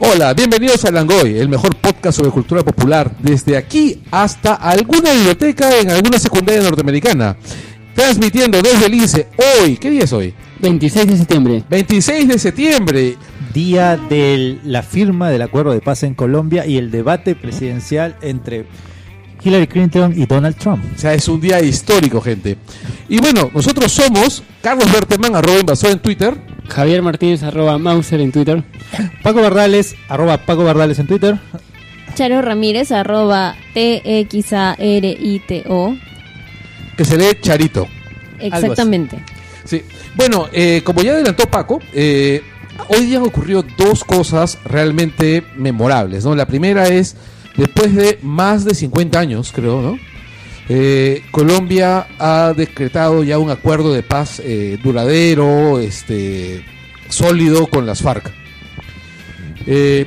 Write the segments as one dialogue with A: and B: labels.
A: Hola, bienvenidos a Langoy, el mejor podcast sobre cultura popular, desde aquí hasta alguna biblioteca en alguna secundaria norteamericana. Transmitiendo desde el INSE hoy, ¿qué día es hoy?
B: 26 de septiembre.
A: 26 de septiembre.
C: Día de la firma del acuerdo de paz en Colombia y el debate presidencial entre Hillary Clinton y Donald Trump.
A: O sea, es un día histórico, gente. Y bueno, nosotros somos Carlos Berteman, arroba invasor en Twitter.
B: Javier Martínez, arroba Mauser en Twitter.
C: Paco Bardales, arroba Paco Bardales en Twitter.
D: Charo Ramírez, arroba T-X-A-R-I-T-O.
A: que se lee Charito.
D: Exactamente.
A: Sí. Bueno, eh, como ya adelantó Paco, eh, hoy día han ocurrido dos cosas realmente memorables, ¿no? La primera es, después de más de 50 años, creo, ¿no? Eh, Colombia ha decretado ya un acuerdo de paz eh, duradero, este, sólido con las FARC. Eh,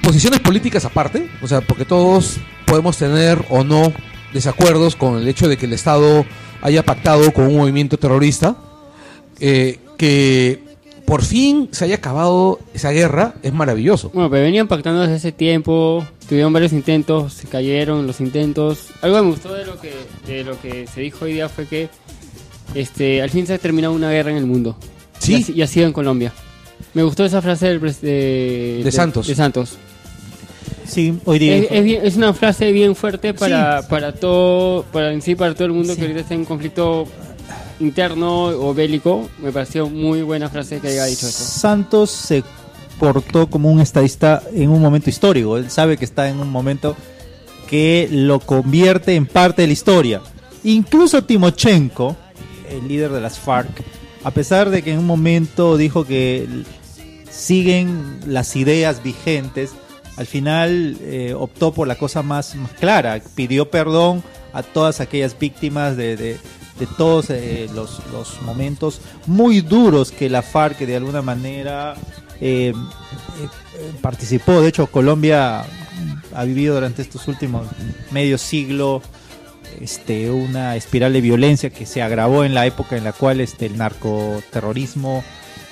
A: posiciones políticas aparte, o sea, porque todos podemos tener o no desacuerdos con el hecho de que el Estado haya pactado con un movimiento terrorista, eh, que por fin se haya acabado esa guerra es maravilloso.
B: Bueno, pero venían pactando desde hace tiempo, tuvieron varios intentos, se cayeron los intentos. Algo que me gustó de lo que, de lo que se dijo hoy día fue que este, al fin se ha terminado una guerra en el mundo.
A: Sí.
B: Y ha, si- y ha sido en Colombia. Me gustó esa frase del pres- de,
A: De Santos.
B: De Santos.
C: Sí, hoy día.
B: Es, es bien- es una frase bien fuerte para, para todo, para en sí, para todo el mundo que ahorita está en conflicto interno o bélico. Me pareció muy buena frase que haya dicho eso.
C: Santos se portó como un estadista en un momento histórico. Él sabe que está en un momento que lo convierte en parte de la historia. Incluso Timochenko, el líder de las FARC, a pesar de que en un momento dijo que l- siguen las ideas vigentes, al final eh, optó por la cosa más, más clara, pidió perdón a todas aquellas víctimas de, de- de todos eh, los, los momentos muy duros que la FARC de alguna manera eh, eh, eh, participó. De hecho, Colombia ha vivido durante estos últimos medio siglo este, una espiral de violencia que se agravó en la época en la cual este, el narcoterrorismo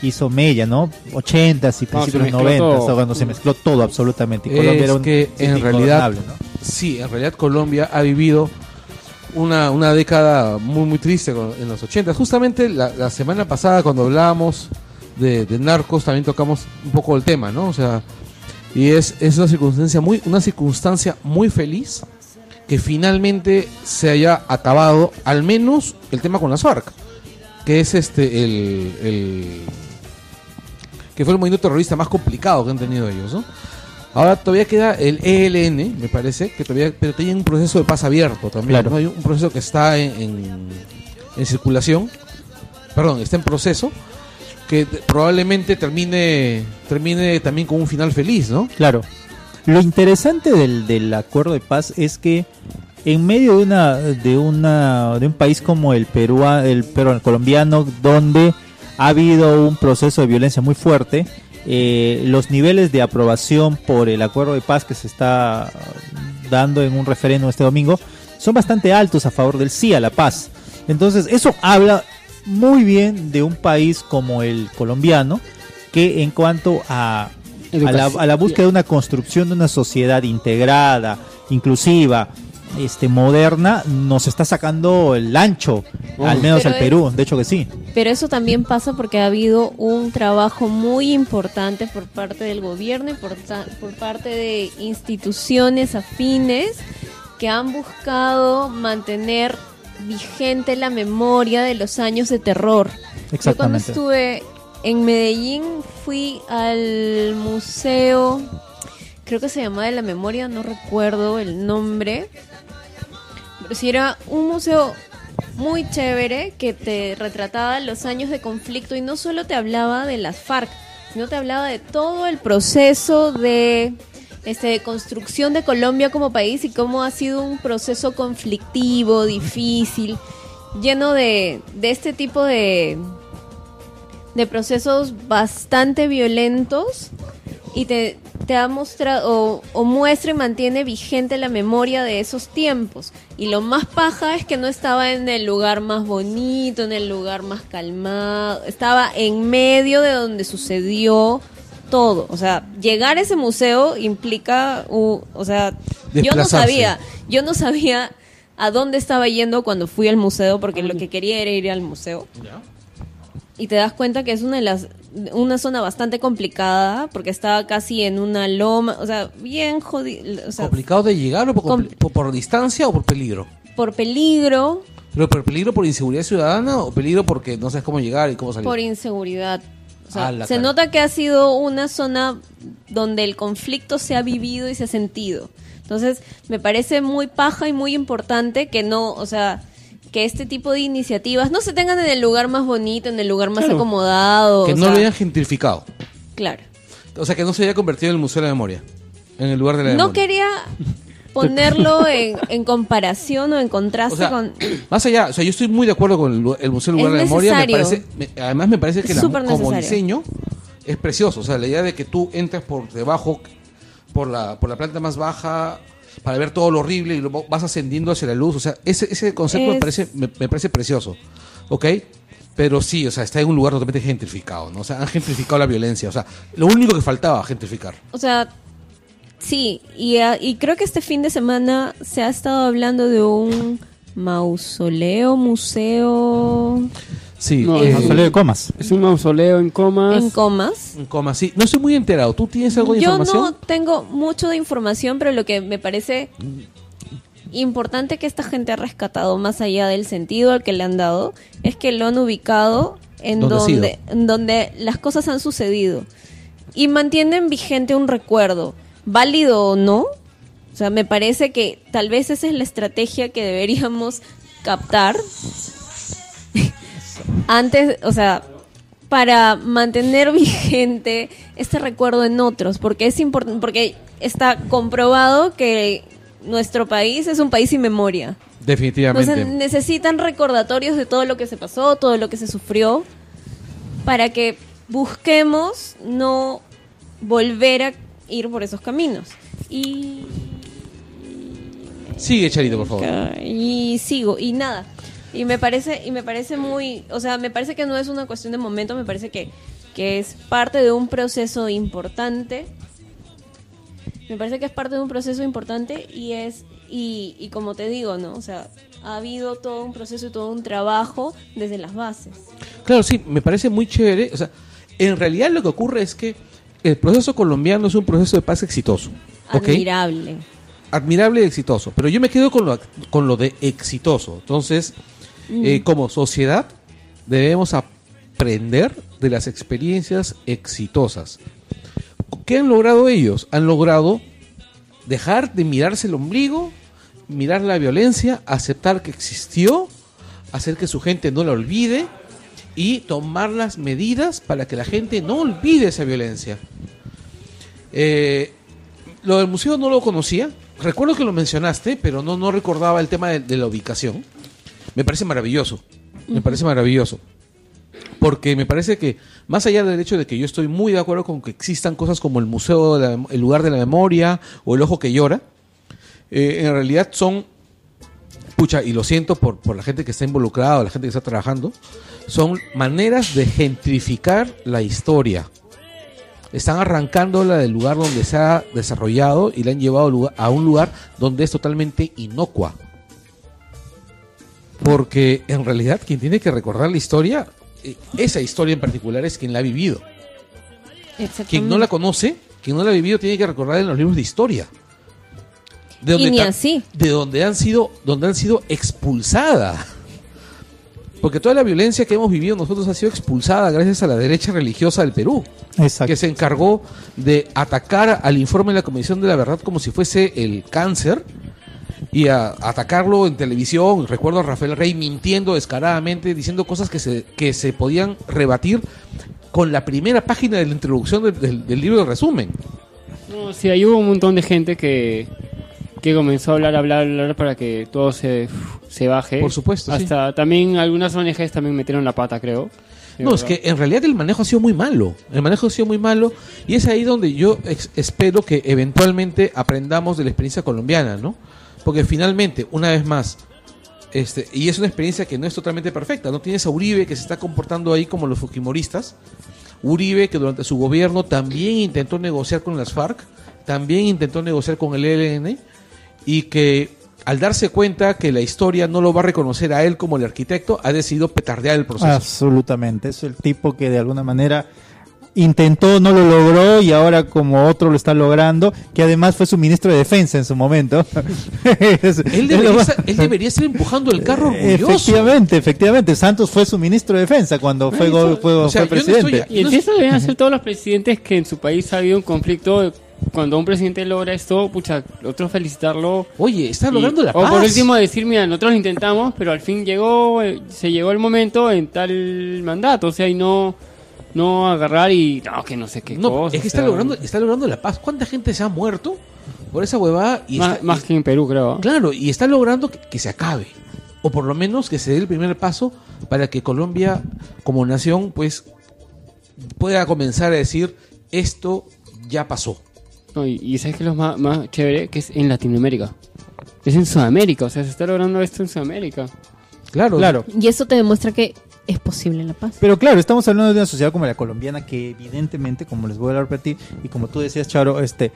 C: hizo mella, ¿no? 80s y
B: Cuando se
C: principios de
B: mezcló
C: 90
B: todo.
C: cuando se mezcló todo absolutamente. Y Colombia
A: Es
C: era un
A: que,
C: sitio
A: en realidad,
C: ingobernable, ¿no?
A: Sí, en realidad Colombia ha vivido una, una década muy muy triste con- en los 80. Justamente la, la semana pasada cuando hablábamos de, de narcos también tocamos un poco el tema, ¿no? O sea, y es, es una circunstancia muy una circunstancia muy feliz que finalmente se haya acabado al menos el tema con las FARC, que es este el, el que fue el movimiento terrorista más complicado que han tenido ellos, ¿no? Ahora todavía queda el ELN, me parece, que todavía, pero tiene un proceso de paz abierto también.
C: Claro.
A: ¿no? Hay un proceso que está en, en- en circulación, perdón, está en proceso, que t- probablemente termine, termine también con un final feliz, ¿no?
C: Claro. Lo interesante del, del acuerdo de paz es que en medio de una de una de un país como el Perú, el peruano colombiano donde ha habido un proceso de violencia muy fuerte, eh, los niveles de aprobación por el acuerdo de paz que se está dando en un referéndum este domingo son bastante altos a favor del sí a la paz. Entonces, eso habla muy bien de un país como el colombiano que en cuanto a a la,
B: Educación.
C: a la búsqueda de una construcción de una sociedad integrada, inclusiva, este moderna, nos está sacando el ancho,
A: Oh.
C: al menos
D: Pero
C: al Perú, de hecho que sí.
D: Pero eso también pasa porque ha habido un trabajo muy importante por parte del gobierno y por, ta- por parte de instituciones afines que han buscado mantener vigente la memoria de los años de terror. Yo cuando
C: Exactamente.
D: estuve en Medellín fui al museo, creo que se llamaba de la memoria, no recuerdo el nombre, pero sí era un museo muy chévere que te retrataba los años de conflicto y no solo te hablaba de las FARC, sino te hablaba de todo el proceso de este de construcción de Colombia como país y cómo ha sido un proceso conflictivo, difícil, lleno de, de este tipo de, de procesos bastante violentos y te, te ha mostrado o, o muestra y mantiene vigente la memoria de esos tiempos. Y lo más paja es que no estaba en el lugar más bonito, en el lugar más calmado, estaba en medio de donde sucedió todo. O sea, llegar a ese museo implica, u- o sea, yo no
A: Desplazarse.
D: sabía, yo no sabía a dónde estaba yendo cuando fui al museo porque lo que quería era ir al museo. Y te das cuenta que es una de las una zona bastante complicada porque estaba casi en una loma, o sea, bien jodido, o sea,
A: ¿Complicado de llegar o por,
D: compl-
A: por- por distancia o por peligro?
D: por peligro,
A: ¿Pero por peligro por inseguridad ciudadana o peligro porque no sabes cómo llegar y cómo salir?
D: por inseguridad. O sea,
A: Ala,
D: se
A: cara.
D: nota que ha sido una zona donde el conflicto se ha vivido y se ha sentido. Entonces, me parece muy paja y muy importante que no, o sea, que este tipo de iniciativas no se tengan en el lugar más bonito, en el lugar más
B: Claro.
D: acomodado.
A: que
D: o
A: no
D: sea,
A: lo hayan gentrificado.
D: Claro.
A: O sea, que no se haya convertido en el Museo de la Memoria. En el lugar de la
D: No
A: memoria.
D: quería ponerlo en, en comparación o en
A: O
D: contraste
A: sea,
D: con...
A: más allá, o sea, yo estoy muy de acuerdo con el, lu- el Museo del Lugar de
D: Es
A: la Memoria. Me
D: necesario.
A: parece, me- además, me parece que
D: Es
A: la-
D: súper
A: como
D: necesario.
A: diseño es precioso. O sea, la idea de que tú entras por debajo, por la, por la planta más baja, para ver todo lo horrible y lo vas ascendiendo hacia la luz. O sea, ese, ese concepto me,
D: Es-
A: parece, me, me parece precioso. ¿Ok? Pero sí, o sea, está en un lugar totalmente gentrificado, ¿no? O sea, han gentrificado la violencia. O sea, lo único que faltaba, gentrificar.
D: O sea, sí, y, ah, y creo que este fin de semana se ha estado hablando de un mausoleo, museo
A: Sí.
B: No,
A: eh,
B: no
C: Mausoleo de comas.
B: Es un mausoleo en comas.
D: en comas.
A: un coma, sí. No estoy muy enterado. ¿Tú tienes algo de
D: Yo
A: información?
D: no tengo mucho de información, pero lo que me parece importante que esta gente ha rescatado, más allá del sentido al que le han dado, es que lo han ubicado en
A: ¿Dónde ha
D: donde, en donde las cosas han sucedido y mantienen vigente un recuerdo, válido o no. O sea, me parece que tal vez esa es la estrategia que deberíamos captar antes, o sea, para mantener vigente este recuerdo en otros, porque es importante, porque está comprobado que nuestro país es un país sin memoria.
A: Definitivamente.
D: Entonces necesitan recordatorios de todo lo que se pasó, todo lo que se sufrió, para que busquemos no volver a ir por esos caminos. Y,
A: Sigue, Charito, por favor.
D: y sigo, y nada. Y me parece, y me parece muy, o sea, me parece que no es una cuestión de momento, me parece que, que es parte de un proceso importante. Me parece que es parte de un proceso importante y es, y, y como te digo, ¿no? O sea, ha habido todo un proceso y todo un trabajo desde las bases.
A: Claro, sí, me parece muy chévere. O sea, en realidad lo que ocurre es que el proceso colombiano es un proceso de paz exitoso. ¿ok?
D: Admirable.
A: Admirable y exitoso. Pero yo me quedo con lo, ac- con lo de exitoso. Entonces, eh, como sociedad, debemos aprender de las experiencias exitosas. ¿Qué han logrado ellos? Han logrado dejar de mirarse el ombligo, mirar la violencia, aceptar que existió, hacer que su gente no la olvide y tomar las medidas para que la gente no olvide esa violencia. Eh, lo del museo no lo conocía. Recuerdo que lo mencionaste, pero no, no recordaba el tema de, de la ubicación. Me parece maravilloso. Me parece maravilloso. Porque me parece que, más allá del hecho de que yo estoy muy de acuerdo con que existan cosas como el museo, de la mem- el lugar de la memoria o el ojo que llora, eh, en realidad son, pucha, y lo siento por, por la gente que está involucrada o la gente que está trabajando, son maneras de gentrificar la historia están arrancándola del lugar donde se ha desarrollado y la han llevado lugar- a un lugar donde es totalmente inocua. Porque en realidad quien tiene que recordar la historia, eh, esa historia en particular es quien la ha vivido. Quien
D: Mm.
A: no la conoce, quien no la ha vivido, tiene que recordar en los libros de historia. De
D: Y ni
A: ta-
D: así.
A: De donde han sido, donde han sido expulsada. Porque toda la violencia que hemos vivido nosotros ha sido expulsada gracias a la derecha religiosa del Perú
C: Exacto.
A: que se encargó de atacar al informe de la Comisión de la Verdad como si fuese el cáncer y a atacarlo en televisión. Recuerdo a Rafael Rey mintiendo descaradamente, diciendo cosas que se, que se podían rebatir con la primera página de la introducción del, del- del libro de resumen.
B: No, sí, ahí hubo un montón de gente que, que comenzó a hablar, hablar, hablar para que todo se, se baje.
A: Por supuesto, sí.
B: Hasta también algunas ONGs también metieron la pata, creo. Sí,
A: No, es
B: ¿verdad?
A: que en realidad el manejo ha sido muy malo. El manejo ha sido muy malo y es ahí donde yo ex- espero que eventualmente aprendamos de la experiencia colombiana, ¿no? Porque finalmente, una vez más, este, y es una experiencia que no es totalmente perfecta, no tienes a Uribe que se está comportando ahí como los fujimoristas, Uribe, que durante su gobierno también intentó negociar con las FARC, también intentó negociar con el ELN, y que al darse cuenta que la historia no lo va a reconocer a él como el arquitecto, ha decidido petardear el proceso.
C: Absolutamente, es el tipo que de alguna manera intentó, no lo logró y ahora como otro lo está logrando, que además fue su ministro de defensa en su momento.
A: Él
C: Es- es lo
A: debería,
C: más-
A: estar, él debería estar empujando el carro orgulloso.
C: Efectivamente, efectivamente. Santos fue su ministro de defensa cuando fue,
B: eso-
C: go- fue-
A: o sea,
C: fue
A: yo no estoy-
C: presidente.
B: Y entonces eso deben hacer todos los presidentes que en su país ha habido un conflicto. Cuando un presidente logra esto, pucha, otro felicitarlo.
A: Oye, está
B: Y-
A: logrando la
B: o
A: paz.
B: por último decir, mira, nosotros lo intentamos, pero al fin llegó, eh, se llegó el momento en tal mandato, o sea, y no, no agarrar y, no, que no sé qué
A: no,
B: cosa,
A: es que
B: o
A: está
B: sea,
A: logrando, está logrando la paz. ¿Cuánta gente se ha muerto por esa huevada? Y
B: Más,
A: está-
B: más que en Perú, creo. ¿ah?
A: Claro, y está logrando que, que se acabe. O por lo menos que se dé el primer paso para que Colombia, como nación, pues pueda comenzar a decir, esto ya pasó.
B: No, y, y sabes que lo más, más chévere, que es en Latinoamérica. Es en Sudamérica, o sea, se está logrando esto en Sudamérica.
A: Claro,
C: Claro.
D: Y eso te demuestra que es posible la paz.
C: Pero claro, estamos hablando de una sociedad como la colombiana que evidentemente, como les voy a repetir, y como tú decías, Charo, este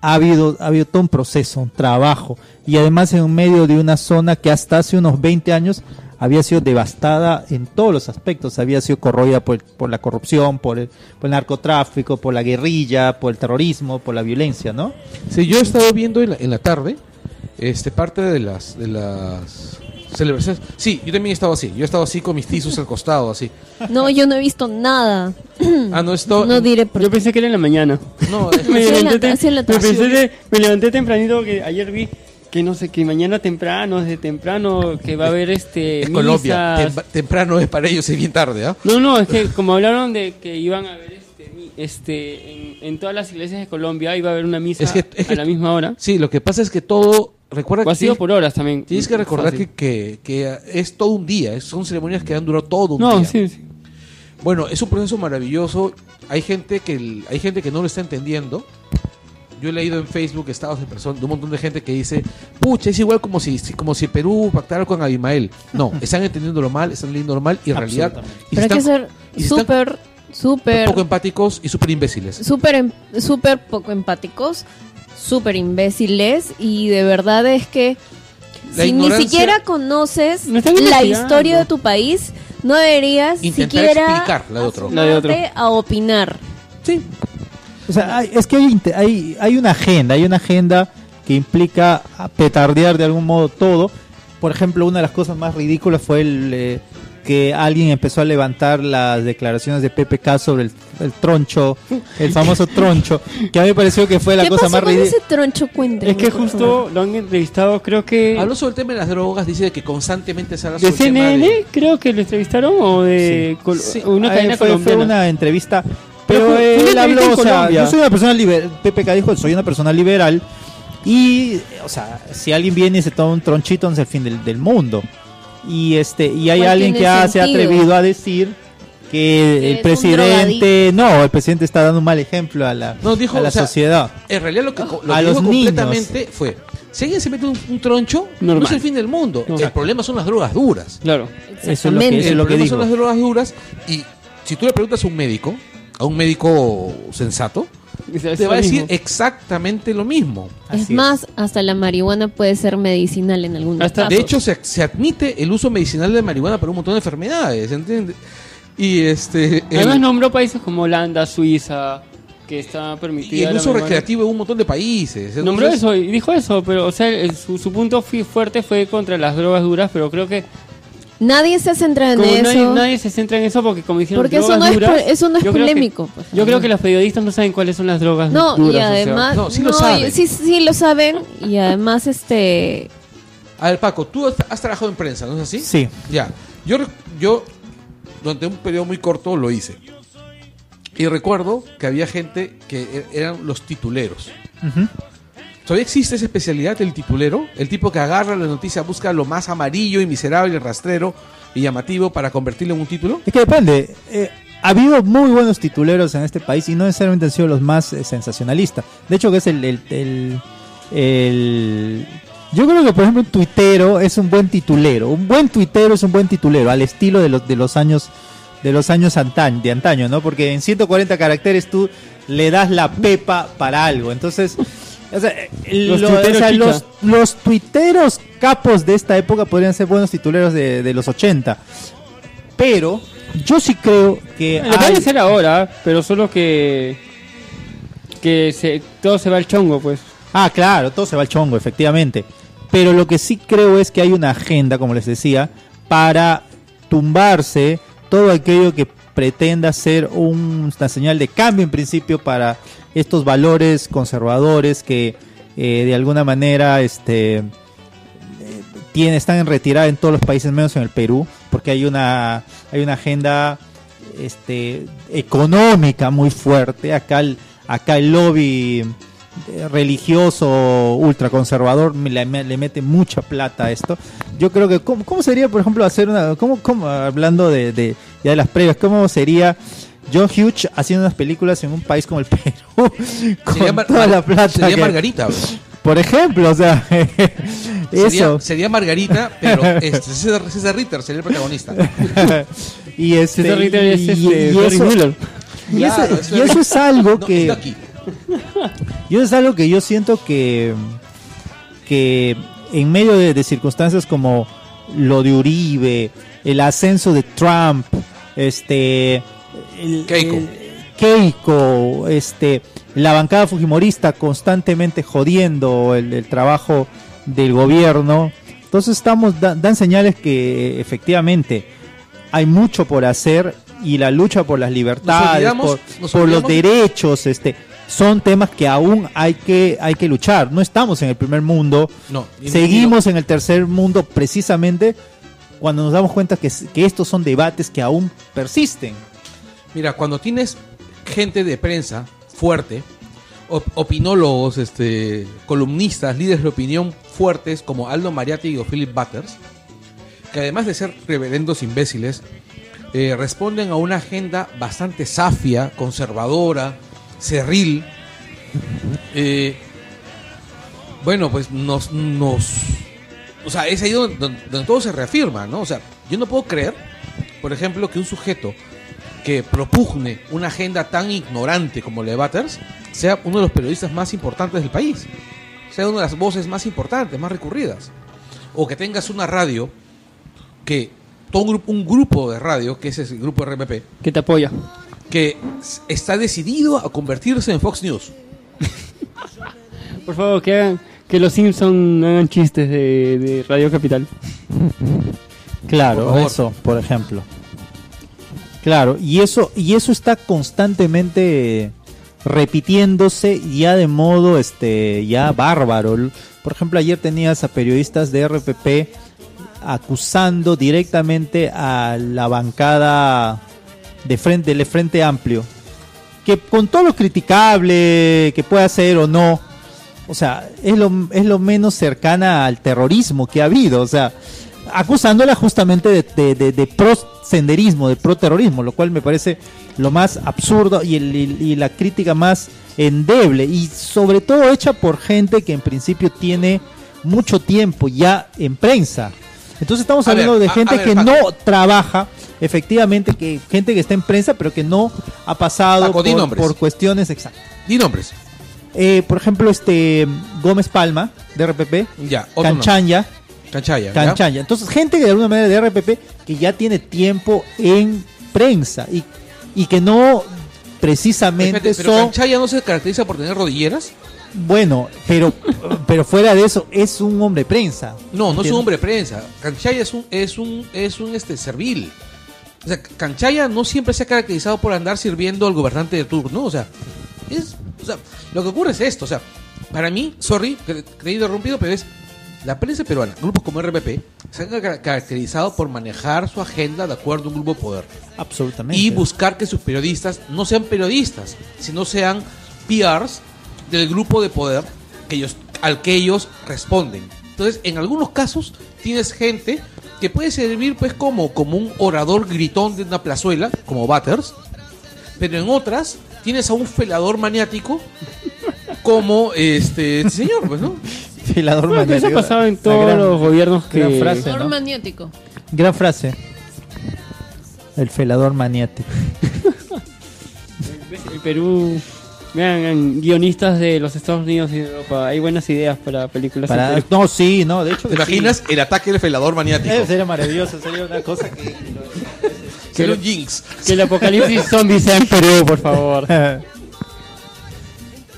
C: ha habido, ha habido todo un proceso, un trabajo, y además en medio de una zona que hasta hace unos 20 años había sido devastada en todos los aspectos, había sido corroída por, por la corrupción, por el, por el narcotráfico, por la guerrilla, por el terrorismo, por la violencia, ¿no?
A: Sí, yo he estado viendo en la, en la tarde este, parte de las, de las celebraciones. Sí, yo también he estado así. Yo he estado así con mis tizos al costado, así.
D: No, yo no he visto nada.
B: Hmm.
A: Ah, no, esto.
D: No diré por
B: Yo pensé que era en la mañana.
A: no, es-
B: me,
D: Así en la-
B: levanté,
D: así en la
B: me
D: tarde.
B: pensé de- me levanté tempranito que ayer vi que no sé, que mañana temprano, desde temprano, que va a haber este
A: es Colombia.
B: misas.
A: Tem- temprano es para ellos, es bien tarde, ¿ah?
B: No, no, es que como hablaron de que iban a haber este, mi- este en, en todas las iglesias de Colombia iba a haber una misa
A: Es que- es que-
B: a la misma hora.
A: Sí, lo que pasa es que todo. Recuerda
B: O ha
A: que
B: sido
A: tienes,
B: por horas también.
A: tienes que recordar
B: Fácil.
A: que, que, que es todo un día. es- Son ceremonias que han durado todo un
B: No,
A: día.
B: sí, sí.
A: Bueno, es un proceso maravilloso. Hay gente que el- hay gente que no lo está entendiendo. Yo he leído en Facebook estados de personas, de un montón de gente que dice, pucha, es igual como si, si- como si Perú pactara con Abimael. No, están entendiéndolo mal, están leyéndolo mal y en realidad.
C: Absolutamente.
A: Y
D: Pero hay que
A: están
D: ser
A: y si están- em-
D: súper,
A: poco
D: súper,
A: empáticos y súper imbéciles.
D: súper, em- súper poco empáticos, súper imbéciles y de verdad es que
A: La
D: si ni
A: ignorancia-
D: siquiera conoces
B: No estás bien
D: la
B: investigando.
D: historia de tu país, no deberías
A: Intentar
D: siquiera
A: explicar la de otro.
B: La de otro.
D: asomarte a opinar.
A: Sí.
C: O sea, hay- es que hay, inte- hay, hay una agenda, hay una agenda que implica a petardear de algún modo todo. Por ejemplo, una de las cosas más ridículas fue el, eh, que alguien empezó a levantar las declaraciones de PPK sobre el, el troncho, el famoso troncho, que a mí me pareció que fue la
D: ¿Qué
C: cosa
D: pasó
C: más
D: con ese
C: ridícula.
D: troncho? Cuéntame,
B: Es que
D: por favor.
B: justo lo han entrevistado, creo que...
A: Habló sobre el tema de las drogas, dice que constantemente se habla
B: ¿De
A: sobre el tema
B: CNN? Creo que lo entrevistaron o de col-
A: Sí.
B: una cadena
C: fue, fue
B: colombiana.
C: una entrevista,
B: Pero
C: pero
B: fue- fue una
C: él
B: entrevista
C: habló,
B: en
C: o sea,
B: Colombia.
C: yo soy una persona liberal, PPK dijo, soy una persona liberal, y, o sea, si alguien viene y se toma un tronchito, no es el fin del, del mundo. Y este y hay
D: ¿Cuál
C: alguien que
D: tiene
C: ha- se ha
D: sentido?
C: atrevido a decir que
D: Es
C: el
D: un
C: presidente, no, el presidente está dando un mal ejemplo a la,
A: No, dijo,
C: a la
A: o sea,
C: sociedad.
A: En realidad lo que, co- lo
C: Ah. A
A: que
C: los
A: dijo
C: niños.
A: completamente fue, si alguien se mete un, un troncho, no
B: Normal.
A: es el fin del mundo.
B: No.
A: El problema son las drogas duras.
B: Claro.
C: Eso es lo que,
D: Exactamente.
C: eso es
A: el
C: lo que
A: problema son
C: dijo.
A: las drogas duras y si tú le preguntas a un médico, a un médico sensato,
B: Es- es
A: te va a
B: lo
A: decir eh,
B: mismo.
A: exactamente lo mismo.
C: Así
D: es más, hasta la marihuana puede ser medicinal en algunos
B: Hasta-
D: casos.
A: De hecho, se, se admite el uso medicinal de marihuana para un montón de enfermedades, ¿entiendes? Y este el,
B: Además nombró países como Holanda, Suiza, que está permitida
A: y el
B: la
A: uso
B: marihuana.
A: recreativo en un montón de países.
B: Nombró
A: Entonces,
B: eso y dijo eso, pero o sea, el- su, su punto fue fuerte fue contra las drogas duras, pero creo que
D: nadie se centra en
B: como
D: eso.
B: nadie, nadie se centra en eso porque como dijeron
D: Porque eso
B: drogas
D: no es
B: duras,
D: pro- eso no es
B: yo creo que-
D: polémico, pues.
B: yo creo que los periodistas no saben cuáles son las drogas
D: No,
B: duras.
D: y
B: o sea.
D: además.
A: no, sí lo saben.
D: y- Sí, sí lo saben. Y además, este.
A: A ver, Paco, tú has, has trabajado en prensa, ¿no es así?
C: Sí.
A: Ya. Yo, rec- yo, durante un periodo muy corto, lo hice. Y recuerdo que había gente que e- eran los tituleros.
C: Ujú.
A: ¿Todavía existe esa especialidad del titulero? El tipo que agarra la noticia, busca lo más amarillo y miserable, rastrero y llamativo para convertirlo en un título.
C: Es que depende. eh, ha habido muy buenos tituleros en este país y no necesariamente han sido los más eh, sensacionalistas. De hecho, que es el, el, el- el- Yo creo que, por ejemplo, un tuitero es un buen titulero. Un buen tuitero es un buen titulero, al estilo de los, de los años de los años antaño, de antaño, ¿no? Porque en 140 caracteres tú le das la pepa para algo. Entonces, o sea,
B: Los
C: lo-
B: tuiteros
C: o sea,
B: chicha.
C: los, los tuiteros capos de esta época podrían ser buenos tituleros de, de los 80. Pero yo sí creo que...
B: Lo
C: hay-
B: pueden hacer ahora, pero solo que. que se, todo se va al chongo, pues.
C: Ah, claro, todo se va al chongo, efectivamente. Pero lo que sí creo es que hay una agenda, como les decía, para tumbarse todo aquello que pretenda ser un- una señal de cambio en principio para estos valores conservadores que eh, de alguna manera este, eh, tienen- están en retirada en todos los países menos en el Perú, porque hay una, hay una agenda este, económica muy fuerte. Acá el, acá el lobby eh, religioso ultraconservador me la- me- le mete mucha plata a esto. Yo creo que, ¿cómo, cómo sería, por ejemplo, hacer una. ¿Cómo, cómo, hablando de, de- ya de las previas, cómo sería. John Hughes haciendo unas películas en un país como el Perú con
A: Sería Mar-
C: toda la plata
A: Sería
C: que-
A: Margarita, bro.
C: por ejemplo, o sea,
A: Sería,
C: eso.
A: sería Margarita, pero este, César, César Ritter sería el protagonista.
C: y este,
B: Ese Ritter es
C: y-
B: este,
C: y
B: Barry
C: eso-
B: Miller.
C: y eso-
A: Claro, eso
C: y eso es algo
A: No,
C: que
A: está aquí.
C: Yo es algo que yo siento que, que en medio de, de circunstancias como lo de Uribe, el ascenso de Trump, este el-
A: Keiko.
C: el- Keiko, este, la bancada fujimorista constantemente jodiendo el, el trabajo del gobierno. Entonces estamos da- dan señales que eh, efectivamente hay mucho por hacer y la lucha por las libertades,
A: olvidamos-
C: por,
A: nos
C: por los
A: olvidamos-
C: derechos, este, son temas que aún hay que, hay que luchar. No estamos en el primer mundo,
A: No, y-
C: seguimos en el tercer mundo precisamente cuando nos damos cuenta que, s- que estos son debates que aún persisten.
A: Mira, cuando tienes gente de prensa fuerte, op- opinólogos, este, columnistas, líderes de opinión fuertes como Aldo Mariatti o Philip Butters, que además de ser reverendos imbéciles, eh, responden a una agenda bastante safia, conservadora, cerril. eh, bueno, pues nos, nos. O sea, es ahí donde, donde- donde todo se reafirma, ¿no? O sea, yo no puedo creer, por ejemplo, que un sujeto que propugne una agenda tan ignorante como la de Butters sea uno de los periodistas más importantes del país, sea una de las voces más importantes, más recurridas. O que tengas una radio que, todo un grupo, un grupo de radio, que ese es el grupo RPP,
B: Que te apoya.
A: que s- está decidido a convertirse en Fox News.
B: Por favor, que hagan. Que los Simpson no hagan chistes de, de Radio Capital.
C: Claro,
A: Por favor.
C: eso, por ejemplo. Claro, y eso, y eso está constantemente repitiéndose ya de modo este ya bárbaro. L- Por ejemplo, ayer tenías a periodistas de RPP acusando directamente a la bancada de frente del Frente Amplio, que con todo lo criticable que pueda ser o no, o sea, es lo, es lo menos cercana al terrorismo que ha habido. O sea, acusándola justamente de, de, de- de pro-senderismo, de pro-terrorismo, lo cual me parece lo más absurdo y, el- y- y la crítica más endeble. Y sobre todo hecha por gente que en principio tiene mucho tiempo ya en prensa. Entonces estamos
A: A
C: hablando
A: ver,
C: de
A: a- a
C: gente
A: ver,
C: que
A: Paco.
C: no trabaja, efectivamente, que gente que está en prensa, pero que no ha pasado
A: Paco, di
C: por,
A: nombres.
C: por cuestiones exactas.
A: Di nombres.
C: Eh, por ejemplo, este Gómez Palma, de RPP,
A: Ya, otro nombre.
C: Canchanya,
A: Canchaya. ¿ya?
C: Canchanya. Entonces, gente que de alguna manera de RPP que ya tiene tiempo en prensa y, y que no precisamente
A: Espérate, pero
C: son.
A: Canchaya no se caracteriza por tener rodilleras.
C: Bueno, pero, pero fuera de eso, es un hombre de prensa.
A: No, no es
C: ¿entiendes?
A: un hombre de prensa. Canchaya es un, es un, es un este, servil. O sea, Canchaya no siempre se ha caracterizado por andar sirviendo al gobernante de turno. O sea, es, o sea, lo que ocurre es esto. O sea, para mí, sorry, cre- creído interrumpido, pero es la prensa peruana, grupos como RPP, se han ca- caracterizado por manejar su agenda de acuerdo a un grupo de poder
C: Absolutamente.
A: y buscar que sus periodistas no sean periodistas, sino sean PRs del grupo de poder que ellos, al que ellos responden. Entonces, en algunos casos tienes gente que puede servir pues como, como un orador gritón de una plazuela, como Butters, pero en otras tienes a un felador maniático como este, este señor, pues, ¿no?
C: Filador
B: Bueno, que eso ha
C: magnético.
B: pasado en
C: Una
B: todos
C: gran-
B: los gobiernos que.
C: gran frase.
D: Flor
C: ¿no?
D: maniático.
C: Gran frase. El felador maniático.
B: El Perú. Vean, vean, guionistas de los Estados Unidos y de Europa. Hay buenas ideas para películas. en
C: Para-
B: Perú.
C: No, sí, no, de hecho.
A: ¿Te imaginas el ataque del felador
C: sí.
A: maniático?
C: Eh, sería maravilloso, sería una cosa que.
A: Sería un jinx.
B: Que el apocalipsis zombie sea en Perú, por favor.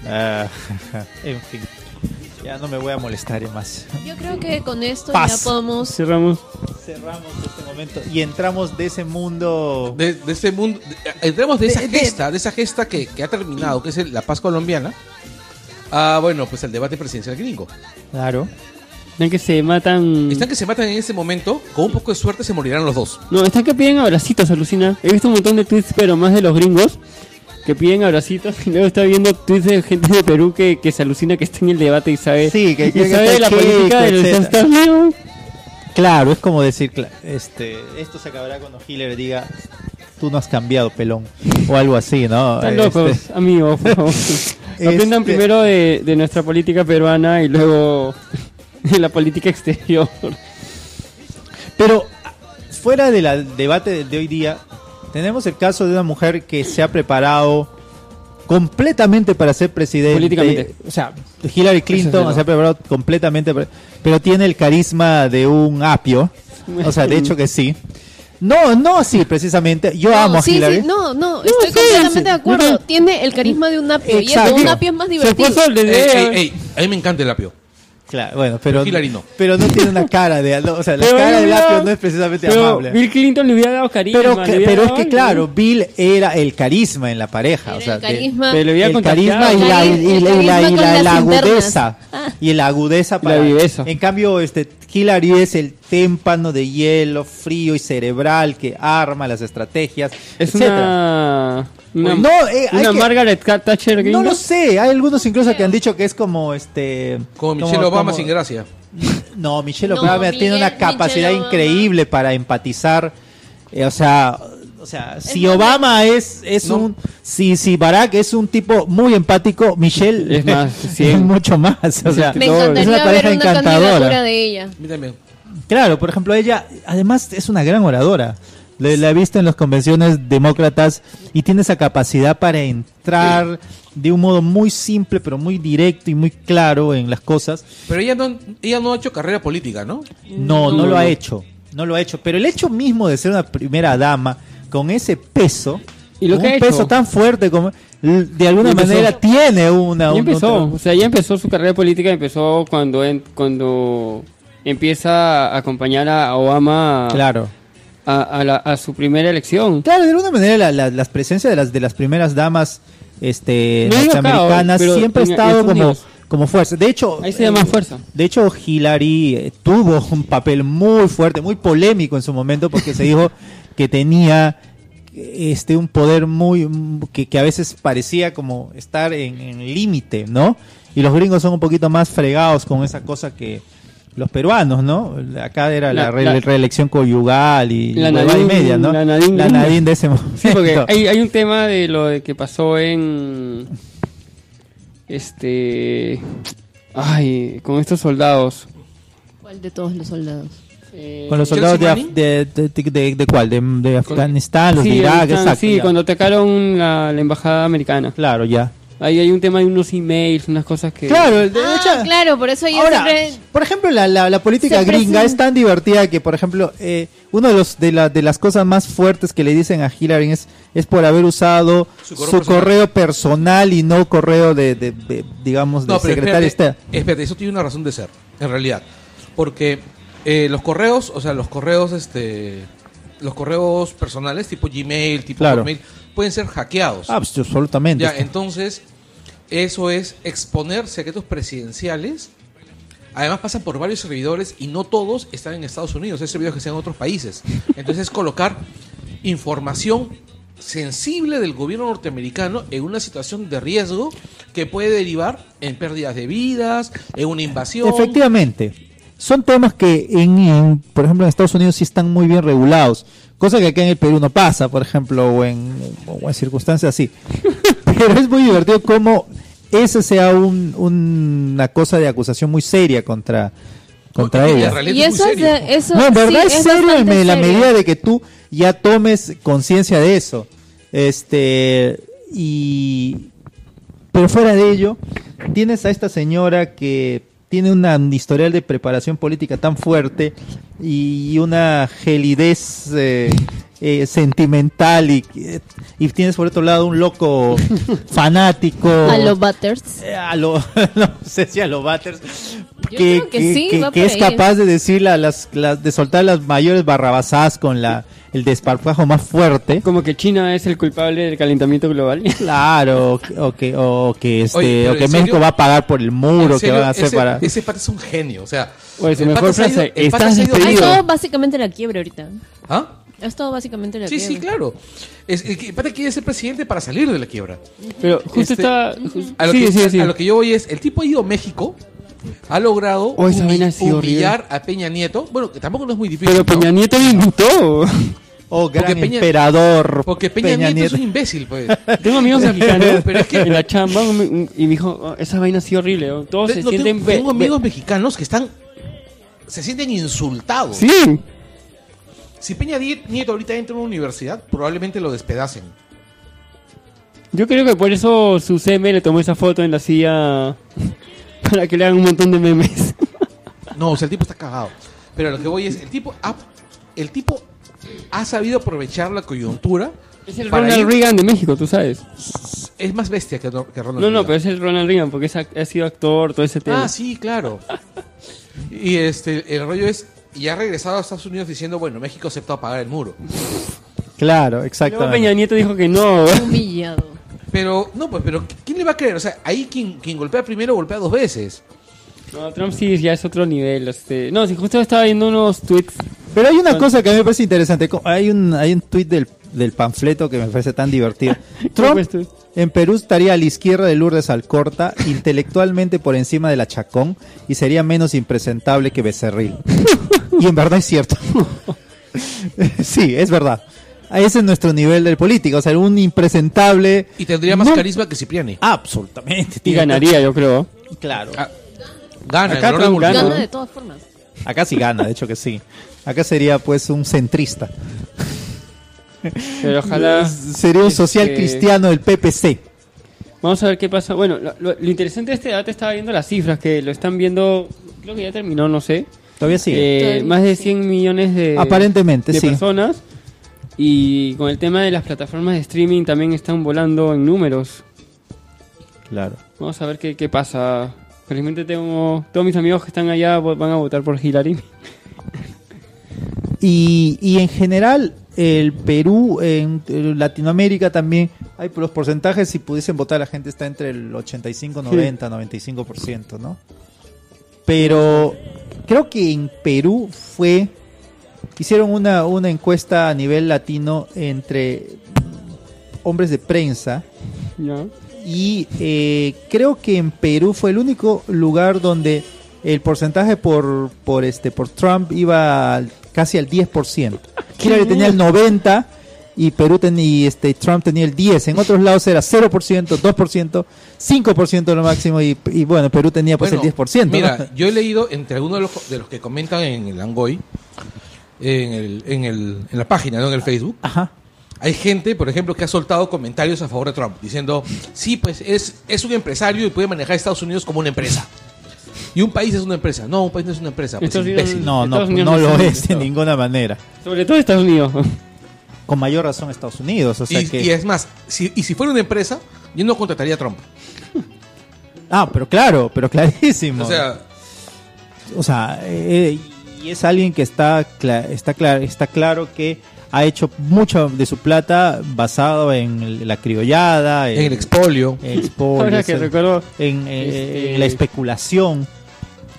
C: Ah, en fin. Ya no me voy a molestar más.
D: Yo creo que con esto
C: Paz.
D: ya podemos.
B: Cerramos.
C: Cerramos este momento y entramos de ese mundo.
A: De, de ese mundo. de- entremos de esa
C: De- de-
A: gesta, de esa gesta que, que ha terminado, que es el- la paz colombiana. Ah, bueno, pues el debate presidencial gringo.
C: Claro.
B: Están que se matan.
A: Están que se matan en ese momento, con un poco de suerte se morirán los dos.
B: No, están que piden abracitos, alucina. He visto un montón de tweets, pero más de los gringos. Que piden abracitos y luego está viendo tweets de gente de Perú que, que se alucina que está en el debate y sabe,
C: Sí, que
B: y
C: cree que
B: sabe
C: está
B: de la
C: chico,
B: política de los
C: etcétera.
B: Estados Unidos.
C: Claro, es como decir, cla- este, esto se acabará cuando Hitler diga, tú no has cambiado, pelón, o algo así, ¿no?
B: Están
C: Este,
B: locos, amigos, por favor. Aprendan
C: Este-
B: primero de, de nuestra política peruana y luego de la política exterior.
C: Pero ah, fuera del al- debate de- de hoy día, tenemos el caso de una mujer que se ha preparado completamente para ser presidente.
B: Políticamente.
C: O sea,
B: Eso
C: Hillary
B: es
C: Clinton
B: verdad.
C: se ha preparado completamente, para- pero tiene el carisma de un apio. O sea, de hecho que sí. No, no, sí, precisamente. Yo amo a
D: sí,
C: Hillary.
D: sí, no,
B: No,
D: no, estoy
B: sí,
D: completamente
B: sí.
D: de acuerdo.
B: Mira.
D: Tiene el carisma de un apio y el de un
B: Exacto.
D: apio es más
B: Se
D: divertido.
B: puso el de-
A: Ey,
C: Eh,
A: ey, ey, a mí me encanta el apio.
C: Claro, bueno, pero,
A: Pero Hillary no.
C: pero no tiene una cara de. no, o sea, la
B: Pero
C: cara
B: él
C: del
B: hubiera-
C: apio no es precisamente
B: pero
C: amable.
B: Bill Clinton le hubiera dado cariño.
C: pero, que- pero es que, claro, Bill era el carisma en la pareja. o
D: Era
C: sea,
D: el
C: de-
D: carisma.
B: Pero le hubiera
C: el
B: contagiado.
C: carisma y la, y
D: El
C: la- y la- y la-
D: carisma
C: y
D: con
C: la-
D: las
C: la
D: internas. Ah.
C: agudeza. Y la agudeza para.
B: viveza.
C: En cambio, este, Hillary es el témpano de hielo frío y cerebral que arma las estrategias.
B: Es
C: etcétera.
B: una. Una,
C: No, eh, hay
B: una
C: que-
B: Margaret Thatcher
C: No
B: gringa.
C: lo sé, hay algunos incluso que han dicho que es como este.
A: Como Michelle Obama sin gracia.
C: no, Michelle
D: No,
C: Obama tiene
D: Miguel-
C: una capacidad
D: Michelle Obama.
C: increíble para empatizar. eh, o sea, o sea, si
D: más-
C: Obama es, es
A: No.
C: un. Si, si Barack es un tipo muy empático, Michelle
B: Es más, sí.
C: mucho más. O sea,
D: Me
B: No, es una
D: encantaría ver una candidatura de ella.
A: Mírame.
C: Claro, por ejemplo, ella además es una gran oradora. Le- La he visto en las convenciones demócratas y tiene esa capacidad para entrar de un modo muy simple, pero muy directo y muy claro en las cosas.
A: Pero ella no, ella no ha hecho carrera política, ¿no?
C: No, no,
B: No,
C: lo ha
B: no.
C: hecho. No lo ha hecho. Pero el hecho mismo de ser una primera dama con ese peso,
B: ¿Y lo
C: con
B: que
C: un
B: ha hecho?
C: peso tan fuerte como l- de alguna
B: Y empezó.
C: manera tiene una.
B: Ya
C: un-
B: empezó, o
C: otra-
B: sea, ya empezó su carrera política, empezó cuando en- cuando empieza a acompañar a Obama a,
C: Claro.
B: a- a la- a su primera elección.
C: Claro, de alguna manera la, la- las presencias de las de las primeras damas este
B: No digo acá,
C: norteamericanas
B: pero
C: siempre ha
B: en- en
C: estado
B: Estados
C: como,
B: Unidos.
C: como fuerza. De hecho,
B: Ahí se llama fuerza.
C: De hecho, Hillary eh, tuvo un papel muy fuerte, muy polémico en su momento, porque se dijo que tenía este un poder muy mm, que, que a veces parecía como estar en, en límite, ¿no? Y los gringos son un poquito más fregados con esa cosa que los peruanos, ¿no? Acá era la,
B: La-
C: re-
B: la-
C: reelección conyugal y
B: La
C: huevada y
B: Nadine-
C: media, ¿no?
B: la Nadine gringa.
C: Nadine de ese momento.
B: Sí, porque hay, hay un tema de lo de que pasó en este ay, con estos soldados.
D: ¿Cuál de todos los soldados?
B: Eh,
C: Con los soldados de,
A: Chelsea
C: Af- de, de, de- de- de cuál? De, de Afganistán, Ah, los
B: sí,
C: de Irak,
B: Afganistán,
C: exacto.
B: sí,
C: ya.
B: cuando atacaron la, la embajada americana.
C: Claro, ya.
B: Ahí hay un tema de unos emails, unas cosas que
C: Claro, el de
D: Ah,
C: hecho-
D: claro, por eso ella
C: Ahora,
D: siempre-
C: por ejemplo, la, la, la política
D: Se presen-
C: gringa es tan divertida que, por ejemplo, eh, una de, los, de, la- de las cosas más fuertes que le dicen a Hillary es, es por haber usado su
A: Su
C: correo,
A: correo
C: personal.
A: personal.
C: y no correo de, de- de- digamos, de
A: No, pero
C: secretario.
A: espérate, espérate, eso tiene una razón de ser, en realidad. Porque eh, los correos, o sea, los correos, este, los correos personales, tipo Gmail, tipo
C: Claro.
A: Hotmail, pueden ser hackeados.
C: Ah, pues, absolutamente.
A: ya, entonces, eso es exponer secretos presidenciales. Además pasan por varios servidores y no todos están en Estados Unidos, hay servidores que están en otros países. Entonces es colocar información sensible del gobierno norteamericano en una situación de riesgo que puede derivar en pérdidas de vidas, en una invasión.
C: Efectivamente. Son temas que, en, en, por ejemplo, en Estados Unidos sí están muy bien regulados. Cosa que acá en el Perú no pasa, por ejemplo, o en, o en circunstancias así. Pero es muy divertido cómo esa sea un- un- una cosa de acusación muy seria contra, contra
A: Oye, en
C: ella.
A: realidad
D: Y
A: es muy
D: eso es,
A: serio.
D: de- eso,
C: No, en verdad
D: sí,
C: es serio en
D: bastante
C: me- la
D: serio.
C: medida de que tú ya tomes conciencia de eso. Este, y. Pero fuera de ello, tienes a esta señora que tiene una- un historial de preparación política tan fuerte y una gelidez eh, eh, sentimental y, y tienes por otro lado un loco fanático
E: A los Butters.
C: eh, a lo, no sé si a los batters que,
D: creo que
C: que-
D: sí,
C: que-
D: va
C: que
D: por
C: es
D: ahí.
C: capaz de decir la- las, las- de soltar las mayores barrabasadas con la el desparpajo más fuerte
B: Como que China es el culpable del calentamiento global.
C: claro o que- o que o que este
A: Oye, pero
C: o que
A: ¿en
C: México
A: serio?
C: va a pagar por el
A: En
C: muro que
A: serio,
C: van a hacer
A: ese,
C: para
A: Ese pata es un genio, o sea.
B: Oye, su
A: el
B: mejor
A: pata se ha
B: frase,
A: el pata
B: "Estás
A: se ha ido-
D: Ha
B: despedido".
D: estado básicamente en la quiebra ahorita.
A: ¿Ah?
D: Ha estado básicamente en la
A: Sí,
D: quiebra.
A: sí, claro. Es, el que- el pata quiere ser presidente para salir de la quiebra.
B: Pero justo
A: Este,
B: está...
A: A lo,
B: sí,
A: que,
B: sí, sí.
A: a lo que yo voy es, el tipo ha ido a México, ha logrado
B: Oh, esa
A: humi-
B: vaina ha sido
A: humillar a Peña Nieto. Bueno, que tampoco no es muy difícil.
B: Pero
A: ¿no?
B: Peña Nieto me invitó.
C: oh gran
A: Peña-
C: emperador
A: Porque Peña, Nieto, es un imbécil, pues.
B: Tengo amigos mexicanos
A: Pero es que-
B: en la chamba un- un- y me dijo, "Oh, esa vaina ha sido horrible. ¿no? Todos se
A: No, tengo,
B: sienten... ve-
A: tengo
B: ve-
A: amigos mexicanos que están. Se sienten insultados.
B: Sí.
A: Si Peña Die- Nieto ahorita entra a una universidad, probablemente lo despedacen.
B: Yo creo que por eso su CM le tomó esa foto en la silla para que le hagan un montón de memes.
A: No, o sea, el tipo está cagado. Pero lo que voy es, el tipo ha, el tipo ha sabido aprovechar la coyuntura.
B: Es el
A: para
B: Ronald
A: ir-
B: Reagan de México, tú sabes.
A: Es más bestia que, que Ronald
B: No, no,
A: Reagan.
B: pero es el Ronald Reagan porque es ac- ha sido actor, todo ese tema.
A: Ah, sí, claro. Y este, el rollo es, y ha regresado a Estados Unidos diciendo, bueno, México aceptó apagar el muro.
B: Luego
C: claro
B: Peña
C: exactamente
B: Nieto dijo que no.
D: Humillado.
A: Pero, no, pues, pero ¿quién le va a creer? O sea, ahí quien, quien golpea primero golpea dos veces.
B: No, Trump sí ya es otro nivel. Este... No, si justo estaba viendo unos tweets.
C: Pero hay una cosa que a mí me parece interesante. co- Hay un, hay un tuit del, del panfleto que me parece tan divertido. Trump
B: pues, tú.
C: en Perú estaría a la izquierda de Lourdes Alcorta, intelectualmente por encima de la Chacón y sería menos impresentable que Becerril. Y en verdad es cierto. sí, es verdad. Ese es nuestro nivel del político. O sea, un impresentable.
A: Y tendría más
C: No.
A: carisma que Cipriani.
C: Absolutamente.
B: Y
C: tío.
B: ganaría, yo creo.
C: Claro.
A: Ah, gana,
C: Acá
A: el honor
B: Trump
A: de
B: gana.
A: multitud.
D: Gana de todas formas.
C: Acá sí gana, de hecho que sí. Acá sería pues un centrista.
B: Pero ojalá.
C: Sería un social
B: Este-
C: cristiano del PPC.
B: Vamos a ver qué pasa. Bueno, lo, lo- lo interesante de este debate estaba viendo las cifras que lo están viendo. Creo que ya terminó, no sé.
C: Todavía sigue.
B: Eh,
D: Todavía
B: más de
D: sí.
B: 100 millones de,
C: Aparentemente,
B: de
C: sí.
B: personas. Y con el tema de las plataformas de streaming también están volando en números.
C: Claro.
B: Vamos a ver qué, qué pasa. Felizmente tengo todos mis amigos que están allá vo- van a votar por Hillary.
C: Y, y en general, el Perú, en en Latinoamérica también, hay por los porcentajes, si pudiesen votar, la gente está entre el 85, 90, 95%, ¿no? Pero creo que en Perú fue, hicieron una, una encuesta a nivel latino entre hombres de prensa
B: ¿Ya?
C: y eh, creo que en Perú fue el único lugar donde el porcentaje por por este por Trump iba al- casi al 10%. Hillary tenía el 90 y Perú tenía y este Trump tenía el 10. En otros lados era 0%, 2%, 5% lo máximo y, y bueno, Perú tenía pues
A: Bueno,
C: el 10%. ¿no?
A: Mira, yo he leído entre algunos de los, de los que comentan en el Angoy, en, el, en, el, en la página, no en el Facebook,
C: Ajá.
A: hay gente, por ejemplo, que ha soltado comentarios a favor de Trump, diciendo, sí, pues es, es un empresario y puede manejar a Estados Unidos como una empresa. Y un país es una empresa. No, un país no es una empresa. Pues,
B: Estados Unidos
A: imbécil.
C: No, no,
B: Estados Unidos
C: no
B: no
C: lo
B: está
C: es de
B: listo.
C: ninguna manera.
B: Sobre todo Estados Unidos.
C: Con mayor razón Estados Unidos, o sea
A: y,
C: que
A: y es más, si, y si fuera una empresa, yo no contrataría a Trump.
C: Ah, pero claro, pero clarísimo.
A: O sea,
C: O sea, eh, y es alguien que está, cla- está, cla- está claro que ha hecho mucho de su plata basado en el- la criollada,
A: en el expolio.
C: el expolio,
B: Ahora que
C: en-
B: recuerdo,
C: en, eh,
B: este-
C: en la especulación.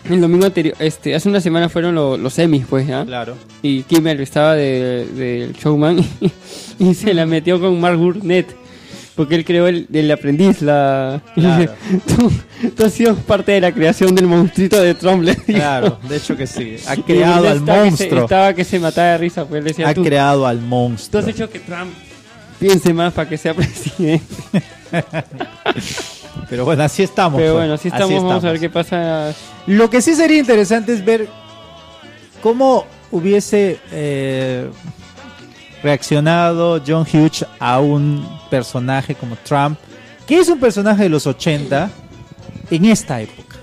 B: el domingo anterior, este, hace una semana fueron lo- los semis, pues, ¿ya?
C: Claro.
B: Y Kimmel estaba de- del showman y se la metió con Mark Burnett. Porque él creó el, el aprendiz, la... y le dice, tú, tú has sido parte de la creación del monstruito de Trump, le dijo.
C: Claro, de hecho que sí. Ha
B: Y
C: creado
B: Burnett
C: al
B: estaba que se-
C: monstruo.
B: estaba que se mataba de risa, pues le decía,
C: Ha
B: tú,
C: creado al
B: tú
C: monstruo.
B: has hecho que Trump piense más para que sea presidente.
C: Pero bueno, así estamos.
B: Pero
C: pues,
B: bueno, así estamos, vamos a ver qué pasa.
C: Lo que sí sería interesante es ver ¿Cómo hubiese eh, reaccionado John Hughes a un personaje como Trump, que es un personaje de los 80 en esta época?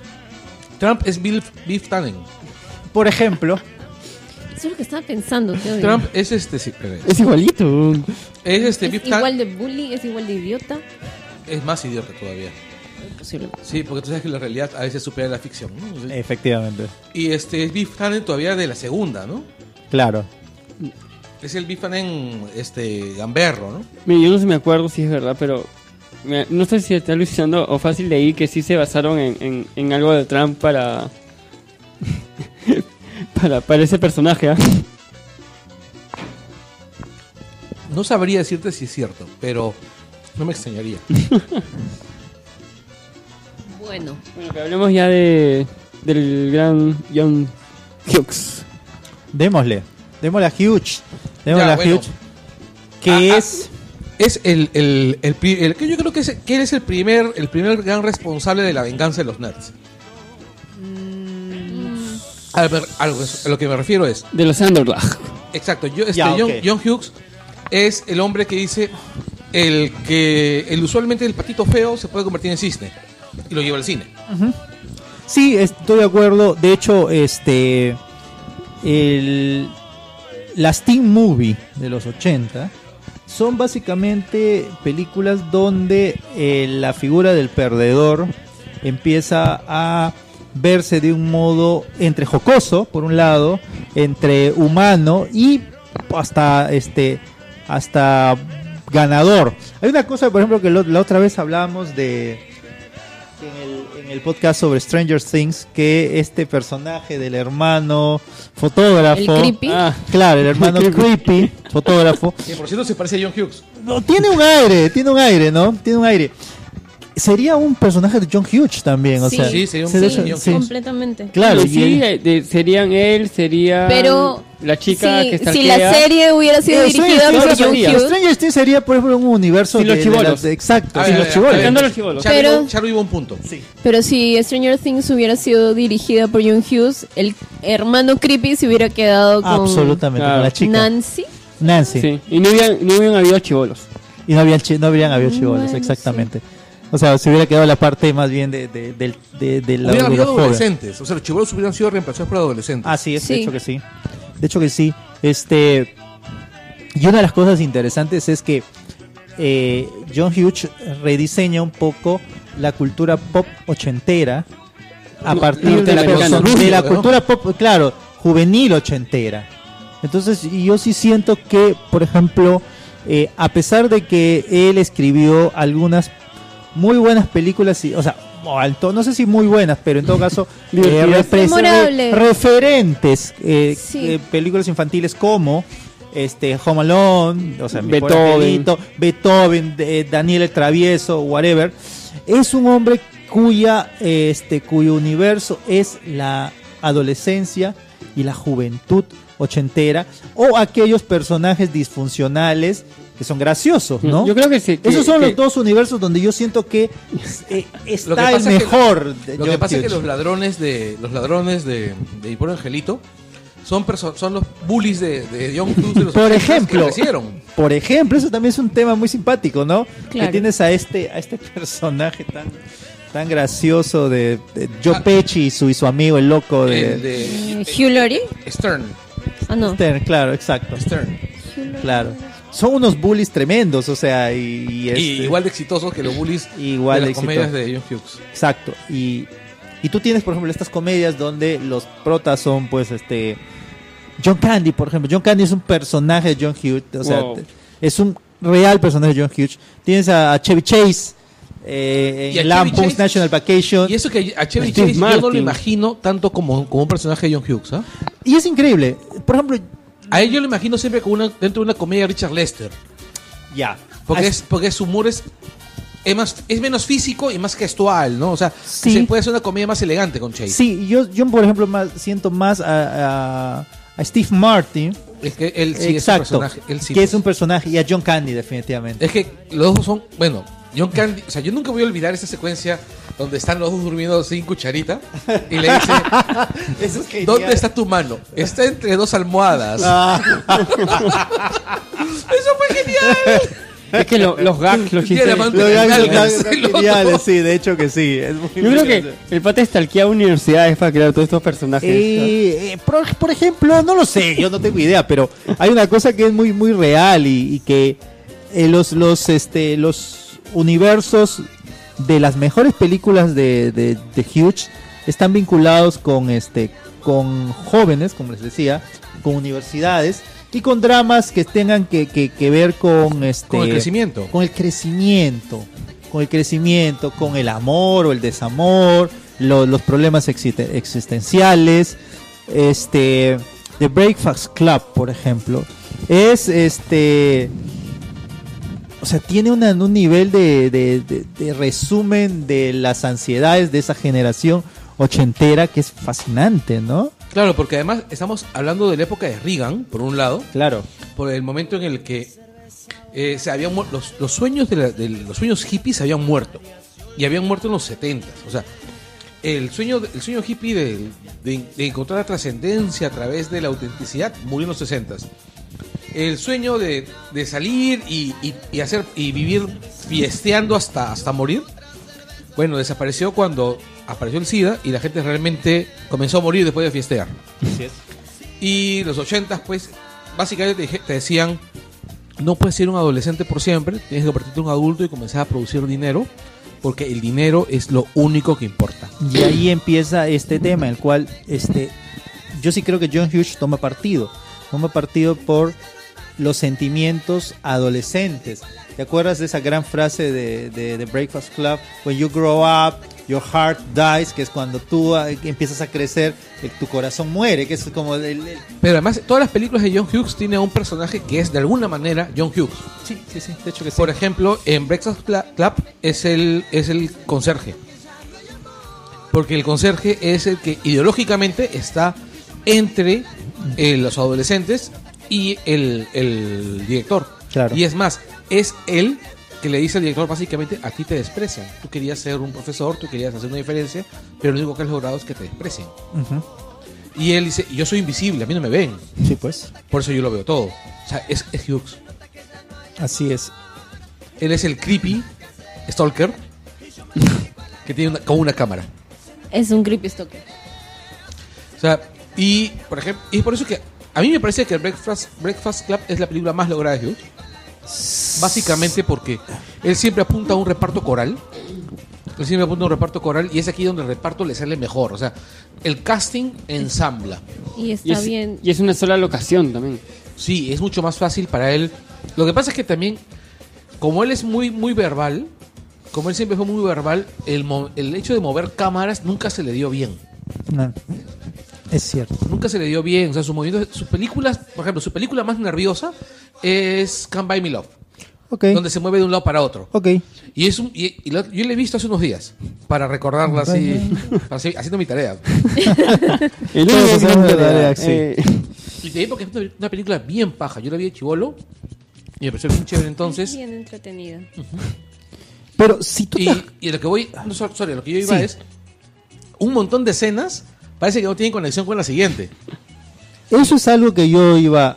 A: Trump es Bill, Biff Tannen.
C: Por ejemplo,
D: Eso es lo que estaba pensando, te odio.
A: Trump es este, sí, espera.
B: Es igualito.
A: es este,
D: es
A: Biff
D: igual
A: Tannen.
D: de bully, es igual de idiota.
A: Es más idiota todavía. Sí, porque tú sabes que la realidad a veces supera la ficción. ¿no?
C: Eh.
A: Sí.
C: efectivamente,
A: Y este es Biff Tannen todavía de la segunda, ¿no?
C: claro.
A: Es el Biff Tannen este, gamberro, ¿no?
B: Mira, yo no sé me acuerdo si es verdad, pero me- no sé si está alucinando o fácil leí que sí se basaron en, en- en algo de Trump para para, para ese personaje. ¿ah?
A: No sabría decirte si es cierto, pero no me extrañaría.
D: Bueno,
B: Bueno, que hablemos ya de del gran John Hughes.
C: Démosle, démosle a Hughes, démosle
A: Ya,
C: a
A: bueno.
C: Hughes, que
A: Ah, ah.
C: es...
A: Es el, el, el, pri- el que yo creo que, es, que él es el primer, el primer gran responsable de la venganza de los nerds. A, ver, a lo, que- a lo que me refiero es,
B: De los Underdog.
A: exacto, yo, este,
C: Ya, ok.
A: John, John Hughes es el hombre que dice el que el usualmente el patito feo se puede convertir en cisne y lo lleva al cine.
C: Sí, estoy de acuerdo. De hecho, este. El, las Teen Movie de los 80 son básicamente películas donde eh, la figura del perdedor empieza a verse de un modo entre jocoso, por un lado, entre humano y hasta este hasta ganador. Hay una cosa, por ejemplo, que lo- la otra vez hablábamos de, en el, en el podcast sobre Stranger Things que este personaje del hermano
D: el
C: fotógrafo.
D: creepy.
B: Ah,
C: Claro, el hermano
B: El creepy.
C: creepy, fotógrafo.
A: Que por cierto se parece a John Hughes.
C: No, tiene un aire, tiene un aire, ¿no? Tiene un aire. Sería un personaje de John Hughes también, o
D: Sí.
C: sea.
A: Sí, sería un
C: se
D: Sí,
A: de
C: deja-
A: John
C: sí.
D: completamente.
C: Claro, y
B: sí,
C: él-
B: eh, de- serían él, sería
D: Pero
B: la chica
D: si,
B: que está
D: si la serie hubiera sido
C: Eh,
D: dirigida
C: Stranger
D: por
C: Things
D: John
B: sabía.
C: sería-
D: Hughes,
C: Stranger Things sería, por ejemplo, un universo
B: Sin los
C: de- de la-
B: chibolos.
C: de- exacto,
A: A
C: sin
A: ver, a ver,
C: los
A: a ver.
C: chibolos.
B: Sacando los chibolos.
A: Charo
D: Pero-
A: iba- Charo iba a un punto.
D: pero si Stranger Things hubiera sido dirigida por John Hughes, el hermano creepy se hubiera quedado con
C: Absolutamente,
B: Claro.
C: con la chica.
D: Nancy.
C: Nancy.
B: Sí, y no hubieran, no hubieran habido chivolos.
C: Y no, había chi- no habrían habido
D: Bueno,
C: chibolos,
D: sí.
C: exactamente. O sea, se hubiera quedado la parte más bien de, de, del- de- de la
A: Hubieran habido
C: joven. Ah,
A: adolescentes, o sea, los chibolos hubieran sido reemplazados por adolescentes.
C: Así es, de
D: Sí.
C: hecho que sí. De hecho que sí. Este. Y una de las cosas interesantes es que eh, John Hughes rediseña un poco la cultura pop ochentera a
B: No,
C: partir de la,
B: norteamericana.
C: persona- de la
A: Rubio, ¿no?
C: cultura pop, claro, juvenil ochentera. Entonces, y yo sí siento que, por ejemplo, eh, a pesar de que él escribió algunas muy buenas películas, y- o sea, o al to- no sé si muy buenas, pero en todo caso, eh,
B: Divertidas.
C: repres-
D: Memorables.
C: referentes, eh,
D: Sí.
C: eh, películas infantiles como este Home Alone, o sea, Mi Pobre
B: Beethoven.
C: Angelito, Beethoven, eh, Daniel el Travieso, whatever. Es un hombre cuya, eh, este, cuyo universo es la adolescencia y la juventud ochentera o aquellos personajes disfuncionales que son graciosos, ¿no?
B: Yo creo que sí. que-
C: Esos son
B: que-
C: los dos universos donde yo siento que eh, está
A: Lo que
C: el
A: pasa es que-
C: mejor. de
A: Lo que
C: John
A: pasa es que
C: Hughes.
A: los ladrones de los ladrones de, de Mi Pobre Angelito son perso- son los bullies de, de John Hughes de los
C: Por
A: 80s que
C: ejemplo.
A: crecieron.
C: Por ejemplo, eso también es un tema muy simpático, ¿no?
D: Claro.
C: Que tienes a este, a este personaje tan, tan gracioso de, de Joe
A: Ah.
C: Pesci y su, y su amigo el loco de,
A: El
D: Eh,
A: de
D: Hugh Laurie.
A: Stern,
D: Ah, no.
C: Stern, claro, exacto.
A: Stern.
C: Claro. Son unos bullies tremendos, o sea, y, y este-
A: Y igual de exitosos que los bullies de
C: igual de
A: las comedias
C: exitoso.
A: de John Hughes.
C: Exacto. Y, y tú tienes, por ejemplo, estas comedias donde los protas son, pues, este. John Candy, por ejemplo. John Candy es un personaje de John Hughes. O sea,
B: Wow.
C: te- es un real personaje de John Hughes. Tienes a, a Chevy Chase eh,
A: Y a Chevy
C: en Lampoon's
A: Chase-
C: National Vacation.
A: Y
C: Y es,
A: eso que a Chevy
B: Steve
A: Chase yo no lo
B: Martin.
A: imagino tanto como, como un personaje de John Hughes. ¿ah?
C: increíble. Por ejemplo,
A: A él yo lo imagino siempre como una, dentro de una comedia de Richard Lester.
C: ya.
A: Porque,
C: Ah,
A: es, porque su humor es, es, más, es menos físico y más gestual, ¿no? O sea,
C: Sí.
A: se puede hacer una comedia más elegante con Chase.
C: Sí, yo, yo por ejemplo, más, siento más a, a- a Steve Martin.
A: Es que él sí es un
C: exacto.
A: personaje. Él sí,
C: que
A: pues.
C: es un personaje. Y a John Candy, definitivamente.
A: Es que los dos son. Bueno, John Candy. O sea, yo nunca voy a olvidar esa secuencia donde están los dos durmiendo sin cucharita, y le dice,
C: Eso es genial. Ah.
A: ¿dónde está tu mano? Está entre dos almohadas. Eso fue genial.
B: Es que lo- los gags, los
A: Tiene la
B: chistes.
A: mano
C: Los gags
A: Genial,
C: los gags
A: sí,
C: son
A: lo-
C: geniales, sí, de hecho que sí. es muy
B: Yo creo que
C: interesante.
B: el pata estalquea universidades para crear todos estos personajes.
C: Eh, eh, por, por ejemplo, no lo sé, yo no tengo idea, pero hay una cosa que es muy, muy real y, y que eh, los, los, este, los universos de las mejores películas de, de, de Hughes están vinculados con, este, con jóvenes, como les decía, con universidades y con dramas que tengan que, que- que ver con, este,
A: Con el crecimiento.
C: con el crecimiento, con el crecimiento, con el amor o el desamor, lo- los problemas existe- existenciales, este, The Breakfast Club, por ejemplo, es este, o sea, tiene una- un nivel de, de- de- de resumen de las ansiedades de esa generación ochentera que es fascinante, ¿no?
A: Claro, porque además estamos hablando de la época de Reagan, por un lado,
C: Claro.
A: por el momento en el que eh, se habían muer- los, los sueños de, la- de los sueños hippies se habían muerto y habían muerto en los 70 o sea el sueño el sueño hippie de, de- de encontrar la trascendencia a través de la autenticidad murió en los 60 el sueño de, de salir y, y- y hacer y vivir fiesteando hasta hasta morir bueno desapareció cuando apareció el SIDA y la gente realmente comenzó a morir después de fiestear y los 80 pues, básicamente te, dije- te decían, no puedes ser un adolescente por siempre, tienes que convertirte en un adulto y comenzar a producir dinero, porque el dinero es lo único que importa.
C: Y ahí empieza este tema, el cual este, yo sí creo que John Hughes toma partido. Toma partido por los sentimientos adolescentes. ¿Te acuerdas de esa gran frase de, de, de Breakfast Club? When you grow up, your heart dies, que es cuando tú ah, empiezas a crecer, eh, tu corazón muere, que es como el- el,
A: Pero además, todas las películas de John Hughes tienen a un personaje que es de alguna manera John Hughes.
C: Sí, sí, sí, de hecho que sí.
A: Por ejemplo, en Breakfast Cla- Club es el, es el conserje. Porque el conserje es el que ideológicamente está entre eh, los adolescentes y el, el director.
C: Claro.
A: Y es más, es él que le dice al director básicamente, a ti te desprecian. Tú querías ser un profesor, tú querías hacer una diferencia, pero lo único que has logrado es que te desprecien.
C: Ujú.
A: Y él dice, yo soy invisible, a mí no me ven.
C: Sí, pues,
A: Por eso yo lo veo todo. O sea, es, es Hughes.
C: así es.
A: Él es el creepy stalker que tiene una, con una cámara.
D: Es un creepy stalker.
A: O sea, y por ejemplo, y es por eso que a mí me parece que Breakfast, Breakfast Club es la película más lograda de Hughes. Básicamente porque él siempre apunta a un reparto coral. Él siempre apunta a un reparto coral y es aquí donde el reparto le sale mejor. O sea, el casting ensambla.
D: Y está
B: Y es,
D: bien.
B: y es una sola locación también.
A: Sí, es mucho más fácil para él. Lo que pasa es que también, como él es muy, muy verbal, como él siempre fue muy verbal, el, mo- el hecho de mover cámaras nunca se le dio bien.
C: No, es cierto.
A: Nunca se le dio bien. O sea, sus movimientos, sus películas, por ejemplo, su película más nerviosa es Can't Buy Me Love,
C: Ok,
A: donde se mueve de un lado para otro.
C: ok.
A: Y es un, y, y lo- yo le he visto hace unos días, para recordarla así, así, haciendo mi tarea.
B: El
C: Todos
B: único
C: hacemos
B: que
C: la tarea,
B: eh,
C: sí.
A: Y te digo porque es una, una película bien paja. Yo la vi de chivolo y me pareció muy chévere entonces.
D: Bien entretenida.
C: Pero si tú...
A: Y,
C: te-
A: y lo que voy, no, so- sorry, lo que yo iba
C: Sí.
A: es un montón de escenas parece que no tienen conexión con la siguiente.
C: Eso es algo que yo iba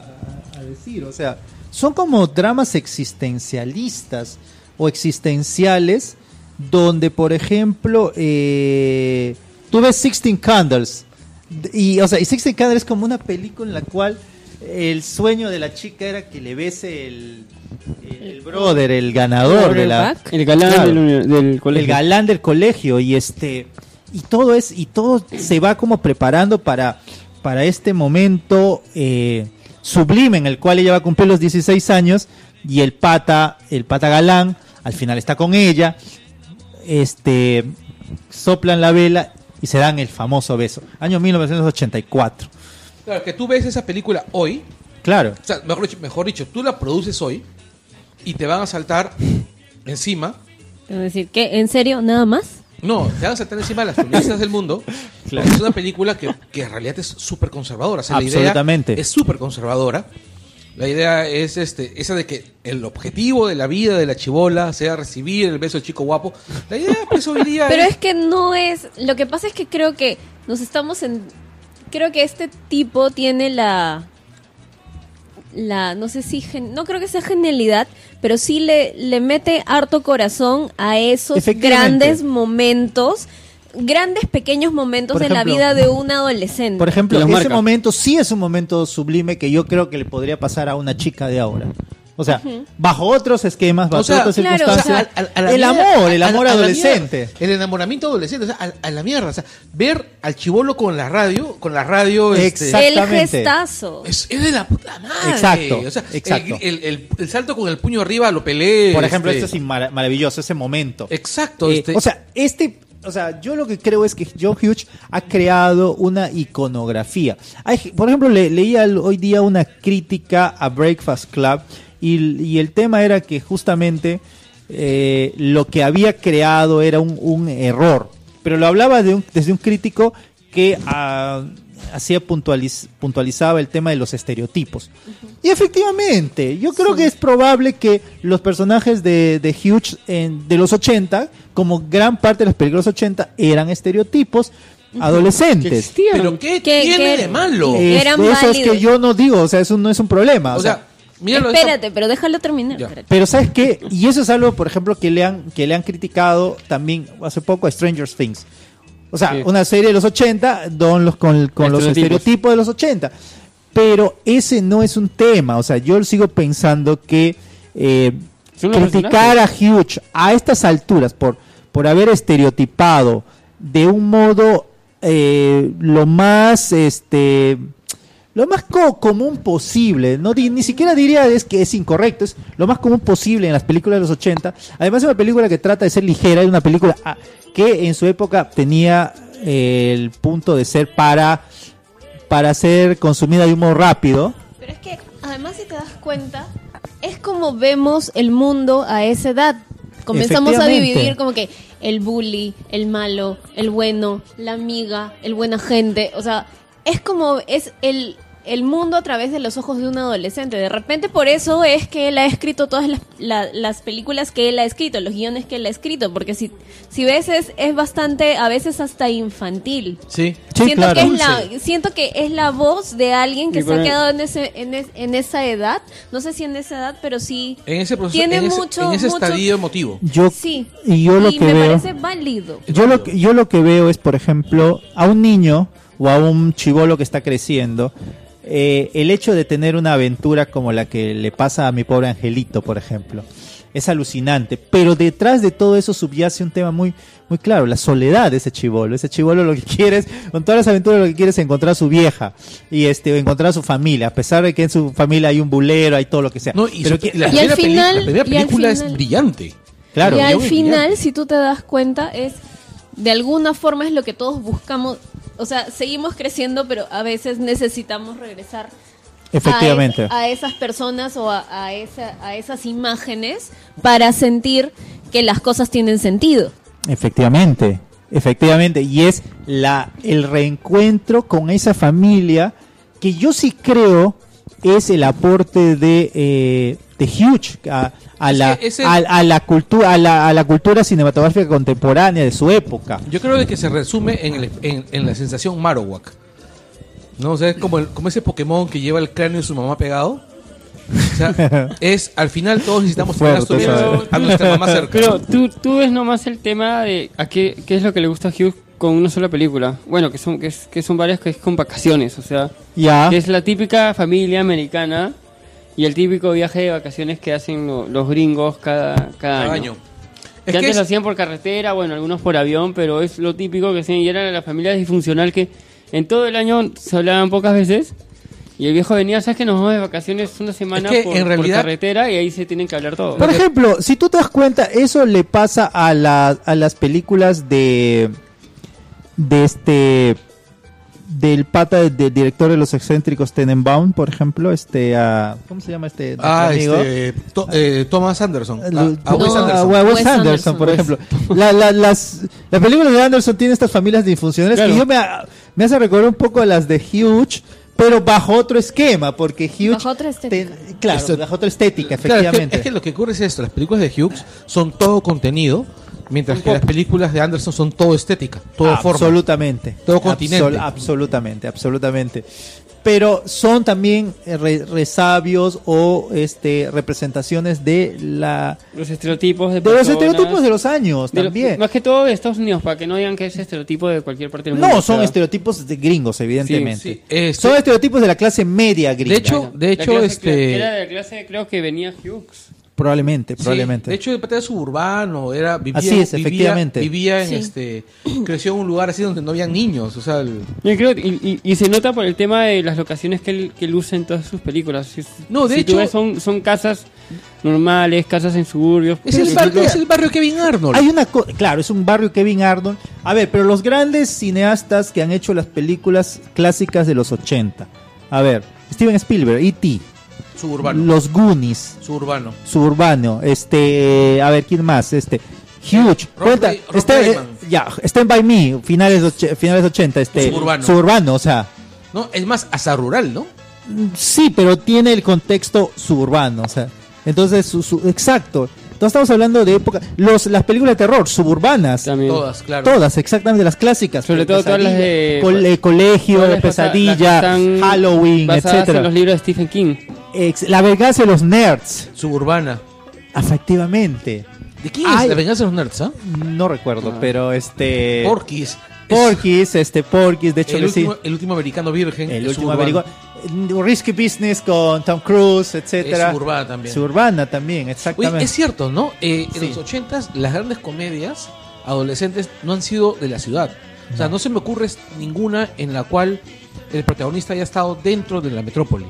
C: a decir, o sea, son como dramas existencialistas o existenciales donde, por ejemplo, eh, tú ves Sixteen Candles d- y, o sea, y Sixteen Candles es como una película en la cual el sueño de la chica era que le bese el, el- el brother, el ganador de la,
B: El galán
C: Claro.
B: del, uni- del colegio.
C: el galán del colegio y este y todo es y todo se va como preparando para para este momento eh, sublime en el cual ella va a cumplir los 16 años y el pata el pata galán al final está con ella este soplan la vela y se dan el famoso beso año 1984
A: Claro, que tú ves esa película hoy,
C: claro
A: o sea, mejor dicho, mejor dicho, tú la produces hoy y te van a saltar encima.
D: Es decir, ¿qué? ¿En serio? ¿Nada más?
A: No, te van a saltar encima las feministas del mundo.
C: Claro.
A: porque Es una película que, que en realidad es súper conservadora. o sea, la idea
C: Absolutamente.
A: es súper conservadora. La idea es este, esa de que el objetivo de la vida de la chibola sea recibir el beso del chico guapo. La idea, pues hoy día.
D: Pero es que no es. Lo que pasa es que creo que nos estamos en. Creo que este tipo tiene la. La. No sé si. gen- no creo que sea genialidad, pero sí le, le mete harto corazón a esos
C: Efectivamente.
D: grandes momentos. Grandes pequeños momentos
C: Por
D: en la
C: ejemplo,
D: vida de un adolescente.
C: Por ejemplo,
B: Los
C: ese
B: marca.
C: momento sí es un momento sublime que yo creo que le podría pasar a una chica de ahora. O sea, bajo otros esquemas, bajo
A: O sea,
C: otras
D: claro, o sea,
C: circunstancias.
A: a- a la
C: el
A: mierda,
C: amor, el
A: a-
C: amor
A: a la
C: adolescente.
A: mierda, el enamoramiento adolescente, o sea, a, a la mierda. O sea, ver al chibolo con la radio, con la radio. Este,
C: Exacto.
D: el
C: exactamente.
D: gestazo.
A: es, es de la puta madre.
C: Exacto,
A: O sea, el-
C: exacto.
A: El, el- el salto con el puño arriba lo peleé.
C: Por ejemplo,
A: este.
C: este es mara- maravilloso, ese momento.
A: Exacto.
C: Eh,
A: este,
C: O sea, este, o sea, yo lo que creo es que John Hughes ha creado una iconografía. Hay- por ejemplo, le- leía el- hoy día una crítica a Breakfast Club y, l- y el tema era que justamente eh, lo que había creado era un, un error. Pero lo hablaba de un- desde un crítico que ah, hacía puntualiz- puntualizaba el tema de los estereotipos. Y efectivamente, yo creo que es probable que los personajes de, de Hughes en- de los 80, como gran parte de las películas 80, eran estereotipos adolescentes.
B: existían.
A: ¿Pero qué,
D: ¿Qué-
A: tiene
D: qué-
A: de malo?
D: Eh,
C: Es-
D: Eran
C: de eso es
D: válidos.
C: que yo no digo, o sea, eso no es un problema.
A: o sea, míralo de esta-
D: Espérate, pero déjalo terminar.
A: Ya.
D: espérate.
C: Pero ¿sabes qué? Y eso es algo, por ejemplo, que le han, que le han criticado también hace poco a Stranger Things. O sea,
B: Sí.
C: una serie de los 80 don los, con, con los
B: Estereotipos.
C: estereotipos de los 80. Pero ese no es un tema. O sea, yo sigo pensando que eh,
B: Son los
C: criticar a Huge a estas alturas por, por haber estereotipado de un modo eh, lo más este lo más co- común posible, no di- ni siquiera diría es que es incorrecto, es lo más común posible en las películas de los 80. Además es una película que trata de ser ligera, es una película ah, que en su época tenía eh, el punto de ser para para ser consumida de humor rápido.
D: Pero es que, además, si te das cuenta, es como vemos el mundo a esa edad. Comenzamos a
C: Efectivamente.
D: dividir como que el bully, el malo, el bueno, la amiga, el buena gente. O sea, es como es el, el mundo a través de los ojos de un adolescente. De repente, por eso es que él ha escrito todas las, la- las películas que él ha escrito, los guiones que él ha escrito. Porque si, si ves, es, es bastante, a veces hasta infantil
A: Sí.
C: Sí,
D: siento,
C: claro.
D: que es la, siento que es la voz de alguien que
B: Y
D: se ha
B: por-
D: quedado en, ese, en, es- en esa edad. No sé si en esa edad, pero sí.
A: En ese proceso,
D: Tiene
A: en ese,
D: mucho-
A: en ese
D: mucho-
A: estadio emotivo.
C: Yo
D: sí.
C: y yo lo que
D: me
C: veo
D: parece válido.
C: yo lo, que- yo lo que veo es, por ejemplo, a un niño o a un chivolo que está creciendo, eh, el hecho de tener una aventura como la que le pasa a mi pobre angelito, por ejemplo, es alucinante. Pero detrás de todo eso subyace un tema muy, muy claro, la soledad de ese chivolo. Ese chivolo lo que quiere es, con todas las aventuras lo que quiere es encontrar a su vieja y este, encontrar a su familia, a pesar de que en su familia hay un bulero, hay todo lo que sea.
A: No, y,
C: Pero
A: su-
C: que-
A: la,
D: Y al
A: primera peli-
D: final-
A: la primera
D: y al
A: película es
D: final-
A: brillante.
C: claro,
D: y al
A: yo-
D: final,
A: ya.
D: si tú te das cuenta, es de alguna forma es lo que todos buscamos. O sea, seguimos creciendo, pero a veces necesitamos regresar
C: efectivamente.
D: a, es- a esas personas o a, a esa- a esas imágenes para sentir que las cosas tienen sentido.
C: Efectivamente, efectivamente. Y es la, el reencuentro con esa familia que yo sí creo es el aporte de, eh, de Hughes a, a
A: Es
C: la,
A: que ese-
C: a, a la cultura, a la, a la cultura cinematográfica contemporánea de su época.
A: Yo creo de que se resume en, el- en- en la sensación Marowak. ¿No? O sea, es como, el- como ese Pokémon que lleva el cráneo de su mamá pegado. O sea, es al final todos necesitamos tener a,
C: Fuerte,
A: nuestra- a nuestra mamá cerca.
B: Pero tú, tú ves nomás el tema de a qué, qué es lo que le gusta a Hughes con una sola película. Bueno, que son, que, es- que son varias que es con vacaciones, o sea,
C: Ya.
B: que es la típica familia americana y el típico viaje de vacaciones que hacen lo- los gringos cada, cada
A: Cada
B: año.
A: año. Es
B: Que
A: que
B: antes
A: es-
B: lo hacían por carretera, bueno, algunos por avión, pero es lo típico que hacían. Y era la familia disfuncional que en todo el año se hablaban pocas veces. Y el viejo venía, ¿sabes que nos vamos de vacaciones una semana
A: que,
B: por,
A: en
B: por
A: realidad-
B: carretera? Y ahí se tienen que hablar todo.
C: Por ejemplo, si tú te das cuenta, eso le pasa a, la- a las películas de. de este. del pata de- del director de los excéntricos Tenenbaum, por ejemplo, este. a- ¿Cómo se llama este? nuestro
A: Ah,
C: amigo?
A: este, to- eh, Thomas Anderson.
C: El-
A: A, a Wes
D: No,
C: a
A: Anderson.
C: Wes
D: Wes
C: Anderson,
D: Anderson.
C: por ejemplo. La, la- las, las películas de Anderson tienen estas familias disfuncionales
B: Claro.
C: que yo me, me hace recordar un poco a las de Huge, pero bajo otro esquema, porque Hughes...
D: Bajo otra estética.
C: te- claro,
A: Esto-
C: bajo otra estética,
A: Claro, es que-
C: efectivamente.
A: es, que, lo que ocurre es esto, las películas de Hughes son todo contenido, mientras que las películas de Anderson son todo estética, todo forma.
C: Ah, Absolutamente.
A: Todo
C: Absol-
A: continente.
C: absolutamente, absolutamente. Pero son también eh, re- resabios o este representaciones de la
B: Los estereotipos de,
C: de los
B: personas,
C: estereotipos de los años
B: de los-
C: también.
B: más que todo de Estados Unidos, para que no digan que es estereotipo de cualquier parte del mundo.
C: No,
B: o
C: son
B: sea,
C: estereotipos de gringos, evidentemente.
A: sí. Este-
C: Son estereotipos de la clase media gringa.
A: De hecho, de
B: la
A: hecho,
B: clase-
A: este...
B: Era de la clase, creo que venía Hughes.
C: probablemente,
A: Sí,
C: probablemente.
A: de hecho, el pata era suburbano, era vivía,
C: Así es,
A: vivía-
C: efectivamente.
A: vivía en
D: Sí.
A: este creció en un lugar así donde no había niños, o sea, el-
B: Yo creo, y, y- y se nota por el tema de las locaciones que él, que él usa en todas sus películas. Si-
A: No, de
B: si tú
A: hecho-
B: ves, son, son casas normales, casas en suburbios.
A: es
B: pero
A: el
B: yo
A: barrio,
B: creo-
A: es el barrio Kevin Arnold.
C: Hay una co- claro, es un barrio Kevin Arnold. A ver, pero los grandes cineastas que han hecho las películas clásicas de los 80. A ver, Steven Spielberg, E.T.,
A: suburbano,
C: Los Goonies,
A: suburbano.
C: Suburbano, este, a ver, ¿quién más? Este, Huge,
A: Rob
C: cuenta,
A: Ray- Rob
C: está-
A: Reitman.
C: eh, ya, Stand By Me, finales, och- finales 80, este,
A: Suburbano.
C: Suburbano, o sea,
A: No, es más hasta rural, ¿no?
C: mm, sí, pero tiene el contexto suburbano, o sea, entonces, su- su- exacto, entonces estamos hablando de época, los, las películas de terror, suburbanas,
B: También.
A: Todas, claro.
C: todas, exactamente, las clásicas,
B: Sobre todo todas las
C: Pesadilla,
B: de-
C: col- eh, Colegio,
B: Todas las basa- las que
C: Pesadilla,
B: están
C: Halloween,
B: basadas en
C: etcétera,
B: los libros de Stephen King.
C: Ex- La venganza de los nerds,
A: Suburbana.
C: efectivamente.
A: ¿De quién
C: Ay.
A: es la venganza de los nerds? ah?
C: No recuerdo, pero este.
A: Porky's. Es
C: Porky's, este Porky's, de hecho,
A: el,
C: le sí.
A: último, el último americano virgen.
C: El
A: es
C: último
A: suburbano.
C: averiguo- Risky Business con Tom Cruise, etcétera.
A: Es suburbana también.
C: Suburbana también,
A: Oye,
C: exactamente.
A: es cierto, ¿no? Eh, en
C: Sí.
A: los ochentas las grandes comedias adolescentes no han sido de la ciudad. O sea, no, se me ocurre ninguna en la cual el protagonista haya estado dentro de la metrópoli.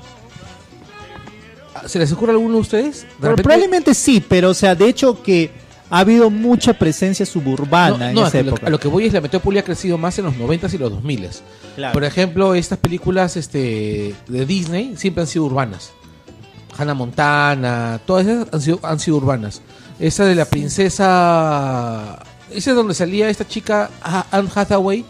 A: Ah, ¿Se les ocurre alguno a ustedes? De
C: Pero
A: repente-
C: probablemente sí, pero o sea, de hecho que ha habido mucha presencia
A: No,
C: suburbana Ah, en
A: no,
C: esa
A: a lo-
C: época.
A: a lo que voy es la metrópoli ha crecido más en los 90s y los 2000s.
C: Claro.
A: Por ejemplo, estas películas este, de Disney siempre han sido urbanas. Hannah Montana, todas esas han sido, han sido urbanas. Esa de la princesa... Esa es donde salía esta chica Ha- Anne Hathaway.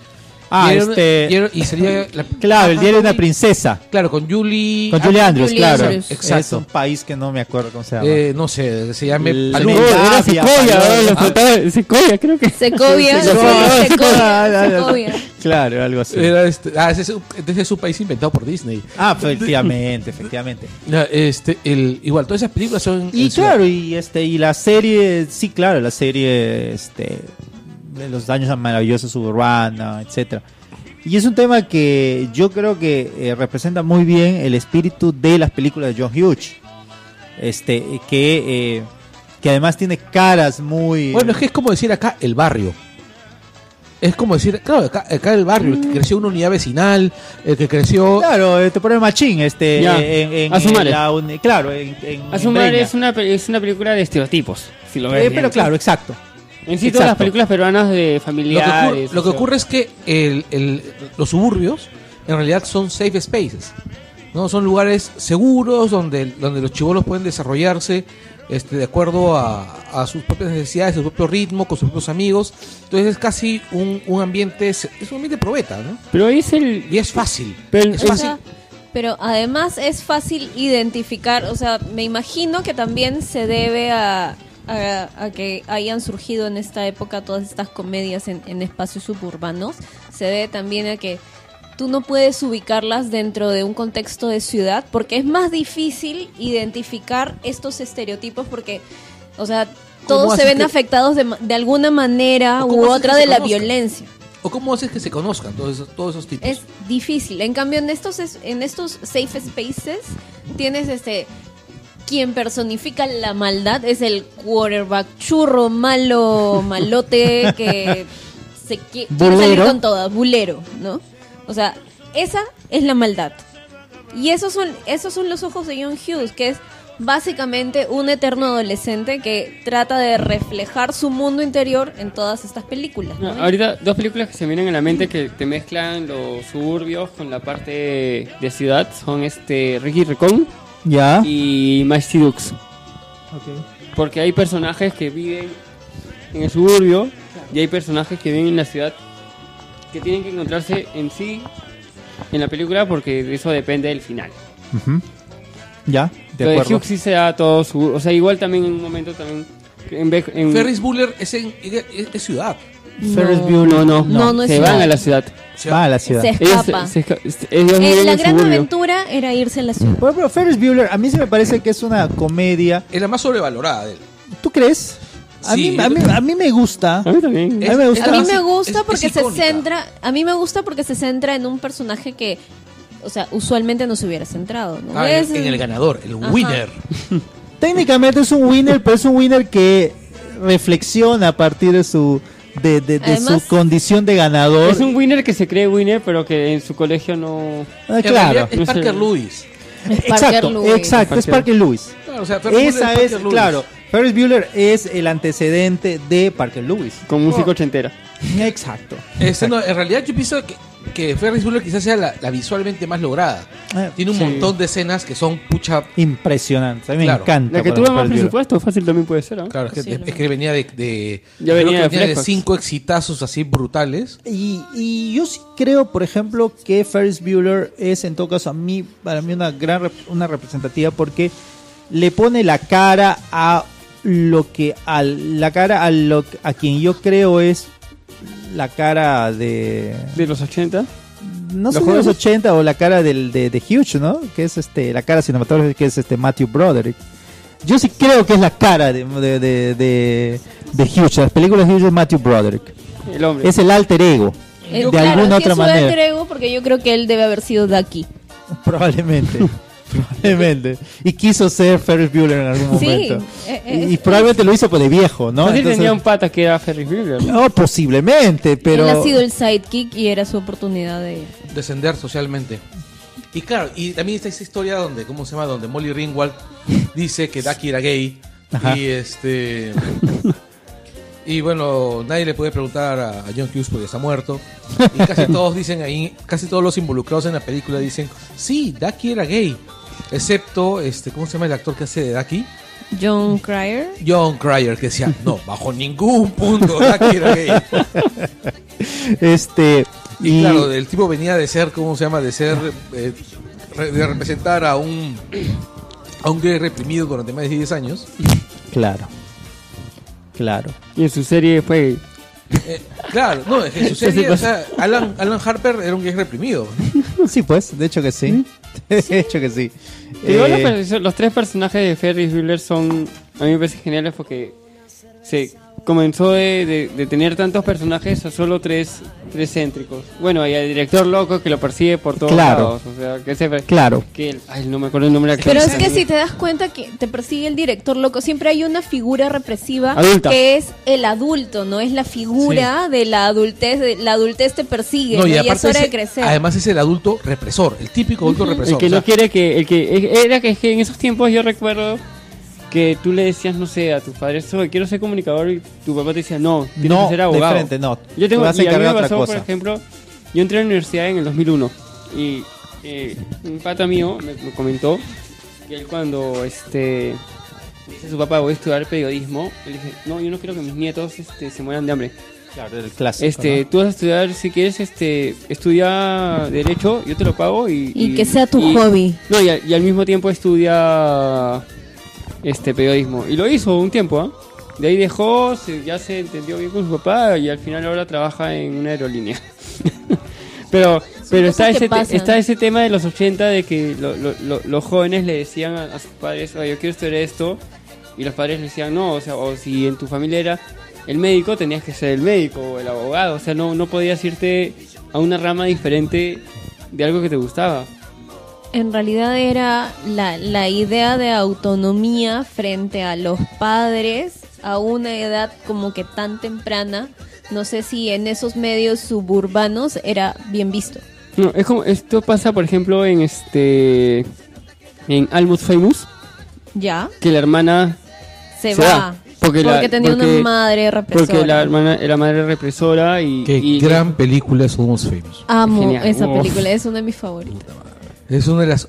C: Ah,
A: Y era una-
C: este-
A: y era- y salía la-
C: Claro, el
A: Anne
C: diario de una
A: Hathaway,
C: princesa.
A: Claro, con Julie...
C: Con Julie
A: ah,
C: Andrews,
D: Julie
C: claro.
D: Andrews.
A: Exacto.
C: Es un país que no me acuerdo cómo se llama.
A: eh, no sé, se llama...
C: L-
A: Paloma.
C: Lu-
B: Segovia, Oh, era
C: Tapia,
B: Segovia,
C: Paloma.
B: ahora le
C: Ah.
B: faltaba- Segovia, creo que.
D: Secovia, sí,
C: Secovia.
D: Secovia, Secovia.
C: Claro, algo así.
A: Era este- ah, ese es un- ese es un país inventado por Disney.
C: Ah, efectivamente, efectivamente.
A: Ya, Este, el, igual, todas esas películas son...
C: Y
A: en ciudad.
C: claro, y este y la serie, sí, claro, la serie este de los daños maravillosos suburbana, etcétera. Y es un tema que yo creo que eh, representa muy bien el espíritu de las películas de John Hughes. Este que eh, que además tiene caras muy
A: Bueno, es que es como decir acá el barrio. Es como decir, claro, acá, acá el barrio, el que creció en una unidad vecinal, el que creció.
C: Claro, eh, te pone machín este
B: Ya,
C: en, en-
B: Azumare.
C: en la uni- claro, en, en- en
B: Asumar
C: Breña.
B: es una, pe- es una película de estereotipos. Si lo ves
C: Eh,
B: bien.
C: pero claro, exacto.
B: En sí, todas las
C: exacto.
B: películas peruanas de
A: Lo que, ocurre,
B: familiares.
A: lo que
B: o sea,
A: ocurre es que el- el- los suburbios en realidad son safe spaces. ¿no? Son lugares seguros donde, donde los chivolos pueden desarrollarse este, de acuerdo a, a sus propias necesidades, su propio ritmo, con sus propios amigos. Entonces es casi un, un ambiente, es un ambiente probeta, ¿no?
B: Pero es el.
A: Y es fácil.
B: Pero-
A: es
D: O
A: fácil.
D: sea, pero además es fácil identificar, o sea, me imagino que también se debe a, a- a que hayan surgido en esta época todas estas comedias en, en espacios suburbanos, se debe también a que tú no puedes ubicarlas dentro de un contexto de ciudad porque es más difícil identificar estos estereotipos porque, o sea, todos se
A: haces
D: ven
A: que-
D: afectados de, ma- de alguna manera
A: ¿O
D: u
A: cómo haces
D: otra
A: que se
D: de la
A: conozcan?
D: violencia.
A: ¿O cómo haces que se conozcan todos esos, todos esos tipos?
D: es difícil. En cambio, en estos es- en estos safe spaces tienes este quien personifica la maldad es el quarterback churro malo malote que se qui- quiere salir
C: Bulero.
D: con todas, bulero, ¿no? O sea, esa es la maldad. Y esos son esos son los ojos de John Hughes, que es básicamente un eterno adolescente que trata de reflejar su mundo interior en todas estas películas.
B: No,
D: ¿no?
B: ahorita dos películas que se me vienen a la mente que te mezclan los suburbios con la parte de ciudad son este Ricky Recon
D: Ah.
C: Ya.
B: y Maesty Dukes. Porque hay personajes que viven en el suburbio y hay personajes que viven en la ciudad que tienen que encontrarse en sí en la película porque de eso depende del final.
C: Ujú. Ya, de
B: Lo de
C: acuerdo.
B: Hugh sí se da todo su... O sea, igual también en un momento también... En, vez-
C: Mm.
B: en-
A: Ferris Bueller es en es- es ciudad.
C: Ferris
D: No.
C: Bueller,
B: No, no,
D: No, no es
B: se
D: ciudad.
B: van a la ciudad.
C: Va a la ciudad.
D: Se
B: Ellos
D: escapa.
B: se- se esca- ellos
D: Eh,
B: viven
D: la
B: en
D: gran
B: suburbio.
D: aventura era irse a la ciudad.
C: Pero, pero Ferris Bueller, a mí se me parece que es una comedia.
A: Es la más sobrevalorada de él.
C: ¿Tú crees? A,
A: Sí.
C: mí, a, mí, a mí me gusta.
B: A mí también.
C: A mí me gusta.
D: A mí me
A: Es-
D: gusta
A: es
D: porque se
A: icónica.
D: centra, a mí me gusta porque se centra en un personaje que, o sea, usualmente no se hubiera centrado, ¿no?
A: Ah,
D: Es-
A: en, en el ganador, el
D: Ajá.
A: winner.
C: Técnicamente es un winner, pero es un winner que reflexiona a partir de su de, de- de
D: Además-
C: su condición de ganador.
B: Es un winner que se cree winner, pero que en su colegio no...
C: Ah,
A: En
C: claro.
A: realidad Es
B: No sé.
A: Parker Lewis.
D: es Parker
C: Exacto,
D: Lewis.
C: exacto, es
B: Parker.
C: Parker Lewis.
A: Claro, o sea, Ferris Bueller
C: Esa
A: Parker
C: es,
A: Lewis.
C: claro. Ferris Bueller es el antecedente de Parker Lewis.
B: Con música ochentera.
C: Mm, Exacto.
A: Este, no, en realidad yo pienso que, que Ferris Bueller quizás sea la, la visualmente más lograda.
C: Ah,
A: Tiene un
B: sí.
A: montón de escenas que son pucha...
C: Impresionante, a mí
A: Claro.
C: me encanta.
B: La que
C: cuando
B: tuvo más
C: Ferris Bueller.
B: presupuesto, fácil también puede ser, ¿ah?
A: Claro, es que,
D: Posiblemente.
A: es que venía de... de-
B: Ya
A: creo
B: venía
A: que
B: de
A: venía de
B: flejos.
A: cinco exitazos así brutales.
C: Y, y yo sí creo, por ejemplo, que Ferris Bueller es en todo caso a mí, para mí una gran rep- una representativa porque le pone la cara a lo que a la cara a lo que- a quien yo creo es la cara de
B: De los 80.
C: no sé
B: ¿Los
C: de los
B: jóvenes?
C: 80 o la cara del de, de Huge, ¿no? Que es este la cara cinematográfica que es este Matthew Broderick. Yo sí creo que es la cara de de de, de, de Huge, las películas de Huge es Matthew Broderick.
B: El hombre.
C: Es el alter ego.
D: Eh,
C: de
D: claro,
C: alguna
D: sí
C: otra
D: es un alter
C: manera.
D: ego porque yo creo que él debe haber sido Ducky.
C: Probablemente. probablemente. Y quiso ser Ferris Bueller en algún
D: Sí,
C: momento.
D: eh,
C: Y-
D: eh,
C: y, probablemente lo hizo por de viejo, ¿no?
B: Fácil
C: Entonces-
B: tenía un pata que era Ferris Bueller.
C: No, posiblemente, pero.
D: Él ha sido el sidekick y era su oportunidad de
A: descender socialmente. Y claro, y también está esa historia donde, ¿cómo se llama? Donde Molly Ringwald dice que Ducky era gay.
C: Ajá.
A: Y este. Y bueno, nadie le puede preguntar a, a John Hughes porque está muerto. Y casi todos dicen ahí, casi todos los involucrados en la película dicen, sí, Ducky era gay. Excepto, este, ¿cómo se llama el actor que hace de Ducky?
D: John Cryer.
A: John Cryer, que decía, no, bajo ningún punto Ducky era gay.
C: Este.
A: Y claro, el tipo venía de ser, ¿cómo se llama? De ser, eh, re- de representar a un, a un gay reprimido durante más de 10 años.
C: Claro. Claro.
B: Y en su serie fue.
A: Eh, claro, no, es que en su
B: Sí, sí,
A: serie, o
B: pues.
A: sea, Alan, Alan Harper era un gay reprimido.
C: Sí, pues, de hecho que sí. De hecho que sí.
B: ¿Mm? Te digo, los,
C: Eh,
B: per- los tres personajes de Ferris Bueller son. A mí me parecen geniales porque. Se comenzó de, de- de tener tantos personajes a solo tres, tres céntricos. Bueno, y al director loco que lo persigue por todos
C: Claro.
B: lados. O sea, que se.
C: Claro.
B: Que el- ay, no me acuerdo el nombre del actor.
D: Pero es que si te das cuenta que te persigue el director loco, siempre hay una figura represiva
B: Adulta.
D: que es el adulto, no es la figura de la adultez, de- la adultez te persigue ¿no? y, es hora
A: es-
D: de crecer.
A: además es el adulto represor, el típico adulto represor.
B: El que
A: o sea,
B: no quiere que. El que eh, era que, es que en esos tiempos yo recuerdo que tú le decías, no sé, a tus padres, "Oye, quiero ser comunicador y tu papá te decía, no, tienes
C: No,
B: que ser
C: de
B: abogado.
C: frente, no.
B: Yo tengo
C: Te
B: y
C: vas a
B: a mí
C: encargar
B: me
C: de otra
B: pasó, por
C: cosa.
B: ejemplo, yo entré a la universidad en el 2001 y eh, un pata mío me, me comentó que él cuando este le dice a su papá voy a estudiar periodismo, él dice, no, yo no quiero que mis nietos este, se mueran de hambre.
C: claro, el clásico.
B: Este, tú vas a estudiar, si quieres, este, estudia Derecho, yo te lo pago y...
D: Y que sea tu hobby.
B: No, y, al- y al mismo tiempo estudia este periodismo. Y lo hizo un tiempo, ¿ah? De ahí dejó, se- ya se entendió bien con su papá y al final ahora trabaja en una aerolínea. pero pero
D: cosas
B: está,
D: que
B: ese te-
D: pasan.
B: está ese tema de los 80 de que lo- lo- lo- los jóvenes le decían a, a sus padres, "Oye, yo quiero estudiar esto. Y los padres le decían, no, o sea, o si en tu familia era el médico, tenías que ser el médico o el abogado. O sea, no, no podías irte a una rama diferente de algo que te gustaba.
D: En realidad era la, la idea de autonomía frente a los padres a una edad como que tan temprana. No sé si en esos medios suburbanos era bien visto.
B: No, es como, esto pasa, por ejemplo, en este. En Almost Famous,
D: Ya,
B: que la hermana.
D: se,
B: Se
D: va.
B: va, porque la-
D: tenía
B: porque-
D: una madre represora.
B: Porque la hermana la madre represora y.
A: Qué
B: y-
A: gran película es Somos Famous.
D: Amo
B: Genial.
D: esa
B: Uf.
D: película, es una de mis favoritas.
A: Es una de las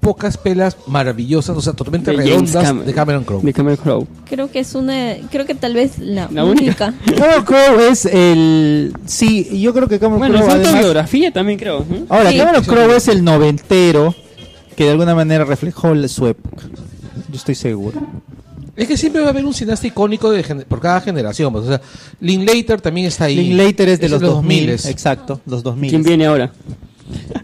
A: pocas pelas maravillosas, o sea, totalmente
B: De James
A: redondas
B: Cameron.
A: de Cameron Crowe.
B: de Cameron Crowe.
D: Creo que es una. Creo que tal vez la,
B: La única.
D: única.
C: Cameron Crowe es el. Sí, yo creo que Cameron
B: Bueno, es
C: Crowe. además-
B: autobiografía también creo. ¿no?
C: Ahora,
D: Sí.
C: Cameron Crowe es el noventero que de alguna manera reflejó la- su época. Yo estoy seguro.
A: Es que siempre va a haber un cineasta icónico de gen- por cada generación. pues, o sea, Linklater también está ahí.
C: Linklater es de los, 2000.
A: 2000s.
C: Exacto, los 2000.
B: ¿Quién viene ahora?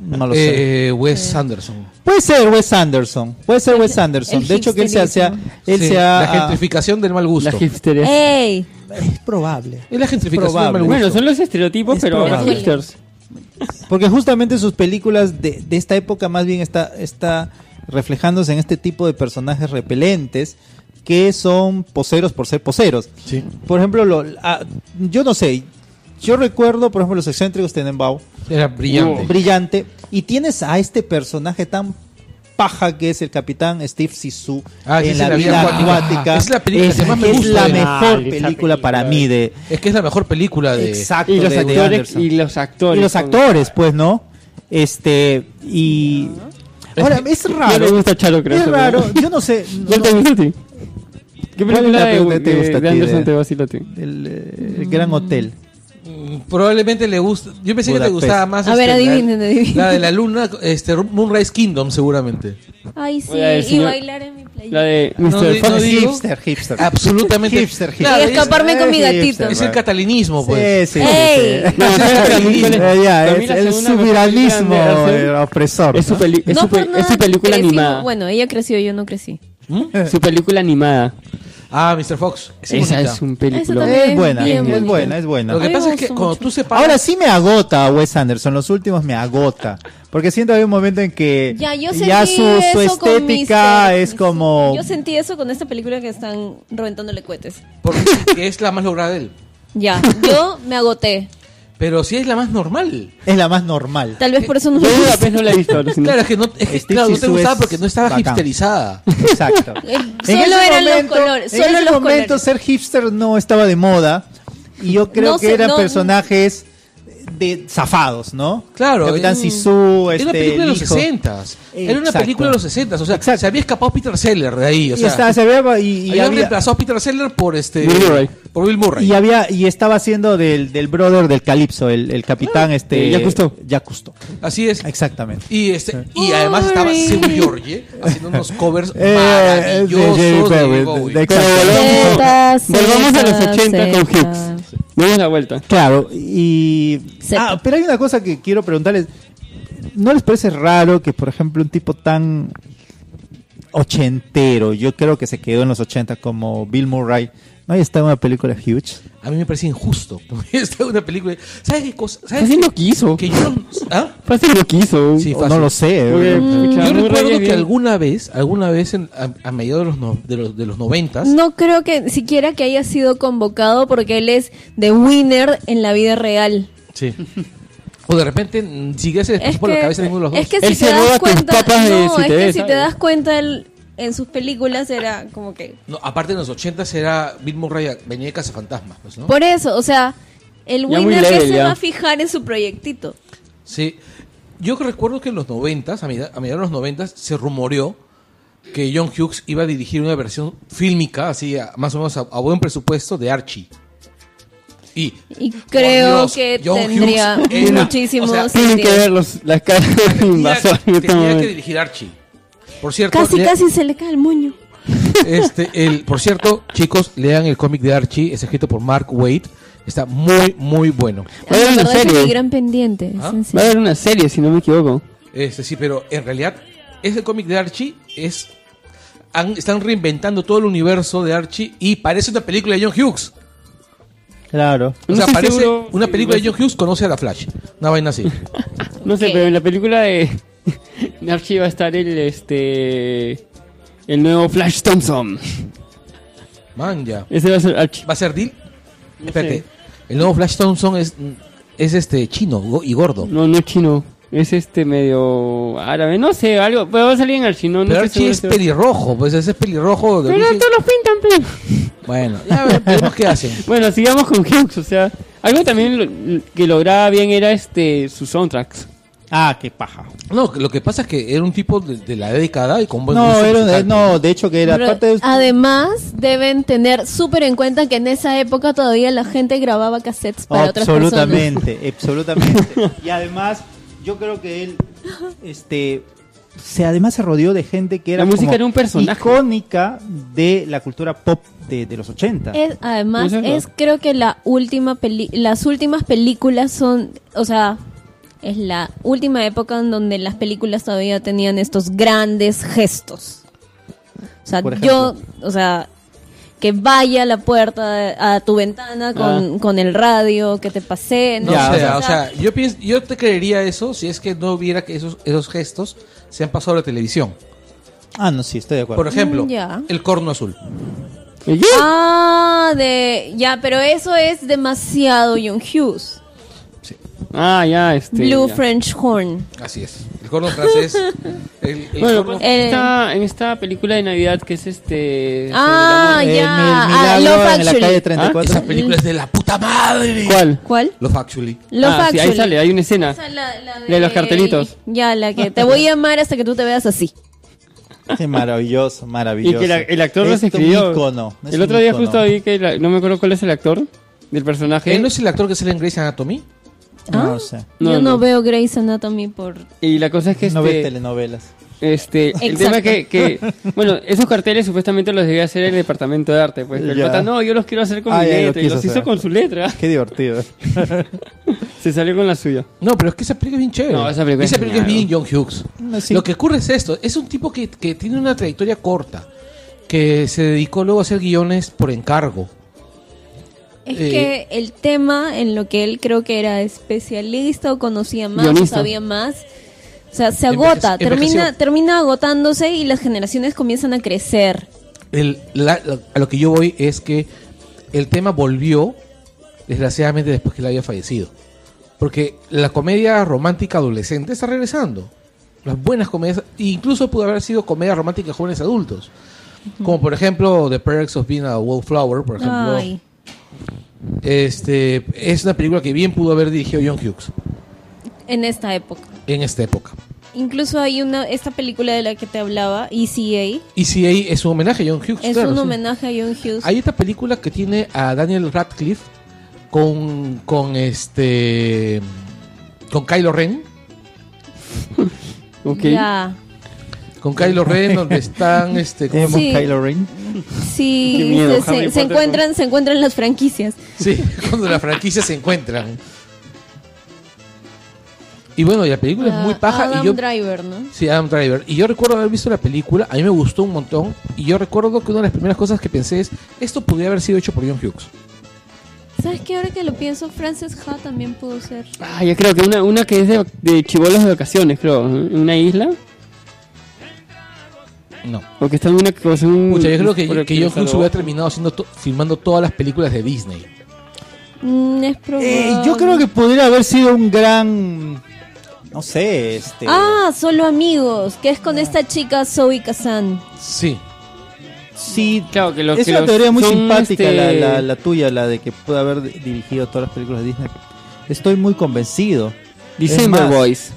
C: No lo sé.
A: Eh, Wes Anderson.
C: Puede ser Wes Anderson. Puede ser Wes Anderson.
D: el
C: De hecho, que él se hace. a-
D: hipsterismo.
C: Él
A: Sí,
C: se ha-
A: la gentrificación del mal gusto.
B: La hipstería.
D: ¡Ey!
C: Es probable.
A: Es la gentrificación
C: Probable.
A: del mal
B: bueno,
A: gusto.
B: son los estereotipos,
C: Es
B: pero ahora
C: probable.
B: hipsters.
C: Porque justamente sus películas de, de esta época más bien está, está reflejándose en este tipo de personajes repelentes que son poseros por ser poseros.
A: Sí.
C: Por ejemplo, lo, ah, yo no sé, yo recuerdo, por ejemplo, los excéntricos Tenenbaum,
A: Era brillante.
C: brillante, y tienes a este personaje tan paja que es el capitán Steve Sisu
A: Ah, sí,
C: en
A: sí,
C: la,
A: la vida
C: vida
A: acuática.
C: acuática.
A: Es la película que más me
C: es
A: gusta.
C: la
A: Ah,
C: mejor
B: esa
C: película, para
B: película.
C: mí de
A: Es que es la mejor película de.
C: exacto
B: Y los
C: de- de
B: actores.
C: Anderson.
B: Y los actores.
C: Y los
B: son-
C: actores, pues, ¿no? Este, y... Ahora, es
B: Ya le
C: raro.
B: gusta a Charo, creo.
C: Es
B: seguro.
C: raro. Yo no sé. no-
B: ¿Cuál te gusta a ti? ¿Qué
C: ¿Cuál es
B: película
C: la
B: de,
C: película que te
B: de-
C: gusta
B: de
C: a ti,
B: Anderson
C: de-
B: te vacila a ti?
C: el, eh, el Gran Hotel.
A: Mm, Probablemente le gusta. Yo pensé que te
C: Budapest.
A: gustaba más.
D: A ver,
A: este,
D: adivinen,
A: la-
D: adivinen.
A: La de la luna, este, Moonrise Kingdom, seguramente.
D: Ay, sí.
B: Oye, el
D: Y
B: señor-
D: bailar en mi
B: La
D: playa.
B: de
A: No,
B: Mr.
A: di-
B: Fox.
A: no digo.
C: hipster.
A: Absolutamente.
C: Hipster, hipster.
A: Claro,
D: Y
A: es,
D: escaparme con mi
C: es
D: gatito.
A: es el catalinismo,
C: Sí,
A: pues. Ah,
C: sí, sí,
D: ¡Ey!
C: sí.
B: No,
A: Es el
B: para mí-
A: catalinismo.
C: Eh, ya,
B: para mí
C: es
B: la segunda mejor
C: el
B: película de
C: subiranismo
B: Anderson
C: eh, opresor.
B: Es su,
C: ¿no?
B: peli- es su, pe-
D: por
B: es su
D: pues, nada
B: película
D: crecimos-
B: animada.
D: Bueno, ella creció, yo no crecí.
B: Su película animada.
A: Ah, Mr. Fox. sí,
B: Esa
A: bonita.
B: es un
D: Esa
B: película.
D: también.
C: Es buena,
D: Bien,
C: es
D: bien.
C: buena, es buena.
A: Lo que
D: A mí
A: pasa
D: me
A: es que
D: gustó
A: cuando
D: mucho.
A: tú separas.
C: Ahora sí me agota a Wes Anderson, los últimos me agota. Porque siento que hay un momento en que
D: Ya, yo sentí
C: ya su, su
D: eso con
C: estética
D: Mr.
C: es como...
D: Yo sentí eso con esta película que están reventándole cohetes.
A: Porque es la más lograda de él.
D: Ya, yo me agoté.
A: Pero sí es la más normal.
C: Es la más normal.
D: Tal vez por eso no
B: Yo
D: me
B: de
D: gusta.
B: Budapest no la he visto. alucina.
A: Claro, es que no, es que,
C: Steve
A: claro, no te
C: Zissou
A: gustaba
C: es
A: porque no estaba
C: bacán.
A: hipsterizada.
C: Exacto.
D: Eh, solo eran los colores,
C: En
D: solo
C: ese
D: los
C: momento
D: colores.
C: ser hipster no estaba de moda. Y yo creo
D: No
C: que
D: sé,
C: eran
D: no-
C: personajes de zafados, ¿no?
A: Claro,
C: Capitán
A: es-
C: Sisu, este,
A: Era una película de los
C: el hijo.
A: 60 Era una
C: Exacto.
A: película de los 60 O sea,
C: Exacto.
A: se había escapado Peter Seller de ahí. O
C: Y,
A: sea,
C: estaba, se había, y, y
A: habían
C: había,
A: reemplazado a Peter Seller por este.
B: Bill Murray.
A: Por Bill Murray.
C: y había- y estaba haciendo del, del brother del Calipso, el, el capitán este...
B: eh, Jacques Cousteau.
C: Jacques Cousteau.
A: Así es.
C: Exactamente.
A: Y, este, y además estaba
D: Murray.
A: Seu George ¿eh? haciendo unos covers
C: Eh, de
A: maravillosos
C: Jerry
A: de
C: Perry,
A: Bowie.
C: de-
B: Pero
C: Exacto.
B: volvamos,
D: Zeta,
B: volvamos a los
D: zeta,
B: 80 con
D: zeta.
B: Hughes. Demos la vuelta.
C: Claro, y...
D: Zeta.
C: Ah, pero hay una cosa que quiero preguntarles. ¿No les parece raro que, por ejemplo, un tipo tan ochentero, yo creo que se quedó en los 80 como Bill Murray, no haya estado en una película huge?
A: A mí me parece injusto. Esta es una película. ¿Sabes qué cosa?
C: Pues
A: ¿Sabes
B: Fácil lo quiso.
A: que yo no- ¿Ah?
B: Fácil lo quiso.
A: Sí,
C: O no lo sé. ¿eh?
B: Porque,
D: Mm.
B: pucha,
A: Yo
B: Murray
A: recuerdo
B: es
A: que
B: bien-
A: alguna vez, alguna vez en- a, a mediados de los, no- de los de los noventas,
D: No creo que siquiera que haya sido convocado porque él es de winner en la vida real.
A: sí. o de repente mm, sigue ese
D: Es
A: por la
D: que,
A: cabeza de ninguno de los
D: es
A: dos.
D: que si
B: Él se
D: te
B: roba
D: das
B: tus
D: cuenta,
B: papas de
D: no,
B: si te
D: es que
B: ves,
D: si te
B: ¿sabes?
D: das cuenta él, en sus películas era como que
A: No, aparte en los ochentas era Bill Murray venía de Cazafantasmas, pues, ¿no?
D: por eso, o sea, el
B: Ya muy
D: winner
B: level,
D: que se
B: ya.
D: va a fijar en su proyectito.
A: Sí. Yo que recuerdo que en los noventas, a medi- a mediados de los noventas, se rumoreó que John Hughes iba a dirigir una versión fílmica, así a- más o menos a, a buen presupuesto, de Archie. Y
D: Y creo
A: Dios,
D: que
A: John Hughes
D: tendría
A: era-
D: muchísimos
A: o sea,
B: Tienen que
D: sentidos.
B: ver los, las caras de
A: tenía,
B: invasor. en
A: tenía
B: este
A: que
B: momento.
A: dirigir Archie. Por cierto,
D: Casi,
A: le-
D: casi se le cae el moño.
A: Este, el, por cierto, chicos, lean el cómic de Archie, es escrito por Mark Waid. Está muy, muy bueno.
D: Ah,
B: Oye,
D: la
B: ¿en
D: verdad que
B: serio?
D: mi gran pendiente. es
A: ¿Ah?
D: en
B: Va a
D: serio.
B: haber una serie, si no me equivoco.
A: Este, sí, pero en realidad, ese cómic de Archie es. han- están reinventando todo el universo de Archie y parece una película de John Hughes.
C: Claro.
A: O
B: No
A: sea,
B: estoy
A: parece
B: seguro
A: una
B: si
A: película de
B: va a
A: John Hughes conoce a la Flash. Una vaina así.
B: No sé,
D: Ok.
B: pero en la película de de Archie va a estar el este el nuevo Flash Thompson.
A: Man, ya.
B: Ese va a ser Archie.
A: ¿Va a ser Deal?
B: No
A: Espérate.
B: sé.
A: El nuevo Flash Thompson es, es este chino go- y gordo.
B: No, no es chino. Es este medio árabe, no sé, algo, pero va a salir en Archie, no, no
A: Pero
B: estoy
A: Archie es
B: seguro.
A: pelirrojo, pues ese es pelirrojo. de
B: Pero
A: origen-
B: esto los pintan, pues. pero...
A: Bueno, ya ve- veremos qué hacen.
B: Bueno, sigamos con Hughes, o sea, algo también lo- que lograba bien era este sus soundtracks.
C: Ah, qué paja.
A: No, lo que pasa es que era un tipo de, de la década y con buen
C: No,
A: gusto
C: era-
A: musical.
C: no, de hecho que era
D: Pero ah,
C: parte de...
D: Además, deben tener súper en cuenta que en esa época todavía la gente grababa cassettes para otras personas.
C: absolutamente, absolutamente. Y además, yo creo que él, este, se además se rodeó de gente que era
B: La música
C: como
B: era un personaje.
C: icónica de la cultura pop de, de los 80.
D: Es- además,
B: ¿No es eso?
D: es creo que la última peli- las últimas películas son, o sea, es la última época en donde las películas todavía tenían estos grandes gestos. O sea,
C: Por
D: yo,
C: ejemplo.
D: o sea, que vaya a la puerta, de- a tu ventana con, con el radio, que te pase.
A: No,
C: Ya,
A: o sea, o sea, yo pienso, yo te creería eso si es que no hubiera que esos, esos gestos se han pasado a la televisión.
C: Ah, no, sí, estoy de acuerdo.
A: Por ejemplo,
D: Mm, ya.
A: el corno azul.
B: ¿Y qué?
D: Ah, de, ya, pero eso es demasiado John Hughes.
B: Ah, ya, este.
D: Blue
B: ya.
D: French Horn.
A: Así es. El corno francés. El, el
B: Bueno,
D: Eh.
A: corno-
B: pues, está en esta película de Navidad que es este.
D: Ah,
B: sobre el amor.
C: Eh,
D: ya.
C: mi-
D: ah,
C: milagro en
D: Love
C: la
D: Actually. Ah,
C: calle
A: esa
C: 34.
A: película es de la puta madre.
B: ¿Cuál?
D: ¿Cuál?
A: Los Actually.
D: Love
B: ah, sí, ahí
D: Actually.
B: sale, hay una escena.
D: Esa es la- la
B: De los cartelitos.
D: Ya, la que te voy a amar hasta que tú te veas así.
C: Qué maravilloso,
B: Y
C: maravilloso.
B: que la- el actor
C: Es
B: las escribió.
C: un ícono, es
B: el
C: un
B: otro día
C: ícono.
B: justo vi que la- no me acuerdo cuál es el actor del personaje.
A: ¿Él Eh, no es el actor que sale en Grey's Anatomy?
D: Ah.
C: No sé.
B: No,
D: Yo no,
B: no.
D: veo Grey's Anatomy por...
B: Y la cosa es que
C: No ves
B: este,
C: telenovelas.
B: este el
D: Exacto.
B: tema es que, que bueno, esos carteles supuestamente los debía hacer el departamento de arte, pues pero el
C: Ya.
B: pata, no, yo los quiero hacer con
C: Ah,
B: mi
C: ya, lo
B: letra y
C: quiso
B: los hizo
C: hacer.
B: con su letra.
C: Qué divertido.
B: Se salió con la suya.
A: No, pero es que esa película es bien chévere.
B: No, esa película es
A: es bien
B: genial.
A: John Hughes.
C: No, sí.
A: Lo que ocurre es esto. Es un tipo que, que tiene una trayectoria corta. Que se dedicó luego a hacer guiones por encargo.
D: Es
A: Eh.
D: que el tema en lo que él creo que era especialista o conocía más o
B: Guionista.
D: sabía más. O sea, se
A: Enveje-
D: agota, termina,
A: envejeció.
D: termina agotándose y las generaciones comienzan a crecer.
A: El- la- la- a lo que yo voy es que el tema volvió, desgraciadamente, después que él había fallecido. Porque la comedia romántica adolescente está regresando. Las buenas comedias, incluso pudo haber sido comedia romántica de jóvenes adultos. Como por ejemplo The Perks of Being a Wallflower, por ejemplo.
D: Ay.
A: Este, es una película que bien pudo haber dirigido John Hughes
D: En esta época.
A: en esta época.
D: Incluso hay una esta película de la que te hablaba, ECA,
A: Y si ahí es un homenaje a John Hughes.
D: es
A: Pues claro,
D: un
A: sí.
D: homenaje a John Hughes.
A: Hay esta película que tiene a Daniel Radcliffe con, con este con Kylo Ren,
B: Ok.
D: Ya.
A: con Kylo Ren donde están este ¿cómo
C: Tenemos
A: se llama?
D: Sí.
C: Kylo Ren.
D: Sí,
B: Qué miedo,
D: se-
B: Harry
D: se, se
B: Potter,
D: encuentran, se encuentran las franquicias.
A: sí, cuando la franquicia se encuentran. Y bueno, y la película es Pues, muy
D: Ah,
A: paja
D: Adam
A: y yo
D: Driver, ¿no?
A: Sí, Adam Driver. Y yo recuerdo haber visto la película, a mí me gustó un montón. Y yo recuerdo que una de las primeras cosas que pensé es, esto podría haber sido hecho por John Hughes.
D: ¿Sabes qué? Ahora que lo pienso, Frances Ha también pudo ser.
B: Ah, yo creo que una, una que es de, de chivolos de vacaciones, creo, ¿eh? en una isla.
A: No.
B: O que está en una cosa, un,
A: Pucha, yo creo
B: Mm, por
A: que,
B: el
A: que John
B: salvó.
A: Hughes hubiera terminado haciendo to- filmando todas las películas de Disney.
D: Mm, es probable.
C: Eh, yo creo que podría haber sido un gran. No sé, este.
D: Ah, Solo Amigos, que es con esta chica Zoe Kazan.
A: Sí.
C: sí,
B: Claro, que los
C: es
B: que
C: una
B: los-
C: teoría muy
B: son,
C: simpática
B: este,
C: la, la- la tuya, la de que pudo haber dirigido todas las películas de Disney. Estoy muy convencido.
B: December
C: Es más,
B: Boys.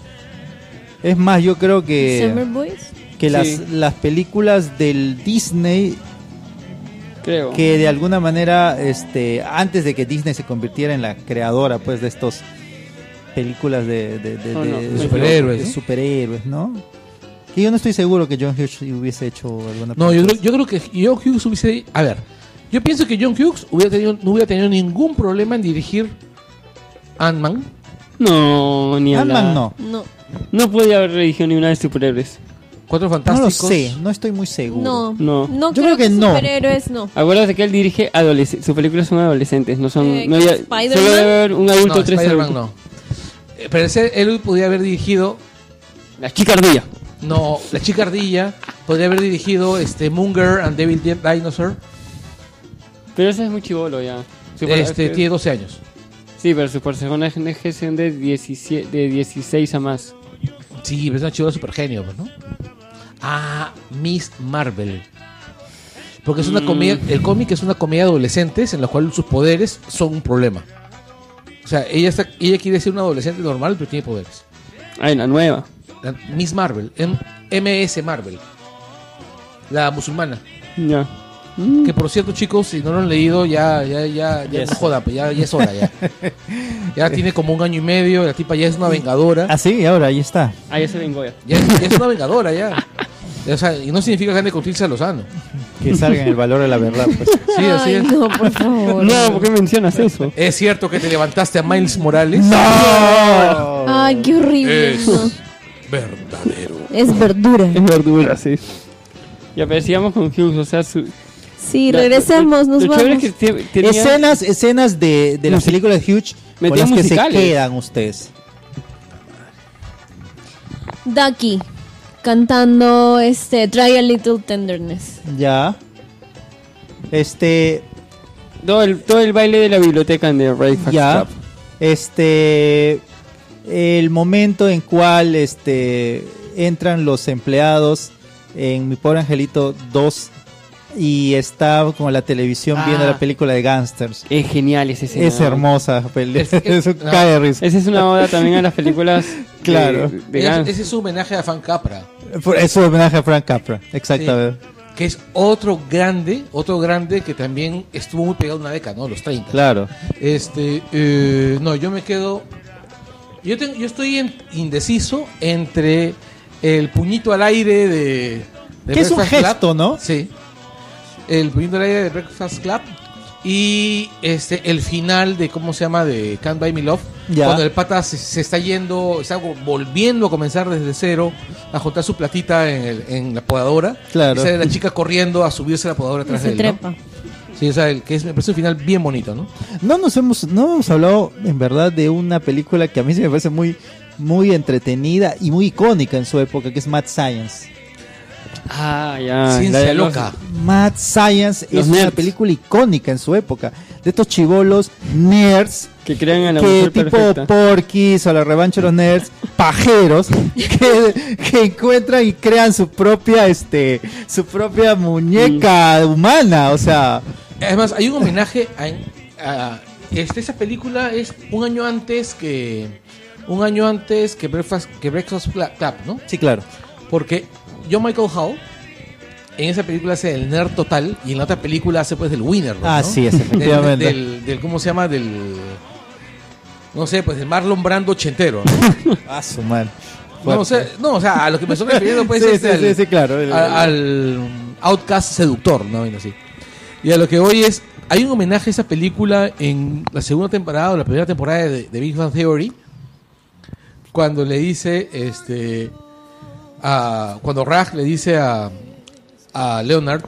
C: Es más, yo creo
D: Summer
C: que,
D: Boys.
C: que las,
B: Sí.
C: las películas del Disney,
B: Creo.
C: que de alguna manera, este, antes de que Disney se convirtiera en la creadora pues de estos películas de, de- de-
B: Oh, no, me
C: de- de
A: superhéroes,
C: de
A: ¿no?
C: superhéroes, ¿no? Que yo no estoy seguro que John Hughes hubiese hecho alguna
A: No, yo
C: película
A: creo, yo creo que John Hughes hubiese... A ver, yo pienso que John Hughes hubiera tenido, no hubiera tenido ningún problema en dirigir Ant-Man.
B: No, ni
C: Ant-Man
B: hablar.
C: no.
D: No,
B: No podía haber religión ni una de superhéroes.
A: Cuatro
C: No lo
A: Fantásticos.
C: sé, no estoy muy seguro.
D: no,
B: No.
D: no.
C: Yo creo que Uh, no.
D: Superhéroes no.
B: Acuérdate que él dirige adolescentes. Sus películas son adolescentes, no son.
D: Eh,
B: no había-
D: ¿Spider-Man?
B: solo debe haber un adulto,
A: No,
B: tres
A: Spider-Man
B: adultos.
A: no. Eh, Pero ese, él podría haber dirigido
B: La chica ardilla.
A: No, la chica ardilla podría haber dirigido este Munger and Devil Di- Dinosaur.
B: Pero ese es muy chivolo ya. Su-
A: Este tiene 12 años.
B: Sí, pero sus personajes son de, 17 de 16 a más.
A: Sí, pero es una chivola super genio, ¿no? Ah, Miss Marvel. Porque es una
B: Mm.
A: comedia, el cómic es una comedia de adolescentes en la cual sus poderes son un problema. O sea, ella está, ella quiere ser una adolescente normal, pero tiene poderes.
B: Ay, la nueva.
A: La Miss Marvel, M- MS Marvel, la musulmana.
B: Ya.
A: Que por cierto, chicos, si no lo han leído, ya, ya, ya, ya
C: Yes.
A: no joda, pues, ya, ya es hora ya. Ya tiene como un año y medio, la tipa ya es una vengadora.
C: Ah, sí, ahora ahí está.
B: Ah, ya se vengó ya.
A: Ya, es- ya es una vengadora ya. O sea, y no significa que ande con Tilsa Lozano.
C: Que salga en el valor de la verdad. pues.
A: Sí, así
D: Ay,
A: es.
D: no, por favor.
B: No, ¿por qué mencionas eso?
A: ¿Es cierto que te levantaste a Miles Morales? Ah.
D: Ay, qué horrible.
A: Es
D: no.
A: verdadero.
D: Es verdura.
B: Es verdura, sí. Ya, pero sigamos con Hughes, o sea, su...
D: Sí,
B: la-
D: regresemos,
B: lo-
D: nos
B: lo chévere
D: vamos.
B: es que te- tenía-
C: Escenas, escenas de, de las
B: Musi-
C: películas de Huge con
B: Metió
C: las que se
B: musicales.
C: quedan ustedes.
D: Ducky cantando este Try a Little Tenderness.
C: Ya. Este.
B: todo, el, todo el baile de la biblioteca en The Breakfast
C: Ya.
B: Club.
C: Este. El momento en cual este, entran los empleados en Mi Pobre Angelito 2 y está con la televisión viendo
B: Ah.
C: la película de Gangsters.
B: Es genial ese escena.
C: Es hermosa película.
A: Es que-
C: Es un
A: no.
C: cae de risa.
B: Esa es una oda también a las películas de-
C: Claro.
B: de, de Gans.
A: Ese ese es un homenaje a Fan Capra.
C: Por- Es un homenaje a Frank Capra. Exactamente.
A: que es otro grande, otro grande que también estuvo muy pegado una década, ¿no? Los 30.
C: Claro.
A: Este, eh, no, yo me quedo. Yo, tengo, yo estoy en- indeciso entre el puñito al aire de. de
C: Que es un
A: Breakfast Club.
C: gesto, ¿no?
A: Sí. El puñito al aire de Breakfast Club. Y este, el final de, ¿cómo se llama? De Can't Buy Me Love.
C: Ya.
A: Cuando el pata se, se está yendo, está go- volviendo a comenzar desde cero, a juntar su platita en, el- en la podadora.
C: Claro.
A: Y sale la chica corriendo a subirse a la podadora
D: Y
A: tras de
D: se
A: él. ¿no?
D: trepa.
A: Sí, o sea, el, que es, me parece un final bien bonito, ¿no?
C: No nos hemos, no hemos hablado en verdad de una película que a mí se me parece muy, muy entretenida y muy icónica en su época, que es Mad Science.
B: Ah, ya.
A: Ciencia
B: la de los-
A: loca.
C: Mad Science
B: Los
C: es una
B: nerds.
C: película icónica en su época. De estos chivolos nerds,
B: Que crean a la
C: que
B: mujer
C: tipo
B: perfecta.
C: porquis o la revancha de los nerds, pajeros, que, que encuentran y crean su propia, este, su propia muñeca
B: Mm.
C: humana. O sea,
A: Además, hay un homenaje a, a- este, esa película es un año antes que un año antes que Breakfast que Breakfast Cla- Club, ¿no?
C: sí, claro.
A: Porque yo Michael Howe en esa película hace el nerd total y en la otra película hace pues del winner, ¿no?
C: Ah, sí, es,
A: Del-
C: efectivamente.
A: Del, del- cómo se llama del no sé, pues del Marlon Brando ochentero, ¿no?
C: Ah, su madre.
A: No, o sea, no, o sea, a lo que me estoy refiriendo pues
C: Sí,
A: es
C: sí,
A: al-
C: sí, sí, claro.
A: a- al Outcast seductor, ¿no? Bueno, sí. Y a lo que voy es, hay un homenaje a esa película en la segunda temporada o la primera temporada de, de Big Bang Theory, cuando le dice, este, a- cuando Raj le dice a, a Leonard,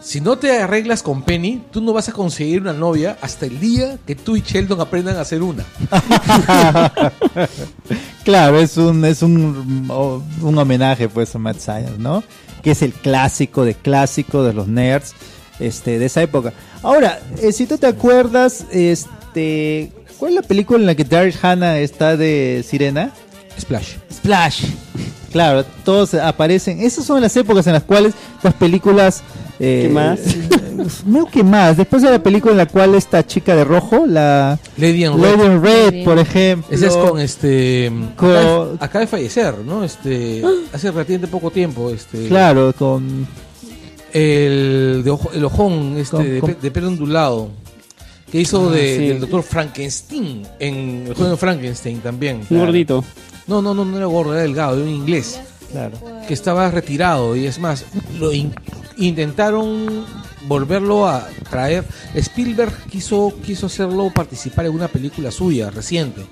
A: si no te arreglas con Penny, tú no vas a conseguir una novia hasta el día que tú y Sheldon aprendan a hacer una.
C: Claro, es un es un, o- un homenaje pues a Mad Science, ¿no? Que es el clásico de clásico de los nerds este de esa época. Ahora, eh, si tú te acuerdas, este ¿cuál es la película en la que Daryl Hannah está de sirena?
A: Splash.
C: Splash. Claro, todos aparecen. Esas son las épocas en las cuales las películas eh,
B: ¿Qué más?
C: no, ¿qué más? Después de la película en la cual esta chica de rojo, la
A: Lady and Red.
C: Lady in Red,
D: Bien.
C: por ejemplo.
A: Ese es con este.
C: Co-
A: acaba, de- acaba de fallecer, ¿no? Este. Hace relativamente poco tiempo, este.
C: Claro, con
A: El, de ojo- el ojón, este,
C: Con-
A: de,
C: con-
A: pe- de pelo ondulado. Que hizo
B: Ah,
A: de-
B: sí.
A: del doctor Frankenstein. En el juego de Frankenstein también.
B: Un gordito.
A: No, no, no, no era gordo, era delgado, era un inglés.
C: Claro.
A: Que estaba retirado y es más, lo in- intentaron volverlo a traer. Spielberg quiso, quiso hacerlo participar en una película suya reciente.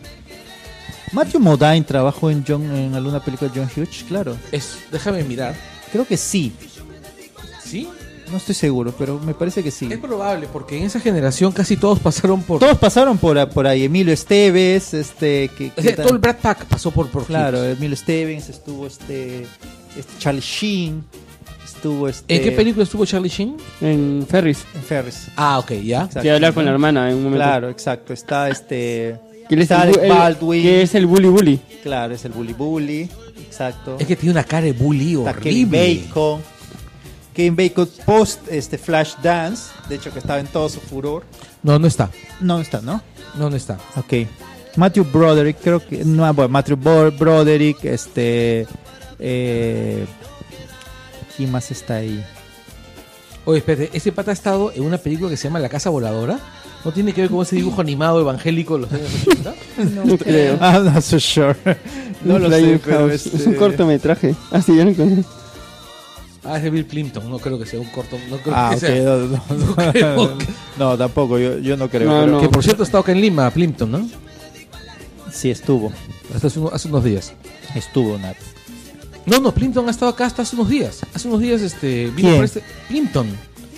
C: Matthew Modine trabajó en John en alguna película de John Hughes, claro.
A: Es, déjame mirar.
C: Creo que sí.
A: ¿Sí?
C: No estoy seguro, pero me parece que sí.
A: Es probable, porque en esa generación casi todos pasaron por.
C: Todos pasaron por, por ahí. Emilio Esteves, este que,
A: o
C: que
A: sea,
C: tal-
A: eh, todo el Brad Pack pasó por, por
C: Claro,
A: Hughes.
C: Emilio Stevens, estuvo este, este Charlie Sheen, estuvo este
A: ¿En qué película estuvo Charlie Sheen?
B: En Ferris.
C: en Ferris.
A: Ah, ok, ya.
C: Exacto,
B: Que habla con la
C: ¿no?
B: hermana en un momento.
C: Claro, exacto. Está este
B: Que él es
C: está
B: el, bu-
C: Alec
B: el-
C: Baldwin.
B: que es el bully bully.
C: Claro, es el Bully Bully. Exacto.
A: Es que tiene una cara de bully
C: Está Kevin
A: horrible.
C: Bacon. Kevin Bacon post este Flash Dance, de hecho que estaba en todo su furor.
A: No, no está.
C: No está, ¿no?
A: No, no está.
C: Ok. Matthew Broderick, creo que. No, bueno, Matthew Bo- Broderick, este. Eh, ¿Quién más está ahí?
A: Oye, espérate, ese pata ha estado en una película que se llama La Casa Voladora. ¿No tiene que ver con ese dibujo animado evangélico de los años 80?
D: No creo.
C: I'm not so sure. No lo
B: Flying
C: sé, pero
B: House. Es un
C: este-
B: cortometraje. Ah, sí, ya lo encontré.
A: Ah, es de Bill Clinton, no creo que sea un corto. No creo
C: Ah,
A: que
C: ok.
A: sea.
C: No, no, no.
A: creo que-
C: No, tampoco, yo, yo no creo.
B: No,
C: pero-
B: no.
A: Que por cierto ha estado acá en Lima, Plimpton, ¿no?
C: Sí, estuvo.
A: Hasta hace, uno- hace unos días.
C: Estuvo, Nat.
A: No, no, Plimpton ha estado acá hasta hace unos días. Hace unos días este, vino
C: ¿Quién?
A: por este. Plimpton.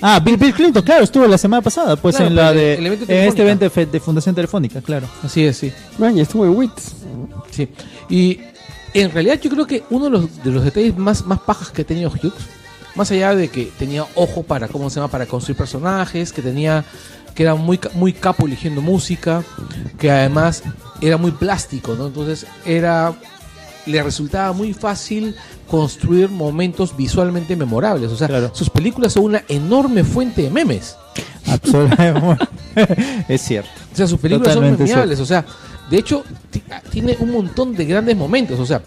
C: Ah, Bill, Bill Clinton, claro, estuvo la semana pasada, pues
A: Claro,
C: en
A: pero
C: la
A: el-
C: de
A: el evento
C: en este
A: Telefónica.
C: evento de fe- de Fundación Telefónica, claro.
A: Así es, sí.
B: Man, ya estuvo en Wits.
A: Sí. Y en realidad yo creo que uno de los, de los detalles más, más pajas que ha tenido Hughes, más allá de que tenía ojo para, ¿cómo se llama?, para construir personajes, que tenía, que era muy, ca- muy capo eligiendo música, que además era muy plástico, ¿no? Entonces era, le resultaba muy fácil construir momentos visualmente memorables. O sea,
C: Claro.
A: sus películas son una enorme fuente de memes.
C: Absolutamente. es cierto.
A: O sea, sus películas
C: Totalmente
A: son memorables. O sea, de hecho, ti- ah, tiene un montón de grandes momentos. O sea,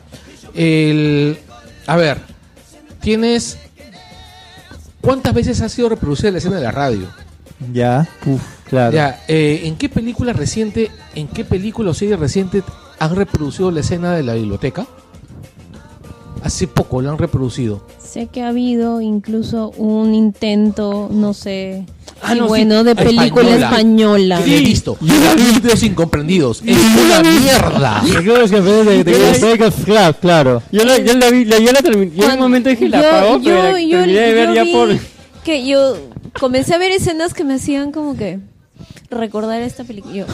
A: el. A ver, tienes. ¿Cuántas veces ha sido reproducida la escena de la radio?
C: Ya, uf, claro.
A: Ya, eh, ¿en qué película reciente, en qué película o serie reciente han reproducido la escena de la biblioteca? Hace poco la han reproducido.
D: Sé que ha habido incluso un intento, no sé,
A: Ah,
D: si
A: no, sí,
D: bueno, de película española.
A: Sí, listo. Yo la vi de los incomprendidos. Es una mierda.
C: Yo creo que fue de- de- de- de- claro, claro.
B: Yo la, yo la vi, la, yo la terminé. Yo en un
D: Cuando-
B: momento dije la
D: yo-
B: apagó,
D: yo-
B: pero la
D: yo-
B: terminé de ver
D: yo
B: ya
D: vi
B: por.
D: Que yo comencé a ver escenas que me hacían como que recordar esta película. Yo,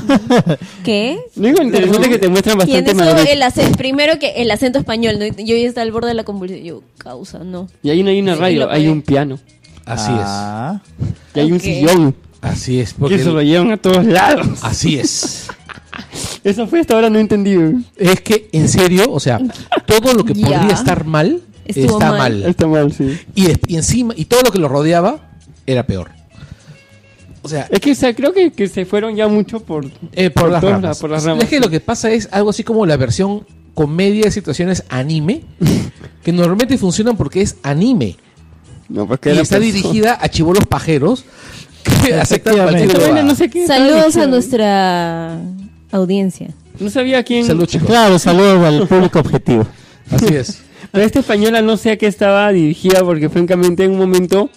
D: ¿Qué?
B: Digo, interesante que te muestran
D: ¿Quién
B: bastante
D: es
B: madurez.
D: el acento? Primero que el acento español, ¿no? Yo ya estaba al borde de la convulsión. Yo, causa, no.
B: Y ahí no hay una
D: Sí,
B: radio,
D: lo
B: hay
D: pegué.
B: un piano.
A: Así es.
C: Ah,
B: Y hay un
D: Ok.
B: sillón.
A: Así es.
B: Que se lo
A: Porque
B: llevan a todos lados.
A: así es.
B: Eso fue hasta ahora no he entendido.
A: Es que, en serio, o sea, todo lo que
D: Ya.
A: podría estar mal
D: Estuvo
A: está mal.
D: mal.
B: Está mal, sí.
A: Y, des- y encima, y todo lo que lo rodeaba era peor. O sea,
B: Es que o sea, creo que, que se fueron ya mucho por.
A: eh, por, las
B: todas
A: ramas.
B: las- Eh, por las ramas,
A: Es que
B: sí.
A: lo que pasa es algo así como la versión comedia de situaciones anime, que normalmente funcionan porque es anime.
B: No, porque
A: Y
B: era
A: está
B: persona.
A: dirigida a chivolos pajeros que aceptan
C: Efectivamente.
A: cualquier
B: Esta vaina
A: huevada.
B: no sé qué estaba
D: Saludos a
B: diciendo.
D: nuestra audiencia.
B: No sabía quién.
A: Salud, chicos.
C: claro, saludos al público objetivo.
A: Así es.
B: Pero esta española no sé a qué estaba dirigida porque francamente en un momento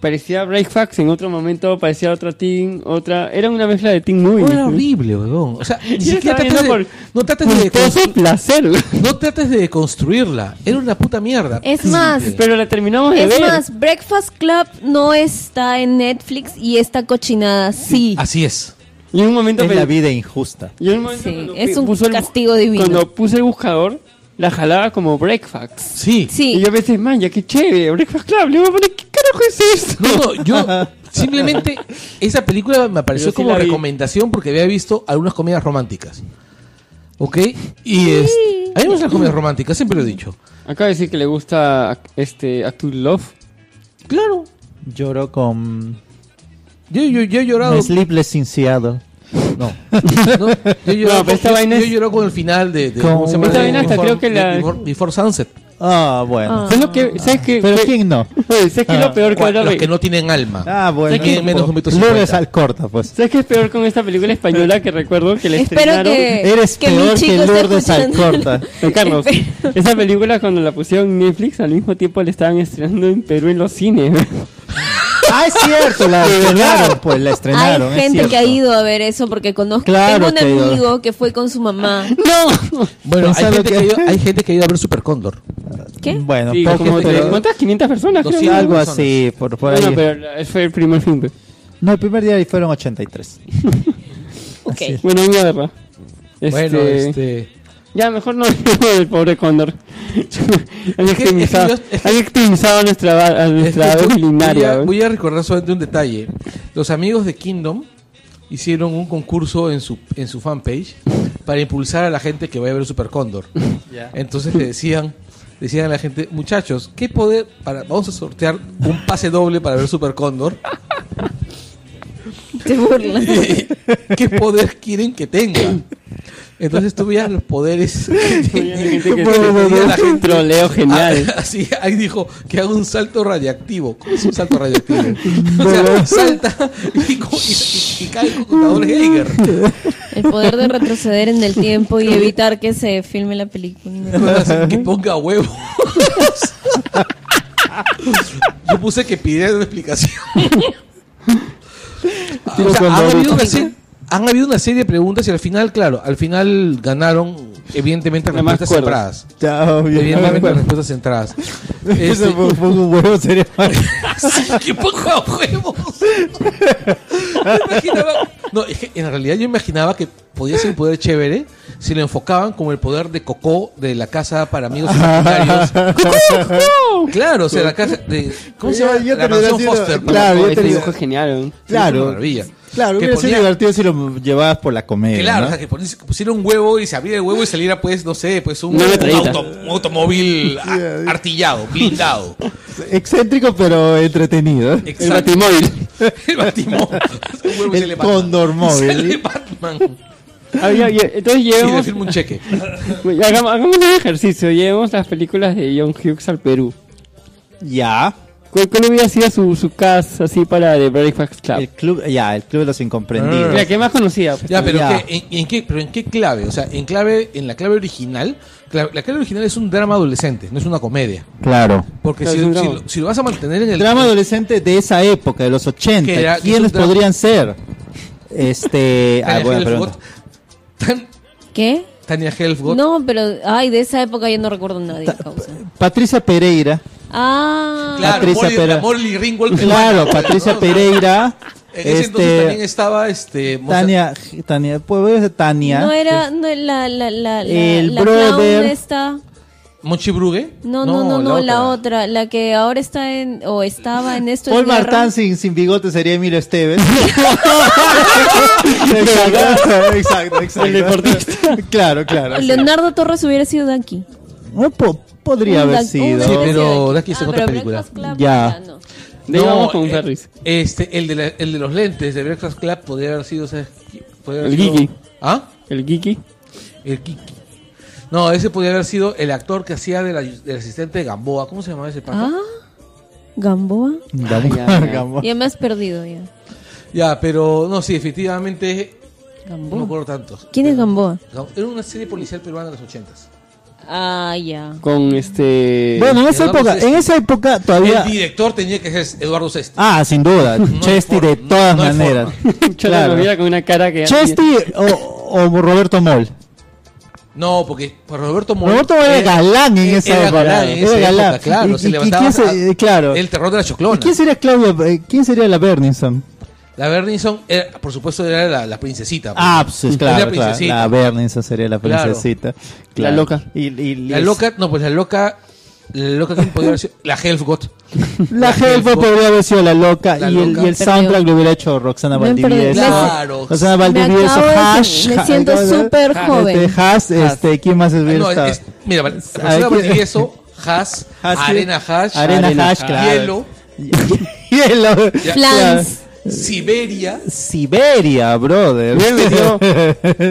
B: parecía Breakfax, en otro momento parecía otra team, otra... Era una mezcla de team movie.
A: Era horrible, huevón. O sea, ni
B: Yo
A: siquiera
B: estaba
A: trates
B: viendo
A: de-
B: por-
A: no trates de
B: Culposo placer.
A: No trates de construirla. Era una puta mierda.
D: Es más,
B: Pero la terminamos de
D: Es
B: ver.
D: más, Breakfast Club no está en Netflix y esta cochinada sí.
A: Así es.
B: Y en un momento...
C: Es
B: pe-
C: la vida injusta.
B: y en un momento
D: Sí,
B: cuando
D: es
B: pi-
D: un
B: puso el bu-
D: castigo divino.
B: Cuando puse el buscador, la jalaba como Breakfax.
A: Sí.
D: Sí.
B: Y yo a veces, man, ya qué chévere, Breakfast Club. Le voy a poner, ¿qué carajo es esto?
A: No, no, yo simplemente esa película me apareció
B: Yo sí
A: como
B: la vi.
A: recomendación porque había visto algunas comedias románticas. ¿Ok? Y es. A mí me gustan las comedias románticas, siempre lo he dicho.
B: Acaba de decir que le gusta este Act to Love.
A: Claro.
C: Lloró con
A: Yo, yo, yo he llorado.
C: Sleepless in Seattle.
A: No. No, Yo he llorado,
B: No, pero
A: con,
B: esta
A: yo-
B: vaina
A: yo
B: es-
A: he llorado con el final de. de
C: Con-
A: ¿cómo se llama?
B: Esta
A: De
B: vaina hasta
A: Before-
B: creo que la-
A: de Before, Before Sunset.
C: Ah, bueno.
D: Ah.
B: ¿Sabes lo que.? ¿Sabes qué?
C: Pero
B: fue-
C: quién Ah. no.
B: Oye, ¿sabes qué es lo peor que ahora
A: Los
B: ve-
A: que no tienen alma.
C: Ah,
A: Se
C: bueno.
A: quieren menos un metro
C: Lunes
A: cincuenta.
C: al corta, pues.
B: ¿Sabes qué es peor con esta película española que recuerdo que la
D: Espero
B: estrenaron?
D: que,
C: Eres
D: que mi
C: peor
D: chico
C: que
D: esté
C: Lourdes
D: escuchando.
C: Alcorta.
B: Don Carlos,
D: Espero-
B: esa película cuando la pusieron en Netflix al mismo tiempo la estaban estrenando en Perú en los cines.
C: Ah, es cierto, la estrenaron, pues la
D: Hay
C: estrenaron. es
D: gente que ha
C: cierto.
D: ido a ver eso porque conozco.
C: Claro
D: Tengo un
C: que ha ido. Ah,
D: amigo que fue con su mamá.
B: ¡No!
A: Bueno, hay
C: Pensaba
A: gente que...
C: que-
A: ha ido- hay gente que ha ido a ver Super Cóndor.
D: ¿Qué?
C: Bueno,
B: Sí,
C: poco,
B: como de-
C: pero-
B: ¿Cuántas? 500 personas, creo.
A: Sí, 200.
C: algo
A: personas.
C: así, por, por ahí.
B: Bueno, pero la- fue el primer film.
C: No, el primer día ahí fueron 83.
D: Ok.
B: Bueno, mierda. Este,
A: Bueno, este.
B: Ya, mejor no el pobre Cóndor. han,
A: que-
B: victimizado,
A: es que yo- es que-
B: han victimizado a nuestra, va- a
A: Es que
B: nuestra
A: yo-
B: culinaria.
A: este voy, a, voy a recordar solamente un detalle. Los amigos de Kingdom hicieron un concurso en su, en su fanpage para impulsar a la gente que vaya a ver Super Cóndor. Entonces le decían, decían a la gente, muchachos, ¿qué poder para vamos a sortear un pase doble para ver Super Cóndor?
D: Te burlas.
A: ¿Qué poder quieren que tenga? Entonces tú veías los poderes.
B: gente que un troleo genial.
A: Ah, Así, ahí dijo que haga un salto radiactivo. ¿Cómo es un salto radiactivo? O sea, salta y, co- y- y- y cae con contadores Geiger.
D: El poder de retroceder en el tiempo y evitar que se filme la película.
A: Cosas Que ponga huevo. Yo puse que pidiera una explicación. O sea, han, habido una serie, han habido una serie de preguntas y al final, claro, al final ganaron, evidentemente,
B: Nada más
A: respuestas
B: cuerdas.
A: centradas.
C: Chao,
A: Evidentemente, respuestas centradas. Este,
C: Eso fue- fue un huevo serio.
A: ¡Qué ponga huevos! Yo imaginaba. No, es que en realidad yo imaginaba que podía ser un poder chévere si lo enfocaban como el poder de Cocó de la casa para amigos imaginarios. Claro, o sea, la casa de. ¿Cómo se
C: Yo-
A: llama?
C: yo
A: La
C: te lo
A: mansión
C: hubiera sido-
A: Foster. ¿no?
C: Claro, yo
B: Oh, este
C: te digo-
B: dibujo es genial. weón.
A: Es una
C: Claro.
A: maravilla.
C: Claro,
A: Que
C: hubiera sido
A: ponía-
C: divertido si lo llevabas por la comedia.
A: Claro,
C: ¿no?
A: o sea, que pon- pusiera un huevo y se abriera el huevo y saliera, pues, no sé, pues un,
B: Una metralleta.
A: auto- un automóvil a-
C: Yeah, yeah.
A: artillado, blindado.
C: Excéntrico pero entretenido.
B: El
A: Exacto.
B: batimóvil.
A: El Batimóvil. Un huevo y
C: El
A: sale Batman.
C: Cóndor móvil.
A: Sale Batman.
B: Ah, ya, ya, Entonces
A: Y le
B: llevamos,
A: firma un cheque.
B: hagamos, hagamos un ejercicio. Llevemos las películas de John Hughes al Perú.
C: Ya.
B: ¿Cuál, cuál hubiera sido su, su cast así para The Breakfast Club?
C: El club, ya, el club de los incomprendidos.
A: Ah.
B: La que más conocía. pues.
A: Ya, pero,
C: Ya.
A: ¿qué- en, en qué, pero ¿en qué clave? O sea, en, clave, en la clave original, cla- la clave original es un drama adolescente, no es una comedia.
C: Claro.
A: Porque
B: Claro,
A: si,
B: es un
A: si
B: drama.
A: lo, si lo vas a mantener en el...
C: El drama adolescente de esa época, de los 80.
A: Que era- que
C: ¿Quiénes
A: es un drama-
C: podrían ser? Este. ah,
A: Tania
C: buena
A: Helfgott,
C: pregunta.
A: Tan-
D: ¿Qué?
A: Tania Helfgott.
D: No, pero, ay, de esa época yo no recuerdo a nadie. causa.
C: Patricia Pereira.
D: Ah,
A: Claro,
C: Patricia
A: Molly-
C: Pera-
A: la Molly Ringwald.
C: Claro,
A: peruana,
C: Patricia
A: ¿no?
C: Pereira.
A: En ese entonces también
C: Este.
A: estaba este, Mozart-
C: Tania. Tania. pues, Puede ser Tania.
D: no era no, la, la, la, la,
C: El
D: la clown
C: brother.
D: esta.
A: Monchi Brugge.
D: No, no, no, no, la otra, la que ahora está en, o estaba en esto. es
C: Paul
D: guerra.
C: Martán sin, sin bigote sería Emilio Esteves. exacto, exacto, exacto.
B: El deportista.
C: Claro, claro. sí.
D: Leonardo Torres hubiera sido Ducky.
C: No, po- podría haber sido.
A: Sí, pero Ducky
D: Ah,
A: está en otra película.
C: Ya.
D: no.
B: De ahí vamos con
A: eh,
B: Ferris.
A: Este, el de, la- el de los lentes de Breakfast Club podría haber sido. ¿sabes? Podría haber
B: El
A: sido-
B: Gigi.
A: ¿Ah?
B: El Geeky.
A: El Kiki. No, ese podría haber sido el actor que hacía de la- del asistente de Gamboa. ¿Cómo se llamaba ese pata?
D: Ah, Gamboa.
C: Gamboa,
B: ya, ya.
C: Gamboa.
D: Ya me has perdido ya.
A: Ya, pero no, sí, efectivamente. No me
D: Gamboa.
A: acuerdo tantos.
D: ¿Quién es Gamboa?
A: Era una serie policial peruana de los ochentas.
D: Ah, ya.
B: Con este.
C: Bueno, en esa
A: Eduardo
C: época,
A: Sesti.
C: en esa época todavía.
A: El director tenía que ser Eduardo Sesti.
C: Ah, sin duda. Chesty
A: forma,
C: de todas
A: no hay
C: maneras.
B: Chola
C: Claro.
B: lo mira con una cara que.
C: Chesty o, o Roberto Moll.
A: No, porque por Roberto Moll.
C: Roberto Moll era galán en esa
A: Era
C: época.
A: galán en esa
C: Era
A: época,
C: galán.
A: claro.
C: Y-
A: se
C: y- y
A: levantaba
C: quién se-
A: a-
C: claro.
A: el terror de la
C: ¿Y
A: choclona.
C: ¿Quién sería Claudia? eh, ¿Quién sería la Berninson?
A: La Berninson, era, por supuesto, era la, la princesita.
C: Ah, pues
A: Era
C: claro, claro.
A: princesita.
C: La Berninson sería la
A: Claro.
C: princesita.
B: La
C: Claro.
B: loca.
C: Y, y-
A: la loca, no, pues la loca. La loca, ¿quién podría haber sido? La Helfgott.
C: La Helfo podría haber sido la loca.
A: La
C: y,
A: loca.
C: El, y el soundtrack lo hubiera hecho Roxana
D: Me han perdido.
C: Valdivieso.
A: Claro.
C: Roxana
D: Me
C: Valdivieso,
D: acabo de-
C: Hash.
D: me
C: Hash,
D: siento
C: ¿cómo se llama?
D: súper
C: Hash,
D: joven.
C: Este, Hash, este, ¿quién más
A: Ah,
C: hubiera
A: no,
C: estado?
A: es, es- mira, vale,
C: Ay,
A: Rosana
C: ¿quién-
A: Valdivieso, Haas,
C: Haas, sí.
A: Arena Hash,
C: Arena,
B: Arena
C: Hash,
B: Hash.
C: claro.
A: Hielo,
C: Hielo.
A: Ya.
D: Flans.
A: Siberia.
C: Siberia, brother.
B: Bien metido.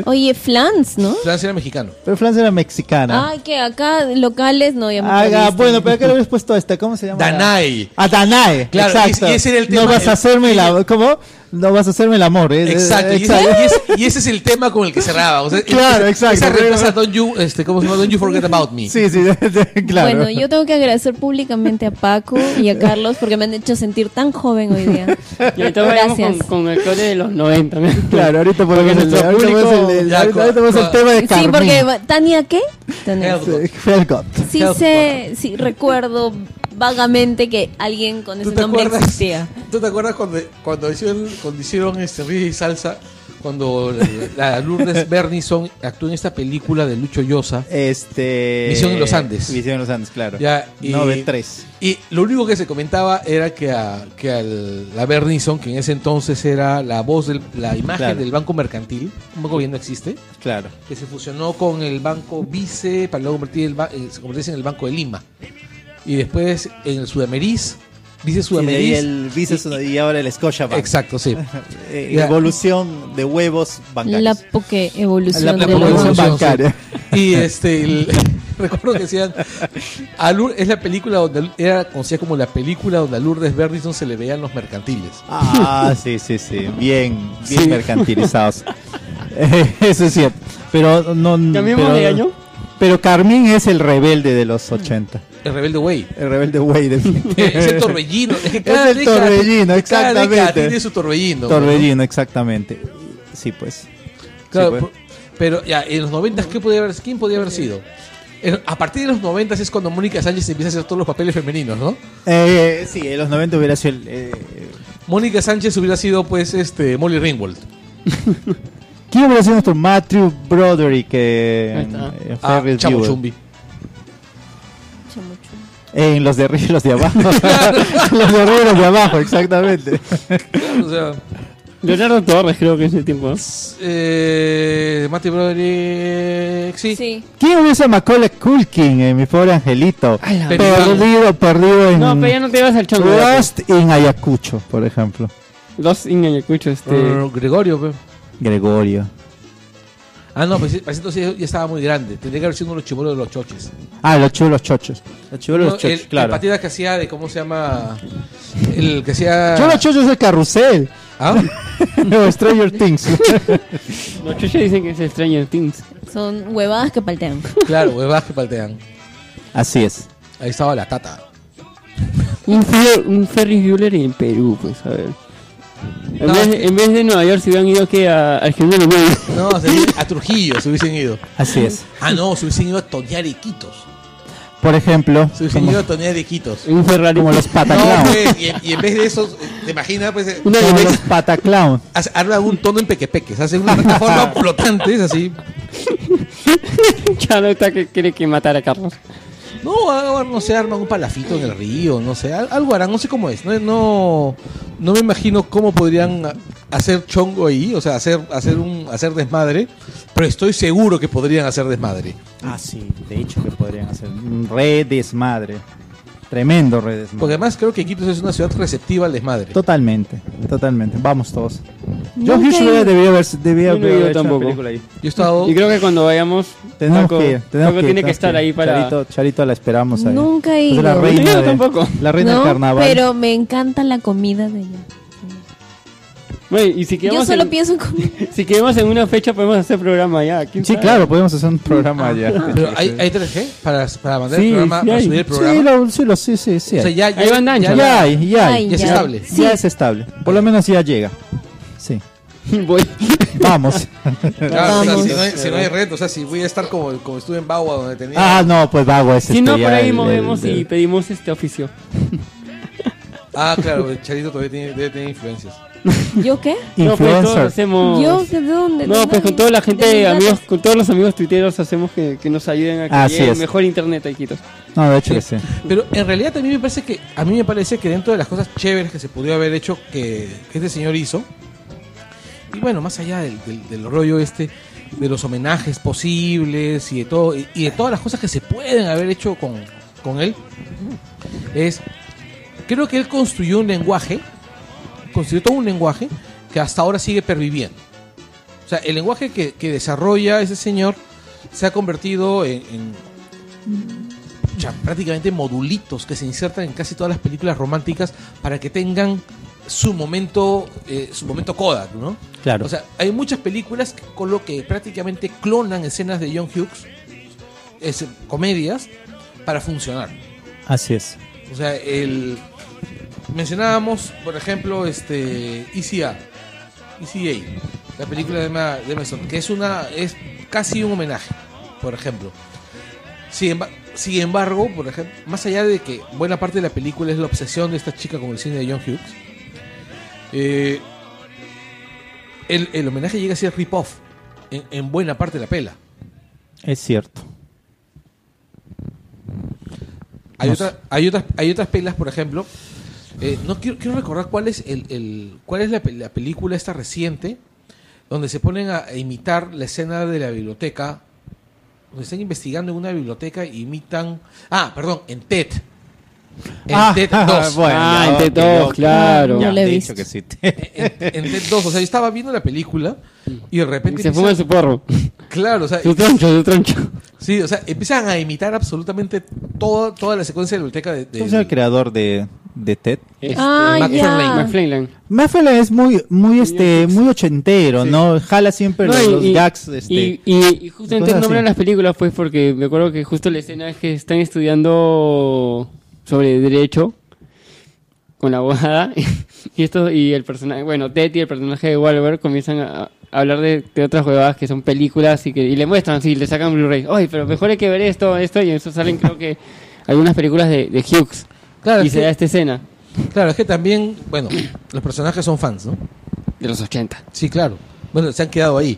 D: Oye, Flans, ¿no?
A: Francia era mexicano.
C: Pero Francia era mexicana.
D: Ay, que acá locales no ya me
C: Haga,
D: perdiste.
C: bueno, pero acá le hubieras puesto a esta, ¿cómo se llama?
A: Danae.
C: A Danae.
A: Claro,
C: exacto.
A: y- y ese era el
C: No
A: tema,
C: vas
A: el-
C: a hacerme el amor. ¿Cómo? No vas a hacerme el amor. eh, eh,
A: Exacto. Y ese, y ese- y ese es el tema con el que cerraba. O sea,
C: Claro,
A: esa-
C: exacto.
A: Esa reemplaza Don't You, este, ¿cómo se llama? Don't You Forget About Me.
C: Sí, sí, claro.
D: Bueno, yo tengo que agradecer públicamente a Paco y a Carlos porque me han hecho sentir tan joven hoy día.
B: Y entonces vamos con,
D: Gracias.
B: con actores de los 90. ¿no?
C: Claro, ahorita
B: Porque
C: ponemos el,
B: nuestro
C: ahorita
B: público-
C: ponemos el- el-
A: Ya,
C: ahorita- ahorita
A: cua-
C: ponemos el
A: cua-
C: tema de
D: Sí,
C: Carmín.
D: porque va- Tania, ¿qué? Tania.
A: Help.
C: Helgot.
D: Sí
A: Help.
D: sé, sí recuerdo vagamente que alguien con ese nombre existía.
A: ¿Tú te acuerdas cuando, cuando hicieron, cuando hicieron este Risa y Salsa? Cuando la, la Lourdes Bernison actuó en esta película de Lucho Llosa.
C: Este...
A: Misión en los Andes.
C: Misión en los Andes, claro.
A: Ya, y-
C: 93.
A: Y lo único que se comentaba era que a, que al- la Bernison, que en ese entonces era la voz, del, la imagen
C: Claro.
A: del Banco Mercantil, un banco que ya no existe,
C: Claro.
A: que se fusionó con el Banco Vice para luego convertir el ba- eh, se convertirse en el Banco de Lima. Y después en el Sudameriz Vice
C: Y de ahí
A: Sudamérica.
C: el Visa Sudamérica y ahora el Scotiabank.
A: Exacto, sí.
C: Eh,
A: Ya.
C: Evolución de huevos bancarios.
D: La poke evolución
C: La
D: de
C: poke
D: los-
C: evolución.
A: Revolución,
C: bancaria.
A: sí. Y este, el- recuerdo que decían, a Lour- es la película donde era conocida como la película donde a Lourdes Bernison se le veían los mercantiles.
C: Ah, sí, sí, sí. Bien, bien
A: Sí.
C: mercantilizados. Eh, Eso es cierto. Pero no.
B: ¿Cambiamos
C: pero-
B: de año?
C: Pero Carmín es el rebelde de los 80.
A: El rebelde güey.
C: El rebelde güey
A: Eh, Es el
C: de
A: torbellino. Es, que
C: Es
A: cada
C: el
A: década-
C: torbellino,
A: Cada década
C: exactamente.
A: tiene su torbellino.
C: Torbellino, exactamente. Sí, pues.
A: ¿no? Claro,
C: Sí, pues.
A: por- pero ya, en los 90, ¿qué podía haber, ¿quién podía haber sido? En- A partir de los 90 es cuando Mónica Sánchez empieza a hacer todos los papeles femeninos, ¿no?
C: Eh, sí, en los 90 hubiera sido el. eh,
A: Mónica Sánchez hubiera sido, pues, este, Molly Ringwald.
C: ¿Quién hubiera sido nuestro Matthew Broderick
B: Ahí
C: eh,
B: está.
C: en
A: Ah,
C: Ferris
A: Chamo
C: Bueller?
A: Chumbi.
D: Chamucho.
C: En los de arriba y los de abajo. los de arriba y los de abajo, exactamente.
A: O sea,
B: Leonardo Torres creo que en ese tiempo. ¿no?
A: eh, Matty Broderick. Sí.
D: Sí.
C: ¿Quién hubiese Macaulay Culkin en mi pobre angelito?
B: A la
C: Perdido, perdido en
B: No, pero ya no te vas al chongo.
C: Lost en Ayacucho, por ejemplo.
B: Los in Ayacucho, este.
C: Ah.
A: Eh, Gregorio, pe.
C: Gregorio.
A: Ah, no, pues, pues entonces ya estaba muy grande. Tendría que haber sido uno de los chibolos de los choches.
C: Ah, los chulos chochos. Los chulos
A: No, el, el patita que hacía de, ¿cómo se llama? El que hacía...
C: Chulos chochos es el carrusel.
A: ¿Ah?
C: o Stranger Things.
B: Los chuches dicen que es Stranger Things.
D: Son huevadas que paltean.
A: Claro, huevadas que paltean.
C: Así es.
A: Ahí estaba la tata.
B: Un, fer- un Ferris Bueller en Perú, pues, a ver. En,
A: No.
B: vez, de- en vez de Nueva York se hubieran ido que a, al Gemelo Medio.
A: No, se hubiera- a Trujillo se hubiesen ido.
C: Así es.
A: Ah, no, se hubiesen ido a Toñar Iquitos.
C: Por ejemplo,
A: Se hubiesen
C: como,
A: ido a Toñar Iquitos.
B: En un Ferrari.
C: como los
A: No,
C: pataclown.
A: pues, y, en- y en vez de eso, eh, te imaginas, pues, eh,
B: Una
C: como
B: de
C: los pataclown.
A: hace- arma un tono en pequepeques, hace una plataforma flotante, es así.
B: Charota que quiere que matar a Carlos.
A: No, ah, no sé, arman un palafito en el río, no sé, al- algo harán, no sé cómo es. No, no, no me imagino cómo podrían a- hacer chongo ahí, o sea, hacer, hacer, un, hacer desmadre, pero estoy seguro que podrían hacer desmadre.
C: Ah, sí, de hecho que podrían hacer. un Re desmadre. Tremendo re desmadre.
A: Porque además creo que Iquitos es una ciudad receptiva al desmadre.
C: Totalmente, totalmente. Vamos todos.
D: Nunca
C: John Hughes
D: he
C: hubiera
D: ido.
C: debido haber, debía
B: Yo no he ido
C: haber hecho una
B: tampoco.
C: película ahí.
A: Yo he estado...
B: Y creo que cuando vayamos,
C: Tenemos
B: Paco-
C: que ir, tenemos
B: Paco tiene
C: ir,
B: que
C: tenemos
B: estar
C: ir.
B: ahí para.
C: Charito, Charito la esperamos ahí.
D: Nunca he
C: Es la
D: ido.
C: reina
B: Yo
C: de-
B: tampoco.
C: La reina
D: No,
C: del carnaval.
D: pero me encanta la comida de allá.
B: Güey, y si
D: Yo
B: quedamos,
D: solo
B: en,
D: pienso en comida.
B: si quedamos en una fecha, podemos hacer programa ya. ¿quién
C: Sí,
B: sabe?
C: claro, podemos hacer un programa allá.
A: Pero hay, hay 3G para, para mandar
B: Sí,
A: el programa,
B: sí
A: para
B: hay.
A: subir el
C: Sí,
A: programa.
C: lo, sí, lo- sí, sí, sí.
A: o sea,
C: hay.
A: ya,
B: Ahí van
A: ya,
B: ancho,
A: ya,
C: ya hay, ya hay.
D: Ay,
A: ya es estable.
D: Sí.
C: Ya es estable. Por lo menos ya llega. Sí.
B: Voy.
C: Vamos.
A: claro, o sea,
D: Vamos.
A: si, no hay, si no hay red, o sea, si voy a estar como, como estuve en Bagua donde tenía...
C: ah, no, pues vago es
B: Si
C: este
B: no, por
C: ya
B: ahí
C: el-
B: movemos
C: el-
B: y pedimos este oficio.
A: Ah, claro, Charito todavía tiene, debe tener influencias.
D: ¿Yo qué?
B: No, pues todos
C: Influencer.
B: hacemos.
D: ¿Yo? ¿De dónde?
B: No,
D: ¿De
B: pues con
D: dónde?
B: toda la gente,
D: ¿De
B: amigos,
D: dónde?
B: con todos los amigos tuiteros hacemos que, que nos ayuden a que
C: Así
B: llegue
C: es.
B: mejor internet a Iquitos.
C: No, de hecho que sí.
A: Pero en realidad también me parece que a mí me parece que dentro de las cosas chéveres que se pudo haber hecho que, que este señor hizo y bueno más allá del, del- del rollo este de los homenajes posibles y de todo y, y de todas las cosas que se pueden haber hecho con, con él es creo que él construyó un lenguaje construyó todo un lenguaje que hasta ahora sigue perviviendo o sea el lenguaje que, que desarrolla ese señor se ha convertido en- en, cha- prácticamente modulitos que se insertan en casi todas las películas románticas para que tengan su momento eh, su momento Kodak, ¿no?
C: Claro.
A: O sea, hay muchas películas que- con lo que prácticamente clonan escenas de John Hughes, es- comedias, para funcionar.
C: Así es.
A: O sea, el mencionábamos, por ejemplo, este ECA, ECA, E la película de Emma, de Emma Stone, que es una es casi un homenaje, por ejemplo. Sin, emba- sin embargo, por ejemplo, más allá de que buena parte de la película es la obsesión de esta chica con el cine de John Hughes, eh, el, el homenaje llega a ser rip-off en, en buena parte de la pela.
C: Es cierto.
A: Hay,
C: No
A: otra- hay, otras, hay otras pelas, por ejemplo. eh, no quiero, quiero recordar cuál es el, el- cuál es la, pe- la película esta reciente donde se ponen a a imitar la escena de la biblioteca. Donde están investigando en una biblioteca e imitan. Ah, perdón, en TED. En
C: Ah,
A: TED 2.
C: bueno,
B: Ah, en
C: ya,
B: TED
C: ok,
B: 2,
C: ok.
B: claro.
C: Ya,
D: No lo he
C: de hecho
D: visto.
C: que sí.
A: En, en TED 2. O sea, yo estaba viendo la película y de repente.
B: Se fuma
A: empiezan-
B: su porro.
A: Claro, o sea,
B: Su troncho, su troncho.
A: sí, o sea, empiezan a imitar absolutamente toda, toda la secuencia de la biblioteca de. de-
C: ¿Quién es el creador de, de TED?
D: ah,
A: Max
D: ya.
A: Fernley.
B: McFlynland.
C: Mafela es muy, muy, este, muy ochentero, ¿no? Jala siempre
B: No,
C: los,
B: y-
C: los
B: y-
C: gags, este.
B: y, y- y justamente
C: cosas
B: el nombre de
C: así.
B: las películas pues porque me acuerdo que justo la escena es que están estudiando sobre derecho con la abogada y esto y el personaje bueno Ted y el personaje de Wahlberg comienzan a, a hablar de, de otras huevadas que son películas y que y le muestran sí le sacan Blu-ray oye pero mejor hay que ver esto esto y en eso salen creo que algunas películas de, de Hughes
A: Claro,
B: y
A: es
B: se
A: que-
B: da esta escena
A: Claro, es que también, bueno, los personajes son fans, ¿no?
B: de los 80
A: Sí, claro. Bueno, se han quedado ahí.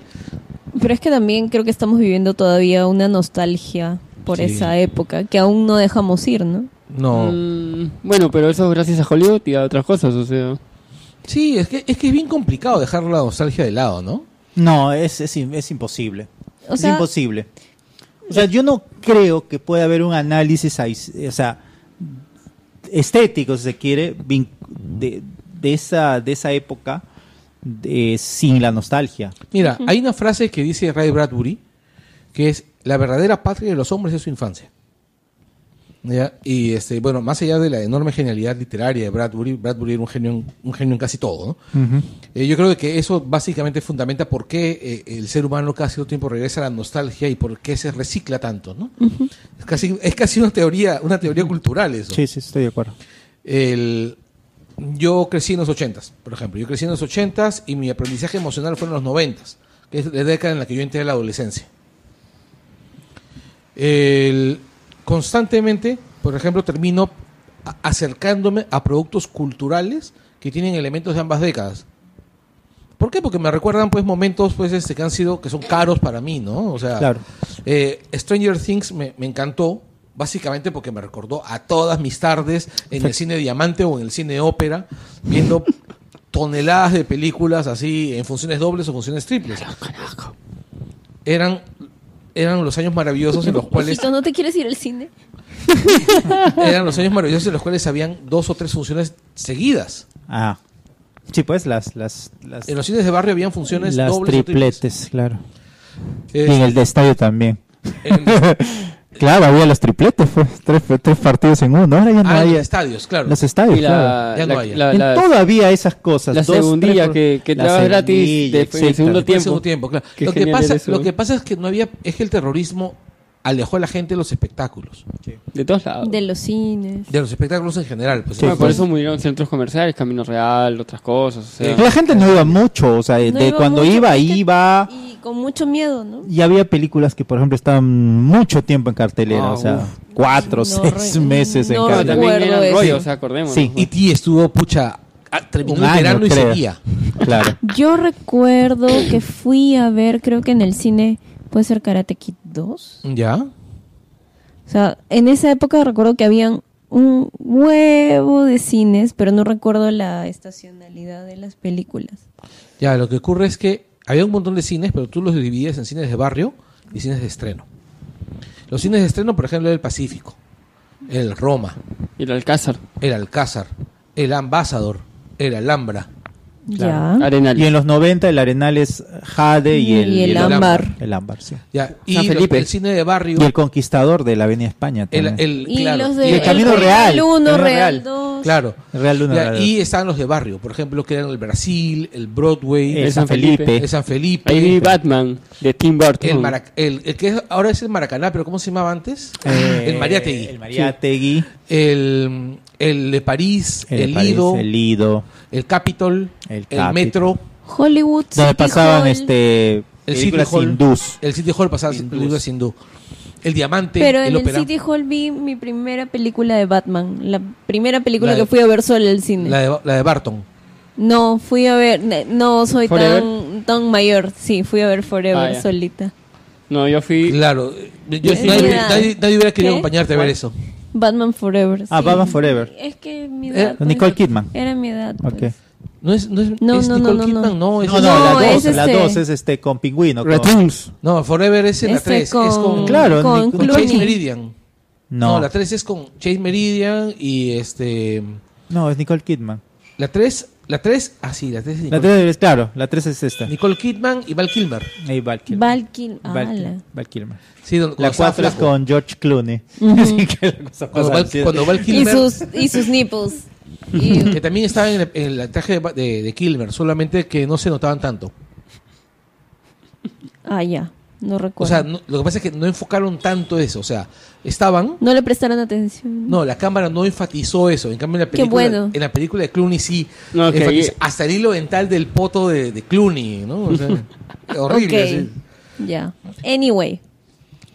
D: Pero es que también creo que estamos viviendo todavía una nostalgia por
A: Sí.
D: esa época que aún no dejamos ir, ¿no?
A: No.
B: Mm, bueno pero eso es gracias a Hollywood y a otras cosas o sea
A: Sí, es que, es que es bien complicado dejar la nostalgia de lado, ¿no?
C: No, es, es, im- es imposible.
D: O
C: es
D: sea-
C: imposible. O sea, yo no creo que pueda haber un análisis ais- o sea, estético, si se quiere, vin- de, de esa, de esa época de- sin la nostalgia.
A: Mira, hay una frase que dice Ray Bradbury, que es, la verdadera patria de los hombres es su infancia. ¿Ya? Y este, bueno, más allá de la enorme genialidad literaria de Bradbury, Bradbury era un genio, en- un genio en casi todo, ¿no? Eh, yo creo que eso básicamente fundamenta por qué eh, el ser humano cada cierto tiempo regresa a la nostalgia y por qué se recicla tanto, ¿no? es, casi, es casi una teoría, una teoría cultural eso.
C: sí, estoy de acuerdo.
A: El- yo crecí en los 80s, por ejemplo. Yo crecí en los 80s y mi aprendizaje emocional fue en los 90s, que es la década en la que yo entré a la adolescencia. El- constantemente, por ejemplo, termino a- acercándome a productos culturales que tienen elementos de ambas décadas. ¿Por qué? Porque me recuerdan pues momentos pues este, que han sido que son caros para mí, ¿no? O sea,
C: Claro.
A: eh, Stranger Things me, me encantó básicamente porque me recordó a todas mis tardes en el cine Diamante o en el cine Ópera viendo toneladas de películas así en funciones dobles o funciones triples. Eran eran los años maravillosos en los cuales
D: Hijito, ¿no te quieres ir al cine?
A: eran los años maravillosos en los cuales habían dos o tres funciones seguidas.
C: Ah. Sí, pues las, las, las,
A: En los cines de barrio habían funciones
C: las
A: dobles o triples.
C: tripletes, claro.
A: Eh,
C: Y en el de estadio también.
A: en-
C: claro, había los tripletes, pues, tres, tres partidos en uno. Ahora ya no
A: ah, en
C: hay
A: los estadios, claro.
C: los estadios,
B: y
C: claro.
B: la,
A: Ya no
B: la-
A: hay.
B: la-
C: En
B: la-
C: todavía esas cosas.
B: la
C: dos,
B: segundilla
C: tres por-
B: que- que te
C: La
B: dabas gratis
C: segundilla,
B: después del
C: exacto.
A: Después
B: segundo
A: del
B: tiempo.
A: segundo tiempo, claro.
B: Qué
A: Lo que,
B: genial
A: pasa,
B: era eso,
A: lo
B: ¿eh?
A: que pasa es que no había, es que el terrorismo alejó a la gente de los espectáculos,
B: de todos
C: Ah.
B: lados.
D: De los cines.
A: de los espectáculos en general. Pues,
C: Sí,
B: Bueno,
A: entonces,
B: por eso murieron centros comerciales, Camino Real, otras cosas. o sea.
C: La gente no iba mucho, o sea,
D: No
C: de
D: iba
C: cuando
D: mucho,
C: iba,
D: es que-
C: iba.
D: Y con mucho miedo, ¿no?
C: Y había películas que, por ejemplo, estaban mucho tiempo en cartelera,
B: Ah,
C: o sea,
B: uf.
C: cuatro,
D: No
C: seis
D: re-
C: meses en
D: no
B: Pero
C: cartelera.
B: también
D: recuerdo
B: era
D: eso.
B: rollo, o sea, acordémonos.
C: Sí.
B: Y-
A: E.T. E estuvo, pucha, ah, terminó
C: Un
A: el
C: año,
A: verano y
C: creo.
A: seguía.
C: Claro.
D: Yo recuerdo que fui a ver, creo que en el cine, puede ser Karate Kid 2.
A: ¿Ya?
D: O sea, en esa época recuerdo que habían un huevo de cines, pero no recuerdo la estacionalidad de las películas.
A: Ya, lo que ocurre es que había un montón de cines, pero tú los dividías en cines de barrio y cines de estreno. Los cines de estreno, por ejemplo, era el Pacífico, el Roma,
B: Y el Alcázar,
A: el Alcázar, el Ambassador, el Alhambra.
D: Ya.
B: Arenal.
C: Y en los 90 el Arenal es Jade y el,
D: Y el
C: y el
A: ámbar.
D: ámbar.
C: El ámbar, sí.
A: Ya, y
B: San
A: los-
B: Felipe.
A: el cine de barrio,
C: Y el Conquistador de la Avenida España.
A: el,
C: también.
A: el-
D: Y
A: claro,
D: los
A: y
D: de
A: el
C: el Camino
D: Real
C: Real,
D: 1,
C: Camino
D: Real
C: Real.
D: 2.
A: Claro.
C: Real Luna,
A: Ya,
C: Real
A: y están los de barrio, por ejemplo, que eran el Brasil, el Broadway,
C: el
A: el,
B: Es- San
C: San
B: Felipe.
C: Felipe.
A: San Felipe,
B: Ahí vi Batman, de Tim Burton.
A: el, Marac- el- el que es- ahora es el Maracaná, pero ¿cómo se llamaba antes?
C: Eh,
A: el Mariategui.
C: El
A: El,
C: Mariategui.
A: el, de París, el,
C: París,
A: Lido,
C: El
A: el,
C: Lido.
A: Capitol,
C: El
A: el,
C: Capitol.
A: Metro,
D: Hollywood.
C: Donde
D: City
C: pasaban
D: Hall,
C: este,
A: el City
C: películas
A: Hall,
C: hindús.
A: el City Hall pasaba
C: Hindús.
A: películas hindú, el Diamante,
D: Pero
A: el
D: en el
A: Opera,
D: City Hall vi mi primera película de Batman. La primera película
A: La de-
D: que fui a ver sola al cine.
A: la de, la de Barton.
D: No, fui a ver. ne- No soy
B: ¿Forever?
D: tan, tan mayor. Sí, fui a ver Forever
B: Ah, ya.
D: solita.
B: No, yo fui.
A: Claro, yo-
D: Sí.
A: nadie, nadie- nadie hubiera querido
D: ¿Qué?
A: acompañarte a ver eso.
D: Batman Forever.
C: Ah,
D: sí.
C: Batman Forever.
D: Es que mi
A: Era-
D: edad. pues,
C: Nicole Kidman.
D: Era mi edad. pues.
C: Ok.
A: No es, no es,
D: No,
A: es
D: no, no,
A: Nicole
D: no, no.
A: Kidman, no, es-
C: No, no,
D: No,
C: la dos,
D: es
C: la
D: este.
C: dos es este con pingüino. con-
B: Returns.
A: no, Forever es en la
D: Este
A: 3, es con,
C: Claro,
D: con
C: Nicole
A: con Chase
D: Clooney.
A: Meridian. No,
C: No,
A: la 3 es con Chase Meridian y este.
C: no, es Nicole Kidman.
A: La 3, la 3, ah, sí, la 3 es
C: La
A: Nicole,
C: 3 es, claro, la 3 es esta.
A: Nicole Kidman y Val Kilmer.
C: Ahí Val Kilmer.
D: Valkyrie.
C: Val Kilmer. Val Kilmer.
A: Sí, don-
C: La
A: cuando estaba
C: 4 es
A: flaco.
C: con George Clooney. Así que la cosa
A: Cuando
C: pasa
A: Val,
C: al cielo.
A: cuando Val
D: Y
A: Kilmer,
D: sus, y sus nipples. Y-
A: que también estaba en el, en el traje de, Ba- de- de Kilmer, solamente que no se notaban tanto.
D: ah, ya. No recuerdo.
A: O sea, no- lo que pasa es que no enfocaron tanto eso. O sea, estaban.
D: no le prestaron atención.
A: No, la cámara no enfatizó eso. En cambio, en la
D: Qué
A: película,
D: bueno.
A: en la película de Clooney sí.
B: No, que
A: enfatiza
B: ahí-
A: Hasta el hilo dental del poto de, de Clooney, ¿no? O sea, horrible. así.
D: Ok. Ya. Anyway.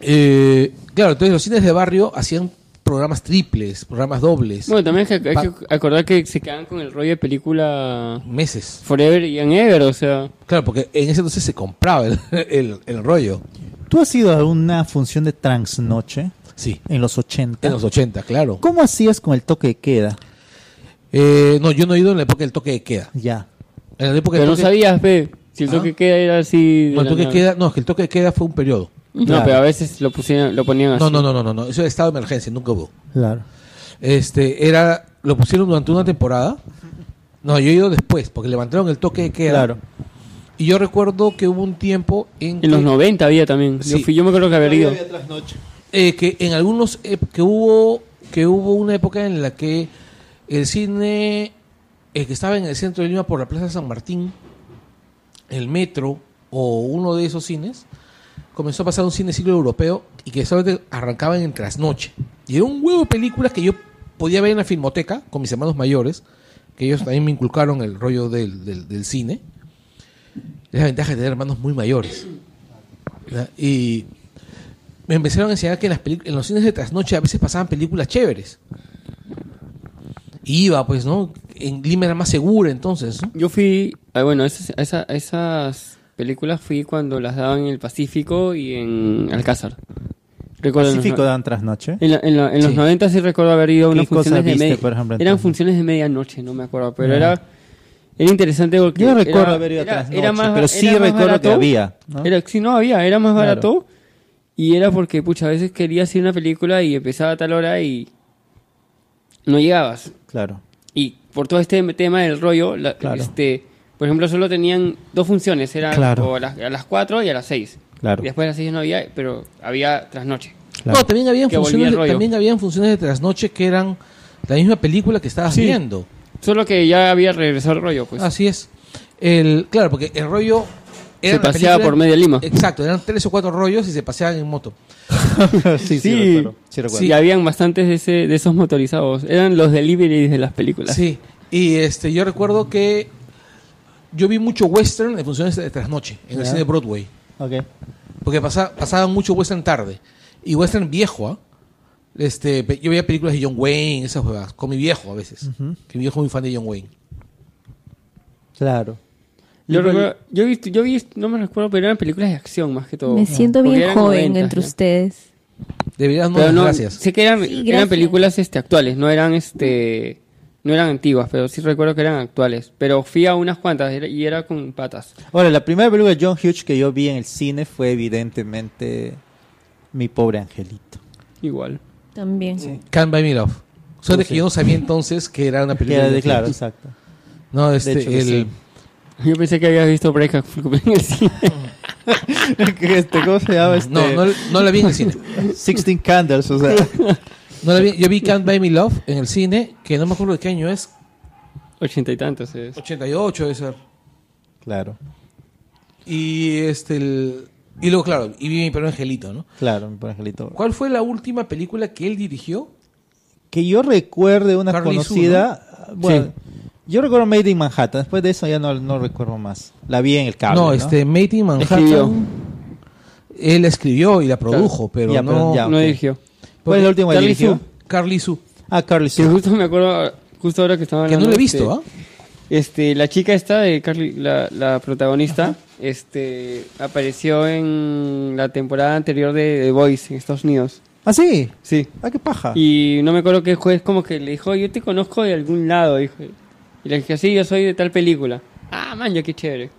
A: Eh, claro, entonces los cines de barrio hacían programas triples, programas dobles,
B: Bueno, también hay que, hay
A: Pa-
B: que acordar que se quedan con el rollo de película
A: meses.
B: Forever y an Ever, o sea.
A: Claro, porque en ese entonces se compraba el, el- el rollo.
C: ¿Tú has ido a una función de transnoche
A: Sí,
C: en los 80?
A: en los 80, claro.
C: ¿Cómo hacías con el toque de queda?
A: Eh, no, yo no he ido en la época del toque de queda.
C: Ya.
A: En la época
B: Pero
A: del
B: no
A: toque,
B: sabías, ve, si el
A: Ah.
B: toque queda era así. de
A: no, el
B: la
A: toque de
B: nada.
A: queda, no, es que el toque de queda fue un periodo.
B: No,
C: Claro.
B: pero a veces lo, pusieron, lo ponían así.
A: No, no, no, no, no, no, eso era estado de emergencia, nunca hubo.
C: Claro.
A: Este, era, lo pusieron durante una temporada. No, yo he ido después, porque levantaron el toque de queda.
C: Claro.
A: Y yo recuerdo que hubo un tiempo en, que,
B: En los 90 había también. Yo,
A: Sí.
B: fui, yo me acuerdo que había ido.
A: eh, que en algunos eh, que hubo que hubo una época en la que el cine eh, que estaba en el centro de Lima por la Plaza San Martín, el metro o uno de esos cines comenzó a pasar un cine siglo europeo y que solamente arrancaban en trasnoche. Y era un huevo de películas que yo podía ver en la filmoteca con mis hermanos mayores, que ellos también me inculcaron el rollo del, del- del cine. Es la ventaja de tener hermanos muy mayores. ¿verdad? Y me empezaron a enseñar que en, las pelic- en los cines de trasnoche a veces pasaban películas chéveres. Y iba, pues, ¿no? En Lima era más segura entonces, ¿no?
B: Yo fui, ah, bueno, esas, esa- esas películas fui cuando las daban en el Pacífico y en Alcázar. Recuerdo en los
C: Pacífico
B: no-
C: dan transnoche.
B: En, la- en la- en los
A: Sí.
B: 90 sí recuerdo haber ido a unas
C: ¿Qué cosa
B: funciones de
C: viste,
B: media-
C: por ejemplo,
B: Eran
C: entonces?
B: funciones de medianoche, no me acuerdo, pero
C: Ya.
B: era era interesante porque
C: Yo recuerdo
B: era-
C: haber ido a
B: era-
C: Trasnoche,
B: era más-
C: pero sí
B: era más
C: recuerdo que
B: barato.
C: había, ¿no?
B: Era, sí, no había, era más
C: Claro.
B: barato y era porque pucha, a veces querías ir a una película y empezaba a tal hora y no llegabas.
C: Claro.
B: Y por todo este tema del rollo, la-
C: Claro.
B: este, por ejemplo, solo tenían dos funciones, era
C: Claro.
B: o a, las, a las 4 y a las 6.
C: Claro.
B: Después de las 6 no había, pero había trasnoche.
C: claro.
A: No, también habían,
B: Que volvía
A: funciones
B: el
A: de,
B: rollo.
A: también habían funciones de trasnoche que eran la misma película que estabas
B: Sí.
A: viendo.
B: Solo que ya había regresado el rollo, pues.
A: Así es. El, claro, porque el rollo...
B: Se
A: era la
B: paseaba por media Lima.
A: Exacto, eran tres o cuatro rollos y se paseaban en moto.
C: sí, sí,
B: Sí.
C: recuerdo. Sí, recuerdo.
B: Sí, habían bastantes de, ese, de esos motorizados. Eran los deliveries de las películas.
A: Sí, y este, yo recuerdo que yo vi mucho western en funciones de trasnoche, en el
C: Ya.
A: cine de Broadway.
C: Ok.
A: Porque pasa- pasaban mucho western tarde. Y western viejo, ¿ah? Este, pe- yo veía películas de John Wayne, esas huevas, con mi viejo a veces. Que mi viejo es muy fan de John Wayne.
C: Claro.
B: Yo, recuerdo- yo, he visto- yo vi, no me recuerdo, pero eran películas de acción más que todo.
D: Me siento
B: Porque
D: bien
B: eran
D: joven
B: 90,
D: entre
B: ¿no?
D: ustedes.
A: Deberías no
B: Pero
A: dar
B: no,
A: gracias.
B: Sé que eran,
D: Sí,
B: eran
D: gracias.
B: películas este, actuales, no eran este no eran antiguas, pero sí recuerdo que eran actuales. Pero fui a unas cuantas era- y era con patas.
C: Ahora, la primera película de John Hughes que yo vi en el cine fue evidentemente Mi pobre angelito.
B: Igual.
D: También.
A: Can't Buy Me Love. Suerte
C: Sí,
A: que
C: sí.
A: yo no sabía entonces que era una
C: Que
A: película.
C: era de,
A: Netflix.
C: claro, exacto.
A: No, este,
C: hecho que
A: el-
C: sí.
B: Yo pensé que habías visto Breakup en el cine.
C: Que este, ¿Cómo se llama este?
A: no, no, no la vi en el cine.
C: Sixteen Candles, o sea.
A: No la vi- yo vi Can't Buy Me Love en el cine, que no me acuerdo de qué año es.
B: Ochenta y tantos es.
A: 88 debe ser.
C: claro,
A: Y este, el- y luego, claro, y vi mi perro Angelito, ¿no?
C: claro, mi pobre angelito.
A: ¿Cuál fue la última película que él dirigió?
C: Que yo recuerde una
A: Carly Sue,
C: conocida. Bueno, yo recuerdo Made in Manhattan. Después de eso ya no, no recuerdo más. La vi en el cable.
A: no, este, Made in Manhattan.
B: Escribió.
A: Él escribió y la produjo, pero
C: Ya,
A: no.
C: pero ya. Ah,
B: no
C: ok.
B: dirigió.
C: ¿Cuál es la última que
B: Charlie
C: dirigió?
B: Sue.
A: Carly Sue,
C: Ah, Carly
B: Que
C: Sue.
B: justo me acuerdo, justo ahora que estaba
A: que
B: hablando.
A: no la he
B: este,
A: visto, ¿ah?
B: Este, la chica esta de Carly, la, la protagonista, este, apareció en la temporada anterior de The Voice en Estados Unidos.
C: Ah, sí.
B: Sí.
C: Ah, qué paja.
B: Y no me acuerdo qué juez como que le dijo, yo te conozco de algún lado, dijo. Y le dije, sí, yo soy de tal película. Ah, man, ya qué chévere.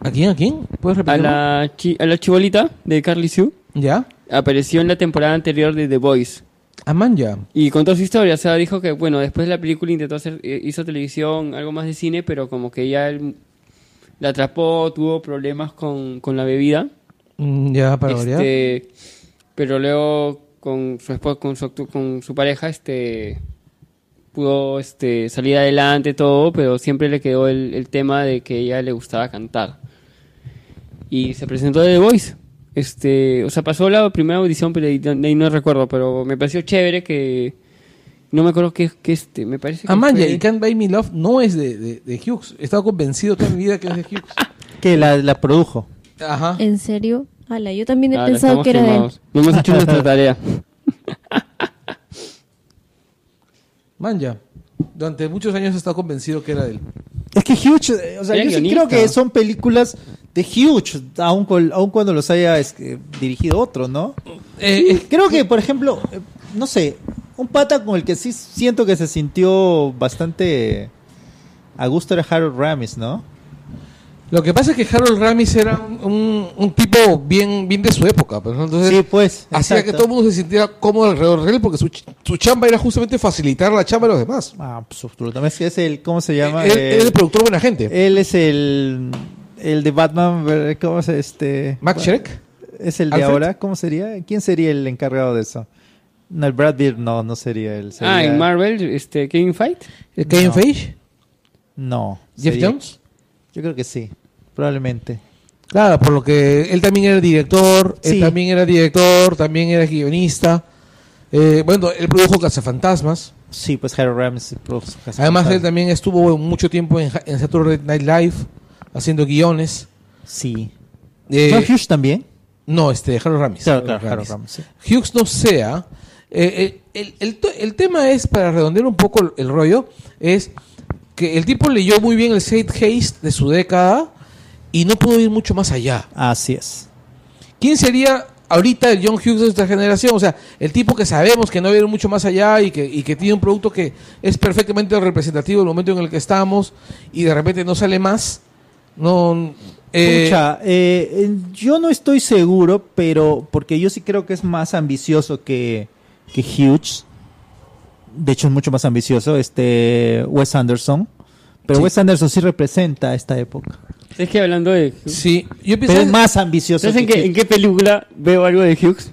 A: ¿A quién? ¿A quién? ¿Puedes
B: A
A: repetirlo?
B: la, chi- a la chibolita de Carly Sue,
A: ¿Ya?
B: apareció en la temporada anterior de The Voice.
A: Amanya.
B: Y contó su historia, o sea, dijo que, bueno, después de la película intentó hacer, eh, hizo televisión, algo más de cine, pero como que ya él la atrapó, tuvo problemas con, con la bebida.
A: Mm, Ya, para variar.
B: Este, pero luego con su esposa, con su, actu- con su pareja, este pudo este, salir adelante todo, pero siempre le quedó el, el tema de que ella le gustaba cantar. Y se presentó de The Voice. Este, o sea, pasó la primera audición, pero ahí, de ahí no recuerdo, pero me pareció chévere que no me acuerdo que, que este, me parece que
A: Amanya
B: fue-
A: Ah, y Can't Buy Me Love no es de, de, de Hughes. He estado convencido toda mi vida que es de Hughes.
C: Que la, la produjo.
A: Ajá.
B: Eh.
D: ¿En serio? Ala, yo también he
B: Ah, la
D: pensado
B: estamos
D: que era de él.
B: quemados. No hemos hecho nuestra tarea.
A: Manja. Durante muchos años he estado convencido que era de él.
C: Es que Huge, eh, o sea,
B: Era
C: yo sí
B: guionista.
C: creo que son películas de Huge, aun, col- aun cuando los haya es que, dirigido otro, ¿no?
A: Eh, eh,
C: Creo que, por ejemplo, eh, no sé, un pata con el que sí siento que se sintió bastante a gusto era Harold Ramis, ¿no?
A: lo que pasa es que Harold Ramis era un, un- un tipo bien, bien de su época. pues, ¿no? Entonces,
C: Sí, pues.
A: hacía
C: exacto.
A: que todo el mundo se sintiera cómodo alrededor de él porque su, ch- su chamba era justamente facilitar la chamba de los demás.
C: Ah, absolutamente. Es que es el, ¿cómo se llama?
A: él,
C: eh,
A: él
C: el,
A: era el productor buena gente.
C: él es el, el de Batman, ver- ¿cómo se este?
A: Max Shrek.
C: Es el de
A: Alfred.
C: ahora, ¿cómo sería? ¿Quién sería el encargado de eso? No, el Brad Pitt no, no sería él. Sería,
B: Ah, en Marvel, este, Kevin Fight.
A: Kevin Feige.
C: No.
A: Jeff
C: sería-
A: Jones.
C: Yo creo que sí, probablemente.
A: Claro, por lo que él también era director, él
C: Sí.
A: también era director, también era guionista. Eh, bueno, él produjo Cazafantasmas.
C: Sí, pues Harold Ramis. prof, casi
A: Además,
C: total.
A: él también estuvo mucho tiempo en, Ja- en Saturday Night Live haciendo guiones.
C: Sí.
A: Eh,
C: ¿No Hughes también?
A: no, este, Harold Ramis.
C: Claro, claro, Harold Ramis. sí.
A: Hughes no sea. eh, eh, el, el to- el tema es, para redondear un poco el, el rollo, es que el tipo leyó muy bien el Seth Haste de su década y no pudo ir mucho más allá.
C: Así es.
A: ¿Quién sería ahorita el John Hughes de nuestra generación? O sea, el tipo que sabemos que no vieron mucho más allá y que, y que tiene un producto que es perfectamente representativo del momento en el que estamos y de repente no sale más. No. eh,
C: Pucha, eh, eh, yo no estoy seguro, pero porque yo sí creo que es más ambicioso que, que Hughes. De hecho, es mucho más ambicioso este Wes Anderson. Pero Wes Anderson sí representa esta época.
B: Es que hablando de...
A: sí, yo
C: Pero es
A: pienso.
C: más ambicioso.
B: ¿Sabes en qué, en
C: Hughes.
B: qué película veo algo de Hughes?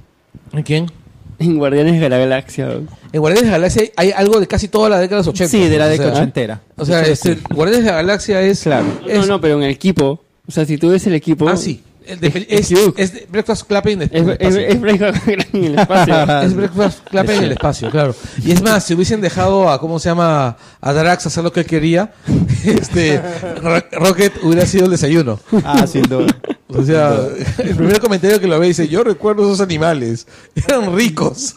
A: ¿En quién?
B: En Guardianes de la Galaxia. weón.
A: En Guardianes de la Galaxia hay algo de casi toda la década de los 80.
C: Sí, de la
A: o sea,
C: década ochentera.
A: O sea, este, Guardianes de la Galaxia es.
C: Claro.
A: es-
B: No, no, pero en el equipo. O sea, si tú ves el equipo...
A: Ah, sí. El de-
B: Es-
A: es,
B: es Hughes.
A: es de Breakfast Club en el
B: Es,
A: espacio.
B: es, es Breakfast en el espacio.
A: Es Breakfast Club en el espacio, claro. Y es más, si hubiesen dejado a, ¿cómo se llama? A Drax hacer lo que quería, este, Ro- Rocket hubiera sido el desayuno.
C: Ah, sin duda.
A: O sea, el primer comentario que lo ve dice, yo recuerdo esos animales, eran ricos.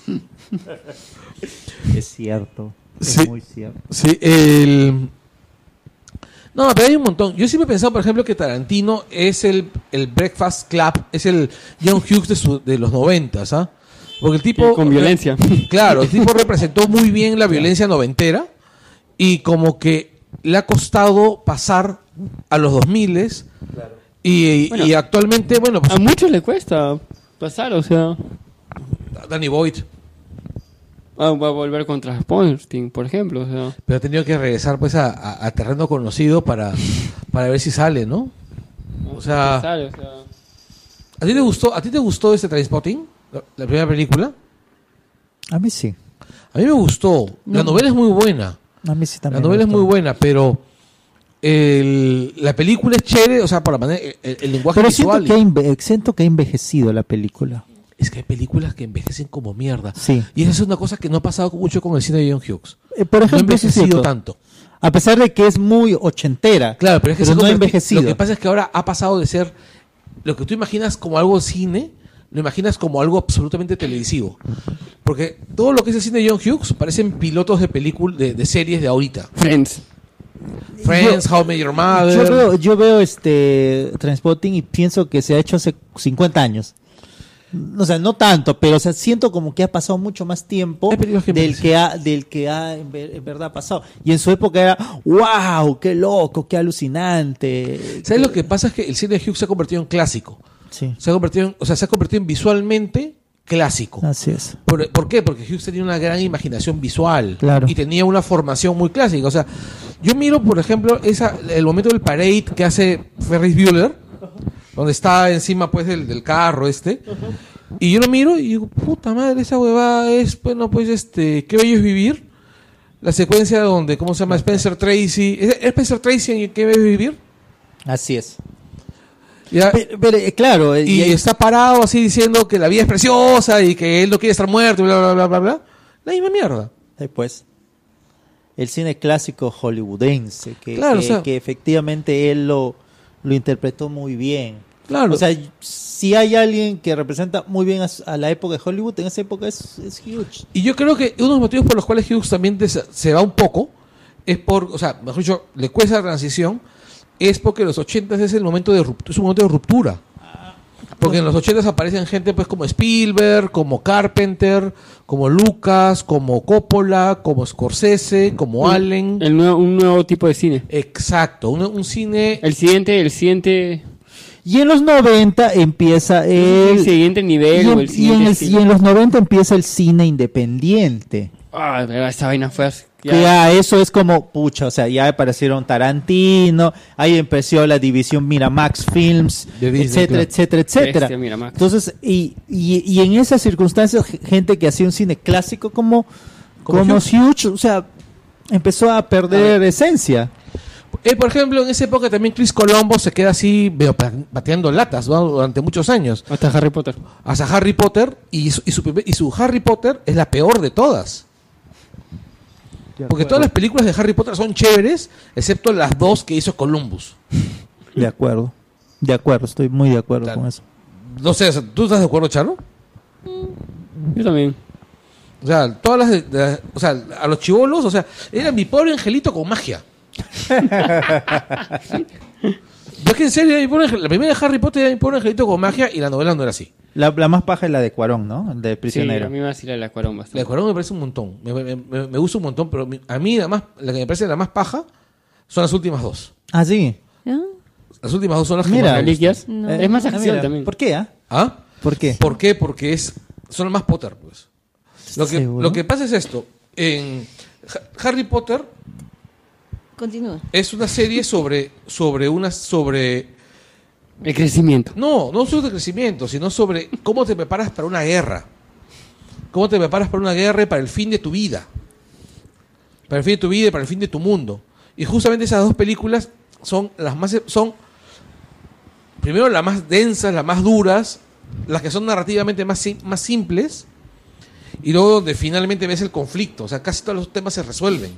C: Es cierto. Es
A: Sí.
C: muy cierto.
A: Sí, el... No, pero hay un montón. Yo siempre he pensado, por ejemplo, que Tarantino es el, el Breakfast Club, es el John Hughes de, su- de los noventas, ¿ah? Porque el tipo...
B: Con violencia.
A: Claro, el tipo representó muy bien la violencia noventera y como que le ha costado pasar a los 2000 y, y
B: Bueno.
A: actualmente, bueno, pues,
B: A muchos le cuesta pasar, o sea...
A: Danny Boyd,
B: ah, va a volver contra Sponstein, por ejemplo. O sea,
A: pero ha tenido que regresar pues a, a- a terreno conocido para, para ver si sale, ¿no? O sea-
B: pasar, o sea,
A: ¿A ti te gustó, a ti te gustó este Trainspotting? La, la primera película.
C: A mí sí.
A: A mí me gustó. La novela es muy buena.
C: A mí sí también.
A: la novela
C: me
A: es muy
C: gustó.
A: buena, pero el- la película es chévere, o sea, por la manera, el, el lenguaje
C: Pero siento
A: visual.
C: que, ha enve- siento que ha envejecido la película.
A: Es que hay películas que envejecen como mierda.
C: Sí.
A: Y esa es una cosa que no ha pasado mucho con el cine de John Hughes.
C: Eh, por
A: no ha
C: ejemplo, eso es
A: envejecido
C: cierto.
A: tanto.
C: A pesar de que es muy ochentera.
A: Claro, pero es que se ha
C: no ha
A: convertido-
C: envejecido.
A: Lo que pasa es que ahora ha pasado de ser lo que tú imaginas como algo cine, lo imaginas como algo absolutamente televisivo. Porque todo lo que es el cine de John Hughes parecen pilotos de películas, de, de series de ahorita.
B: Friends.
A: Friends, How I Met Your Mother.
C: Yo veo, yo veo este Transpotting y pienso que se ha hecho hace 50 años. O sea, no tanto, pero o sea, siento como que ha pasado mucho más tiempo
A: Hay películas que
C: del
A: envejecen.
C: que ha, del que ha en, ver- en verdad pasado. Y en su época era, wow, qué loco, qué alucinante.
A: ¿Sabes lo que pasa? Es que el cine de Hughes se ha convertido en clásico.
C: Sí.
A: Se ha convertido en- o sea, se ha convertido en visualmente clásico.
E: Así es.
A: ¿Por, por qué? Porque Hughes tenía una gran imaginación visual
E: Claro.
A: y tenía una formación muy clásica. O sea, yo miro, por ejemplo, esa, el momento del parade que hace Ferris Bueller, donde está encima pues del, del carro este. Y yo lo miro y digo, puta madre, esa huevada es, bueno, pues este, qué bello es vivir. La secuencia donde, ¿cómo se llama? Spencer Tracy. ¿Es, es Spencer Tracy en qué bello es vivir?
C: Así es.
A: Ya-
C: Pero, pero, eh, claro, eh,
A: y
C: y-
A: está parado así diciendo que la vida es preciosa y que él no quiere estar muerto y bla, bla, bla, bla, bla. La misma mierda.
C: Eh, pues, el cine clásico hollywoodense, que,
A: Claro,
C: que-
A: o sea-
C: que efectivamente él lo, lo interpretó muy bien.
A: Claro.
C: O sea, si hay alguien que representa muy bien a, s- a la época de Hollywood, en esa época es, es huge.
A: y yo creo que uno de los motivos por los cuales Hughes también des- se va un poco es por, o sea, mejor dicho, le cuesta la transición, es porque los 80 es el momento de ruptura, es un momento de ruptura. Porque en los 80 aparecen gente pues como Spielberg, como Carpenter, como Lucas, como Coppola, como Scorsese, como Allen.
B: Mm. El nuevo- un nuevo tipo de cine.
A: Exacto, un, un cine
B: El siguiente, el siguiente,
E: Y en los 90 empieza el...
B: el siguiente
E: y,
B: nivel o el
E: en, y en
B: siguiente
E: el-
B: estilo.
E: y en los 90 empieza el cine independiente.
B: Ah, pero esa vaina fue así.
C: Ya.
B: Ya.
C: eso es como, pucha, o sea, ya aparecieron Tarantino, ahí empezó la división Miramax Films,
A: De Disney,
C: etcétera,
A: claro.
C: etcétera, etcétera.
B: Bestia, mira, Max.
C: Entonces, y, y- y en esas circunstancias, g- gente que hacía un cine clásico como,
A: Como
C: como, Huge, o sea, empezó a perder esencia.
A: Eh, por ejemplo, en esa época también Chris Colombo se queda así medio pa- pateando latas ¿no? durante muchos años.
B: Hasta Harry Potter.
A: Hasta Harry Potter y su, y su primer- y su Harry Potter es la peor de todas. Porque todas las películas de Harry Potter son chéveres, excepto las dos que hizo Columbus.
C: De acuerdo, de acuerdo, estoy muy de acuerdo
A: Claro.
C: con eso.
A: No sé, ¿tú estás de acuerdo, Charo?
B: Yo también.
A: O sea, todas las, de- de- o sea, a los chivolos, o sea, era mi pobre angelito con magia. Yo es que en serio, era mi pobre angel- la primera de Harry Potter era mi pobre angelito con magia y la novela no era así.
C: La, la más paja es la de Cuarón, ¿no? El de
B: Sí,
C: Prisionero.
B: a mí me vacila el acuarón
A: La de
B: bastante.
A: Cuarón me parece un montón. Me, me- me- me gusta un montón, pero mi- a mí la, más, la que me parece la más paja son las últimas dos.
C: ah, sí.
D: ¿Ah?
A: Las últimas dos son las que
C: Mira.
A: más me gustan.
B: Reliquias.
D: No.
B: Es más
C: Ah,
B: acción
C: mira,
B: también.
C: ¿Por qué, ah?
A: ¿Ah?
C: ¿Por qué?
A: ¿Por qué? Porque es, son las más Potter, pues. Lo que,
C: ¿Seguro?
A: lo que pasa es esto. En Ha- Harry Potter
D: Continúa.
A: es una serie sobre, sobre una sobre
B: El crecimiento.
A: No, no sobre crecimiento, sino sobre cómo te preparas para una guerra. Cómo te preparas para una guerra y para el fin de tu vida. Para el fin de tu vida y para el fin de tu mundo. Y justamente esas dos películas son las más son primero las más densas, las más duras, las que son narrativamente más, sim- más simples y luego donde finalmente ves el conflicto, o sea, casi todos los temas se resuelven.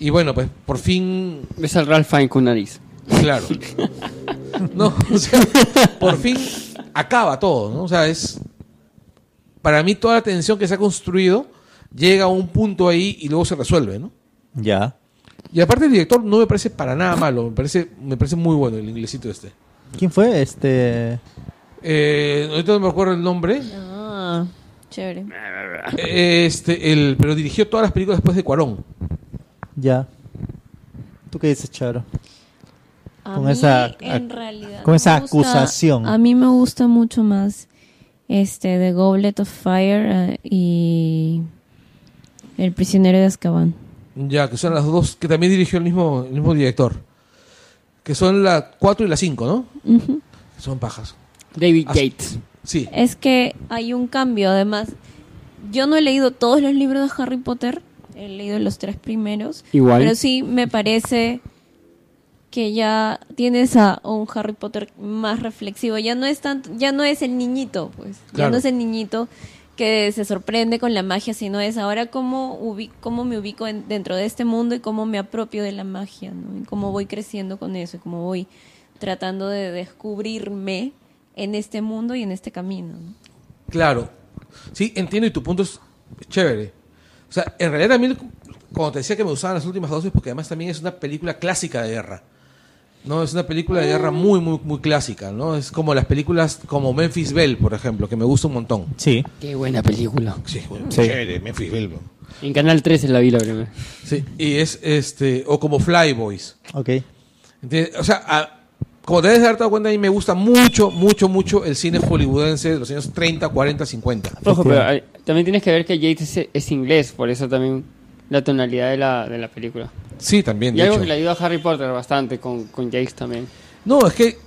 A: Y bueno, pues por fin
B: Ves al Ralph Fine con nariz.
A: Claro. No, o sea, por fin acaba todo, ¿no? O sea, es. Para mí, toda la tensión que se ha construido llega a un punto ahí y luego se resuelve, ¿no?
C: Ya.
A: Y aparte, el director no me parece para nada malo, me parece, me parece muy bueno el inglesito este.
C: ¿Quién fue? Este...
A: Eh, ahorita no me acuerdo el nombre.
D: Ah, chévere.
A: Eh, Este, el, pero dirigió todas las películas después de Cuarón.
C: Ya. ¿Tú qué dices, Charo?
D: A
C: Con
D: mí,
C: esa-
D: en
C: ac-
D: realidad,
C: con
D: me
C: esa
D: gusta-
C: acusación.
D: A mí me gusta mucho más este The Goblet of Fire eh, y El prisionero de Azkaban.
A: Ya, que son las dos que también dirigió el mismo, el mismo director. Que son la 4 y la 5, ¿no?
D: Ujú.
A: Son pajas.
B: David
A: As-
B: Gates.
A: Sí.
D: Es que hay un cambio, además. Yo no he leído todos los libros de Harry Potter, he leído los tres primeros.
B: Igual.
D: Pero sí me parece que ya tienes a un Harry Potter más reflexivo. Ya no es tanto, ya no es el niñito, pues. Ya
A: Claro.
D: no es el niñito que se sorprende con la magia, sino es ahora cómo, ubi- cómo me ubico en- dentro de este mundo y cómo me apropio de la magia, ¿no? Y cómo voy creciendo con eso y cómo voy tratando de descubrirme en este mundo y en este camino. ¿no?
A: Claro. Sí, entiendo y tu punto es chévere. O sea, en realidad también cuando te decía que me gustaban las últimas dos es porque además también es una película clásica de guerra. No, es una película de guerra muy, muy, muy clásica, ¿no? Es como las películas como Memphis Bell, por ejemplo, que me gusta un montón.
C: Sí.
B: Qué buena película.
A: Sí, bueno, chévere, Memphis Bell. bro.
B: En Canal 13 la vi la primera.
A: Sí, y es este, o como Flyboys.
C: Ok.
A: ¿Entiendes? O sea, a- como te debes haber dado cuenta, a mí me gusta mucho, mucho, mucho el cine hollywoodense de los años 30, 40, 50.
B: Ojo,
C: Ok.
B: pero hay- también tienes que ver que Yates es, es inglés, por eso también la tonalidad de la, de la película.
A: Sí, también.
B: Y
A: de
B: algo
A: hecho.
B: que le ayuda a Harry Potter bastante con, con Yates también.
A: No, es que.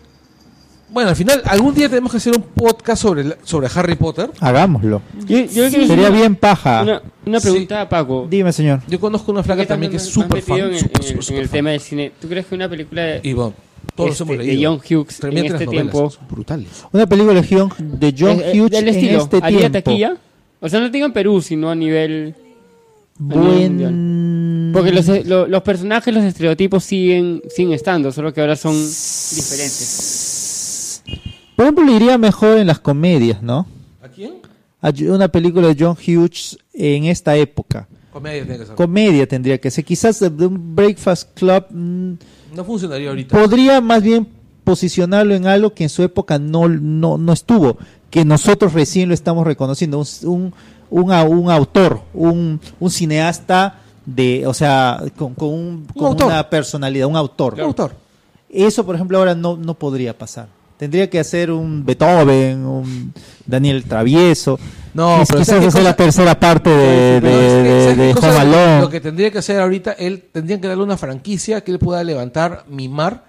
A: Bueno, al final, algún día tenemos que hacer un podcast sobre, la- sobre Harry Potter.
C: Hagámoslo.
B: Yo, yo quiero hacer
C: Sería
B: una-
C: bien paja.
B: Una, una pregunta a Paco.
C: Dime, señor.
A: Yo conozco una flaca
B: Porque
A: también que es
B: me- me has
A: súper fan.
B: metido En, el-
A: súper,
B: en el-
A: súper,
B: en
A: súper
B: el
A: fan.
B: tema del cine. ¿Tú crees que una película de,
A: Y bueno, todos los
B: este,
A: hemos
B: de
A: leído.
B: John Hughes
A: Tremendas
B: en este
A: novelas,
B: tiempo-
A: son brutales.
C: Una película de John, de John
B: eh, eh,
C: Hughes
B: del
C: en
B: estilo,
C: este
B: haría
C: tiempo.
B: taquilla? O sea, no te digo en Perú, sino a nivel...
C: Buen...
B: Porque los, eh, lo- los personajes, los estereotipos siguen, siguen estando, solo que ahora son diferentes.
C: Por ejemplo, le iría mejor en las comedias, ¿no?
A: ¿A quién?
C: A- Una película de John Hughes en esta época.
A: Comedia tiene que ser.
C: Comedia tendría que ser. Quizás de de un Breakfast Club mm,
A: no funcionaría ahorita.
C: podría más bien posicionarlo en algo que en su época no, no, no estuvo, que nosotros recién lo estamos reconociendo, un, un, un au- un autor, un, un cineasta de, o sea, con, con un- con
A: autor.
C: una personalidad, un autor.
A: Un autor.
C: Eso, por ejemplo, ahora no, no podría pasar. Tendría que hacer un Beethoven, un Daniel Travieso.
A: No,
C: Quiz-
A: pero
C: quizás
A: ¿sabes qué
C: hacer la
A: cosa?
C: tercera parte de,
A: Pero
C: de,
A: es que,
C: de,
A: ¿sabes qué
C: de
A: cosa?
C: Home Alone.
A: Lo que tendría que hacer ahorita, él tendría que darle una franquicia que él pueda levantar, mimar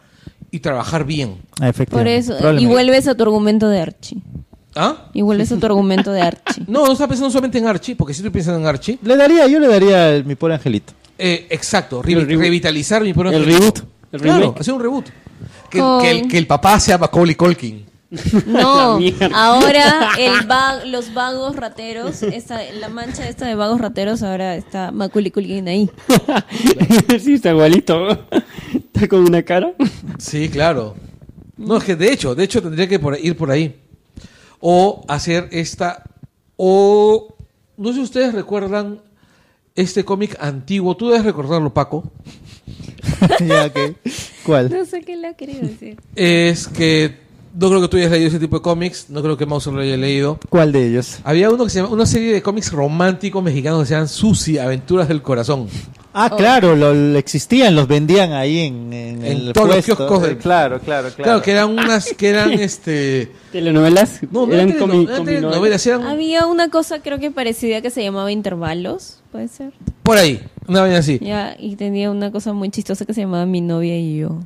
A: y trabajar bien.
C: Ah,
D: Por
C: efectivamente,
D: eso, eh, y
C: probablemente.
D: vuelves a tu argumento de Archie.
A: ¿Ah?
D: Y vuelves a tu argumento de Archie.
A: No, no está pensando solamente en Archie, porque si estoy pensando en Archie.
C: Le daría, yo le daría el, mi pobre angelito.
A: Eh, exacto,
B: El
A: revi-
B: reboot.
A: revitalizar mi
B: El
A: Angelito.
B: reboot, el
A: claro,
B: remake.
A: hacer un reboot. Que,
D: Con-
A: que el, que el papá sea Macaulay Colkin.
D: No,
B: La mierda.
D: ahora el va- los vagos rateros, esta, la mancha esta de vagos rateros, ahora está Macaulay Culkin ahí.
B: sí, está igualito. Está con una cara.
A: Sí, claro. No, es que de hecho, de hecho tendría que por- ir por ahí. O hacer esta. O. No sé si ustedes recuerdan este cómic antiguo. Tú debes recordarlo, Paco.
C: Ya, ok. ¿Cuál?
D: No sé qué le ha querido decir.
A: Es que. No creo que tú hayas leído ese tipo de cómics. No creo que Mauser lo haya leído.
C: ¿Cuál de ellos?
A: Había uno que se llama, una serie de cómics románticos mexicanos que se llaman Susi, Aventuras del Corazón.
C: Ah,
D: Oh.
C: claro, lo, lo existían, los vendían ahí en,
A: En
C: en el
A: todos los
C: puesto.
A: kioscos del-
C: Eh, Claro, claro,
A: Claro, que eran unas, que eran este...
B: Telenovelas.
A: No, no
B: eran
A: eran teleno-
B: comi- ¿eh?
A: no eran
B: cominovelas.
A: telenovelas, eran
D: Había una cosa creo que parecida que se llamaba intervalos, puede ser.
A: por ahí, una vaina así.
D: Ya, y tenía una cosa muy chistosa que se llamaba mi novia y yo.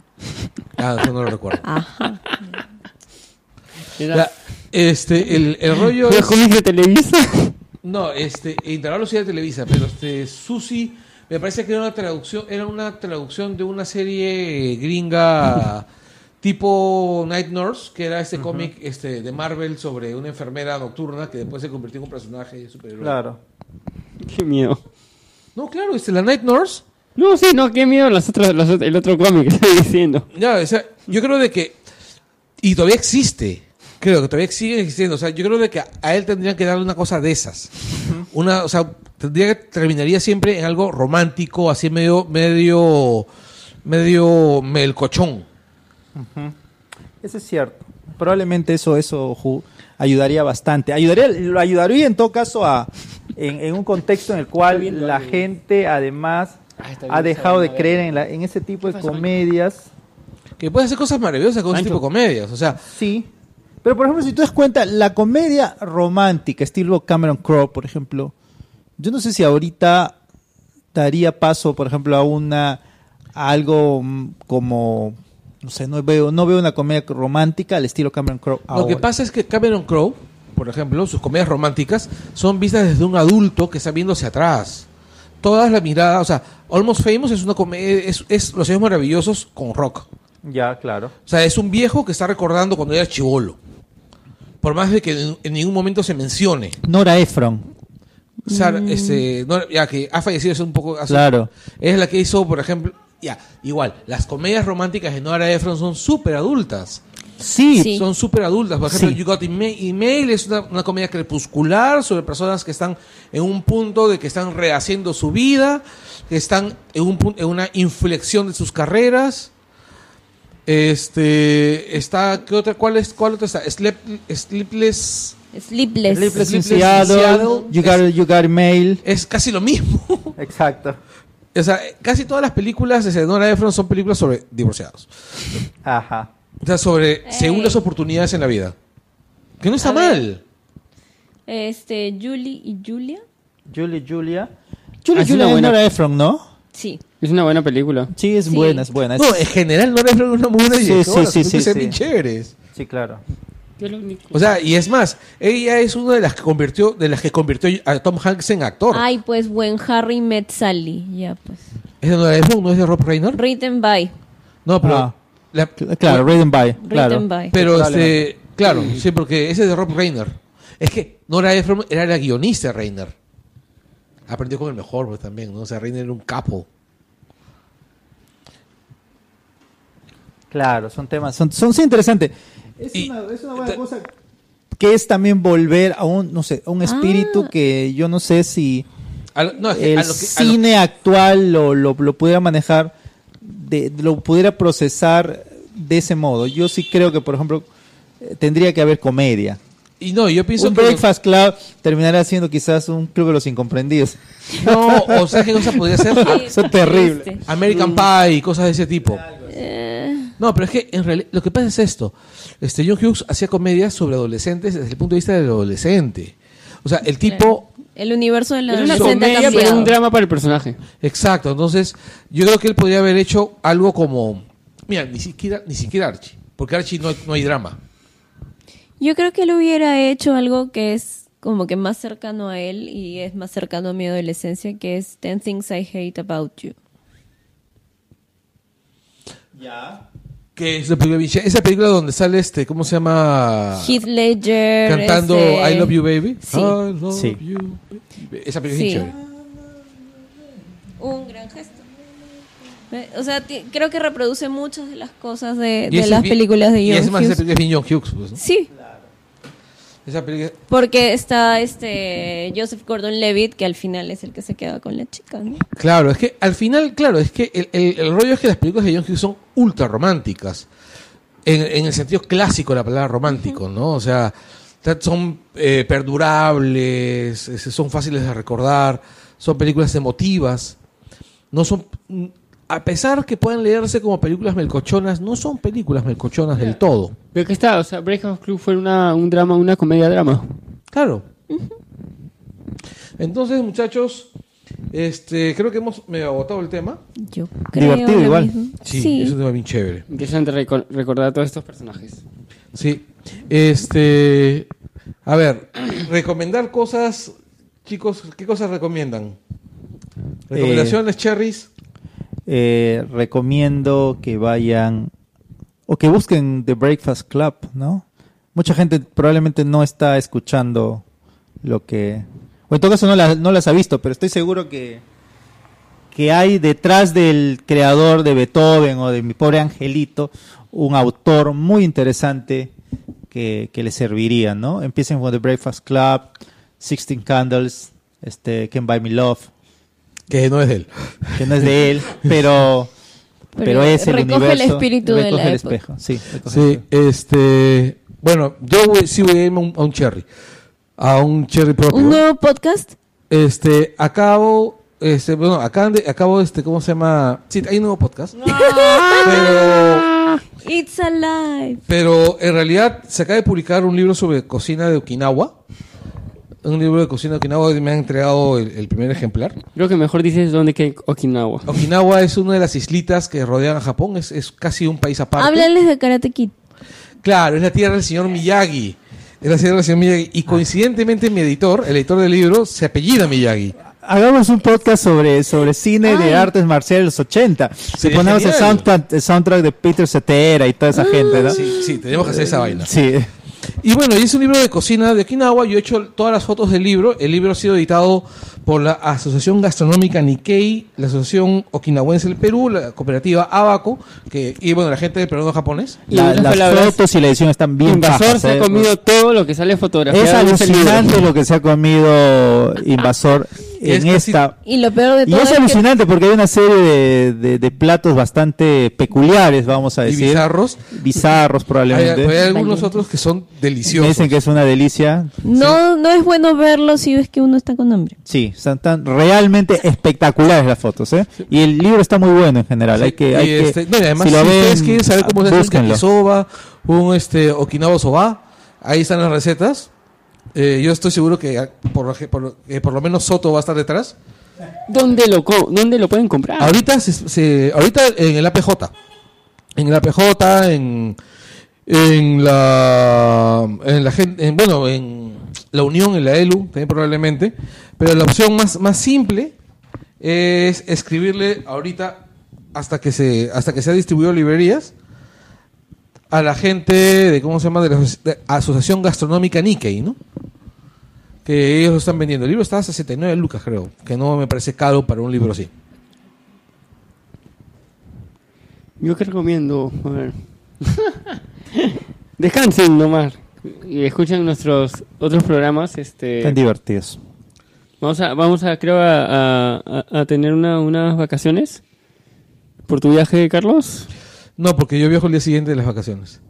A: Ah, eso no lo recuerdo.
D: Ajá.
B: Era-
A: La- este, el, el rollo...
B: Era
A: es-
B: cómics de Televisa.
A: no, este, Intervalos era de Televisa, pero este, Susi, me parece que era una traducción, era una traducción de una serie gringa tipo Night Nurse, que era este cómic este, de Marvel sobre una enfermera nocturna que después se convirtió en un personaje superhéroe.
C: Claro.
B: Qué miedo.
A: No, claro, este, la Night Nurse
B: No, sí, no, qué miedo las otras, las ot- el otro cómic que estoy diciendo.
A: Ya, o sea, yo creo de que. Y todavía existe. Creo que todavía sigue existiendo. O sea, yo creo de que a- a él tendrían que darle una cosa de esas. Una, o sea, tendría que terminaría siempre en algo romántico, así medio, medio, medio melcochón.
C: Eso es cierto. Probablemente eso, eso ju- ayudaría bastante. Ayudaría, lo ayudaría en todo caso a, en, en un contexto en el cual la gente además
B: Ah, está
C: ha
B: bien,
C: dejado de
B: está bien,
C: creer en, la- en ese tipo de
B: pasa, Mancho?
C: comedias.
A: Que puede hacer cosas maravillosas con ese
B: Ancho.
A: tipo de comedias. O sea,
C: Sí. Pero por ejemplo, si tú das cuenta, la comedia romántica, estilo Cameron Crowe, por ejemplo, yo no sé si ahorita daría paso, por ejemplo, a una a algo mm, como no sé, no veo no veo una comedia romántica al estilo Cameron Crowe
A: lo que
C: ahora.
A: pasa es que Cameron Crowe, por ejemplo, sus comedias románticas son vistas desde un adulto que está viéndose atrás. Todas las miradas, o sea, Almost Famous es una comedia, es, es Los Años Maravillosos con rock.
C: Ya, claro.
A: O sea, es un viejo que está recordando cuando era chivolo. Por más de que en, en ningún momento se mencione.
C: Nora Ephron.
A: O sea, este, no- ya que ha fallecido hace un poco. hace-
C: Claro.
A: Es la que hizo, por ejemplo. Ya, igual, las comedias románticas de Nora Ephron son súper adultas.
C: Sí,
D: Sí.
A: Son súper adultas. Por ejemplo,
C: Sí.
A: You Got Ema- Email es una, una comedia crepuscular sobre personas que están en un punto de que están rehaciendo su vida, que están en, un pun- en una inflexión de sus carreras. Este está ¿qué otra cuál es cuál otra está? Sleep, Sleepless
C: Sleepless
D: Sleepless.
C: in
A: Sleepless in Seattle,
C: Seattle, You Got, you got Mail.
A: es casi lo mismo.
C: Exacto.
A: o sea, casi todas las películas de Nora Ephron son películas sobre divorciados.
C: Ajá.
A: O sea, sobre segundas
D: Ey.
A: oportunidades en la vida. Que no está
D: A ver.
A: mal.
D: Este, Julie y Julia.
F: Julie, Julia.
B: Ah,
C: Julie
B: es una
C: Julia es
B: buena-
C: Nora Ephron, ¿no?
D: Sí.
B: Es una buena película.
C: Sí, es
D: Sí.
C: buena, es buena. Es-
A: No, en general no es una muy buena
C: Sí,
A: directora,
C: sí, sí,
A: son que
C: sí,
A: sean
C: sí.
A: bien chéveres.
F: Sí, claro.
A: O sea, y es más, ella es una de las que convirtió, de las que convirtió a Tom Hanks en actor.
D: Ay, pues buen Harry Met Sally. Ya, pues.
A: ¿Es de Nora Ephron, no es de Rob Reiner?
D: Written by.
A: No, pero
C: Ah.
A: la-
C: Cl- Claro, Raiden by. Claro.
D: Written by.
A: Pero este, claro, sí, porque ese es de Rob Reiner. Es que Nora Ephron era la guionista de Reiner. Aprendió con el mejor pues, también, ¿no? O sea, Reiner era un capo.
F: Claro, son temas.
C: Son, son sí interesantes. Es,
A: Y-
C: una, es una buena
A: te-
C: cosa. Que es también volver a un, no sé, a un espíritu
D: Ah.
C: que yo no sé si
A: A lo- no, es que
C: el
A: a lo que- a lo-
C: cine actual lo, lo, lo pudiera manejar, de, lo pudiera procesar de ese modo. Yo sí creo que, por ejemplo, eh, tendría que haber comedia.
A: y no, yo pienso
C: Un
A: que.
C: Breakfast Club terminará siendo quizás un club de los incomprendidos.
A: No, o sea, que cosa podría ser
D: Sí,
A: a-
C: Eso es terrible.
D: triste.
A: American Pie y cosas de ese tipo.
D: Eh,
A: No, pero es que en realidad lo que pasa es esto. Este John Hughes hacía comedias sobre adolescentes desde el punto de vista del adolescente. O sea, el tipo,
D: el universo de la
B: Es una
D: adolescente ha
B: comedia, pero
D: cambiado.
B: un drama para el personaje.
A: exacto. Entonces, yo creo que él podría haber hecho algo como, mira, ni siquiera, ni siquiera Archie, porque Archie no, hay- no hay drama.
D: Yo creo que él hubiera hecho algo que es como que más cercano a él y es más cercano a mi adolescencia, que es Ten Things I Hate About You.
A: Que es la película de Vinci- Esa película donde sale este, ¿cómo se llama?
D: Heath Ledger.
A: Ah. Cantando
D: este,
A: I Love You Baby.
D: Sí.
A: I love
F: Sí.
A: you, baby. Esa película
D: Sí.
A: es bien chévere.
D: Un gran gesto. Eh, O sea, ti- creo que reproduce muchas de las cosas de,
A: Y
D: de
A: ese
D: las
A: vi-
D: películas de
A: Y es
D: John
A: más, esa
D: Hughes.
A: película es bien John Hughes. pues, ¿no?
D: Sí,
A: Esa película...
D: porque está este Joseph Gordon-Levitt, que al final es el que se queda con la chica, ¿no?
A: Claro, es que al final, claro, es que el, el- el rollo es que las películas de John Hughes son ultra románticas. En, en el sentido clásico de la palabra romántico, ¿no? O sea, tra- son eh, perdurables, es- son fáciles de recordar, son películas emotivas. No son. A pesar que puedan leerse como películas melcochonas, no son películas melcochonas del todo.
B: Pero que está, o sea, Breakfast Club fue una, un drama, una comedia-drama.
A: Claro. Entonces, muchachos, este, creo que hemos me agotado el tema.
D: Yo creo
C: Divertido
D: lo
C: igual.
D: mismo. Sí,
A: es un tema bien chévere.
B: Interesante reco- recordar a todos estos personajes.
A: Sí. Este. A ver, recomendar cosas. Chicos, ¿qué cosas recomiendan? Eh, ¿Recomendaciones, cherries?
C: Eh, recomiendo que vayan o que busquen The Breakfast Club, ¿no? Mucha gente probablemente no está escuchando lo que... O en todo caso no, la- no las ha visto, pero estoy seguro que, que hay detrás del creador de Beethoven o de mi pobre angelito un autor muy interesante que, que les serviría, ¿no? Empiecen con The Breakfast Club, Sixteen Candles, este, Can Buy Me Love,
A: Que no es de él.
C: que no es de él, pero,
D: Pero
C: pero, es el
D: recoge el
C: universo.
D: espíritu de
C: recoge
D: la
C: el
D: época.
C: espejo, sí. recoge el
A: Sí,
C: espejo.
A: este. Bueno, yo voy- sí voy a irme a un, a un cherry. A un cherry propio.
D: ¿Un nuevo podcast?
A: Este, acabo. Este, bueno, acaban de, acabo este, ¿cómo se llama? Sí, hay un nuevo podcast. Pero.
D: It's Alive.
A: Pero en realidad se acaba de publicar un libro sobre cocina de Okinawa. Un libro de cocina de Okinawa y me han entregado el, el primer ejemplar.
B: Creo que mejor dices dónde que Okinawa.
A: Okinawa es una de las islitas que rodean a Japón, es, es casi un país aparte.
D: Háblales de Karate Kid.
A: Claro, es la tierra del señor Miyagi. Es la tierra del señor Miyagi. Y coincidentemente mi editor, el editor del libro, se apellida Miyagi.
C: Hagamos un podcast sobre, sobre cine
D: Ay.
C: de artes marciales de los 80. Si
A: Sería
C: ponemos el
A: genial.
C: soundtrack, el soundtrack de Peter Cetera y toda esa gente, ¿no?
A: Sí, sí, tenemos que hacer esa vaina.
C: Sí.
A: Y bueno, y es un libro de cocina de Okinawa. Yo he hecho todas las fotos del libro. El libro ha sido editado por la Asociación Gastronómica Nikkei, la Asociación Okinawense del Perú, la cooperativa Abaco, que, y bueno, la gente del peruano japonés.
B: Y
C: La-
B: en otras
C: las
B: palabras,
C: fotos y la edición están bien
B: Invasor
C: bajas,
B: se ha
C: ¿eh?
B: comido todo lo que sale fotografiado.
C: Es
B: de ese libro.
C: alucinante lo que se ha comido Invasor
A: Es
C: en
A: casi-
C: esta.
D: Y lo peor de
C: Y
D: todo
C: es
D: es que
C: alucinante porque hay una serie de, de- de platos bastante peculiares, vamos a
A: y
C: decir.
A: bizarros.
C: Bizarros,
A: Hay, pero hay
C: probablemente.
A: algunos otros que son
C: Me
A: deliciosos.
C: dicen que es una delicia.
D: no, no es bueno verlo si es que uno está con hambre.
C: Sí, están tan realmente espectaculares las fotos, ¿eh? Y el libro está muy bueno en general.
A: Sí,
C: Hay que,
A: y
C: hay que-
A: este, no, y además, si,
C: lo
A: ustedes
C: ven,
A: quieren saber cómo se hace un
C: búsquenlo.
A: yakisoba, un este, okinawa soba, ahí están las recetas. Eh, yo estoy seguro que ah, por, por- eh, por lo menos Soto va a estar detrás.
B: ¿Dónde lo, co- ¿Dónde lo pueden comprar?
A: Ahorita, se, se- ahorita en el APJ. En el APJ, en, en la. En la gen- en, bueno, en la Unión, en la ELU, también probablemente. Pero la opción más, más simple es escribirle ahorita, hasta que se hasta que se ha distribuido a librerías, a la gente de, ¿cómo se llama?, de la aso- de Asociación Gastronómica Nikkei, ¿no? Que ellos lo están vendiendo. El libro está a 69 lucas, creo. Que no me parece caro para un libro así.
B: Yo que recomiendo. A ver. Descansen nomás. Y escuchen nuestros otros programas. Este.
C: Están divertidos.
B: Vamos a, vamos a creo, a, a- a- a tener una- unas vacaciones por tu viaje, Carlos.
A: No, porque yo viajo el día siguiente de las vacaciones.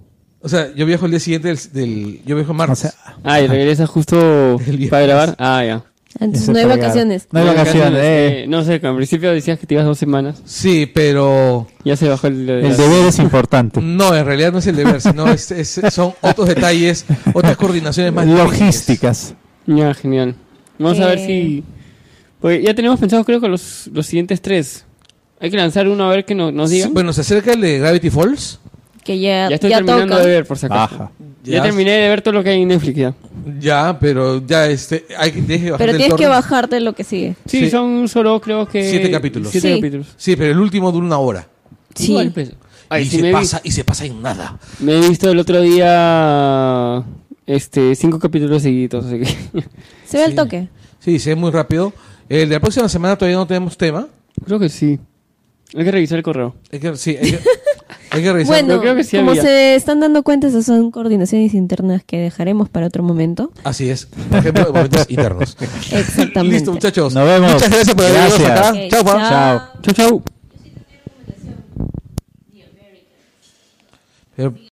A: O sea, yo viajo el día siguiente del... del- yo viajo martes.
C: O sea,
B: Ah, y regresas justo
A: El viernes.
B: para grabar. Ah, ya.
D: Antes
C: Ese
D: no hay
C: fregado.
D: vacaciones.
C: No hay vacaciones, eh.
B: eh, no sé, al principio decías que te ibas dos semanas.
A: sí, pero...
B: Ya se bajó el...
C: El deber es importante.
A: No, en realidad no es el deber, sino es- es- son otros detalles, otras coordinaciones más...
C: Logísticas.
B: Ya, genial. Vamos a ver
D: Eh.
B: si... Pues ya tenemos pensado creo que los, los siguientes tres. Hay que lanzar uno a ver que no- nos
A: Sí,
B: digan.
A: Bueno, se acerca el de Gravity Falls.
D: Que ya,
B: ya estoy
D: ya
B: terminando
D: toca.
B: de ver, por si acaso.
C: Baja.
B: Ya, terminé de ver todo lo que hay en Netflix ya.
A: Ya, pero ya este... Hay que, deje bajar
D: Pero
A: del
D: tienes que
A: torno.
D: bajarte lo que sigue.
B: Sí,
A: Sí.
B: son solo creo que...
A: Siete capítulos.
B: Siete
D: Sí.
B: capítulos.
A: Sí, pero el último dura una hora.
D: Sí.
B: Igual, pues. Ay,
A: y,
B: sí, me,
A: se
B: he vi-
A: pasa, y se pasa en nada.
B: me he visto el otro día este cinco capítulos seguidos, así que
A: Sí.
D: Se ve al toque.
A: Sí, se ve muy rápido. El de la próxima semana todavía no tenemos tema.
B: creo que sí. Hay que revisar el correo.
A: Hay que, sí, hay que, hay que revisar.
D: Bueno,
B: creo que sí
D: como
B: había.
D: se están dando cuenta, esas son coordinaciones internas que dejaremos para otro momento.
A: Así es. Por ejemplo, de momentos internos.
D: Exactamente.
A: Listo, muchachos.
C: Nos vemos.
A: Muchas gracias por haber venido
C: Gracias.
A: acá.
D: Ok,
A: Chao, Juan.
C: Chao.
B: Chau, chau.
A: Pero-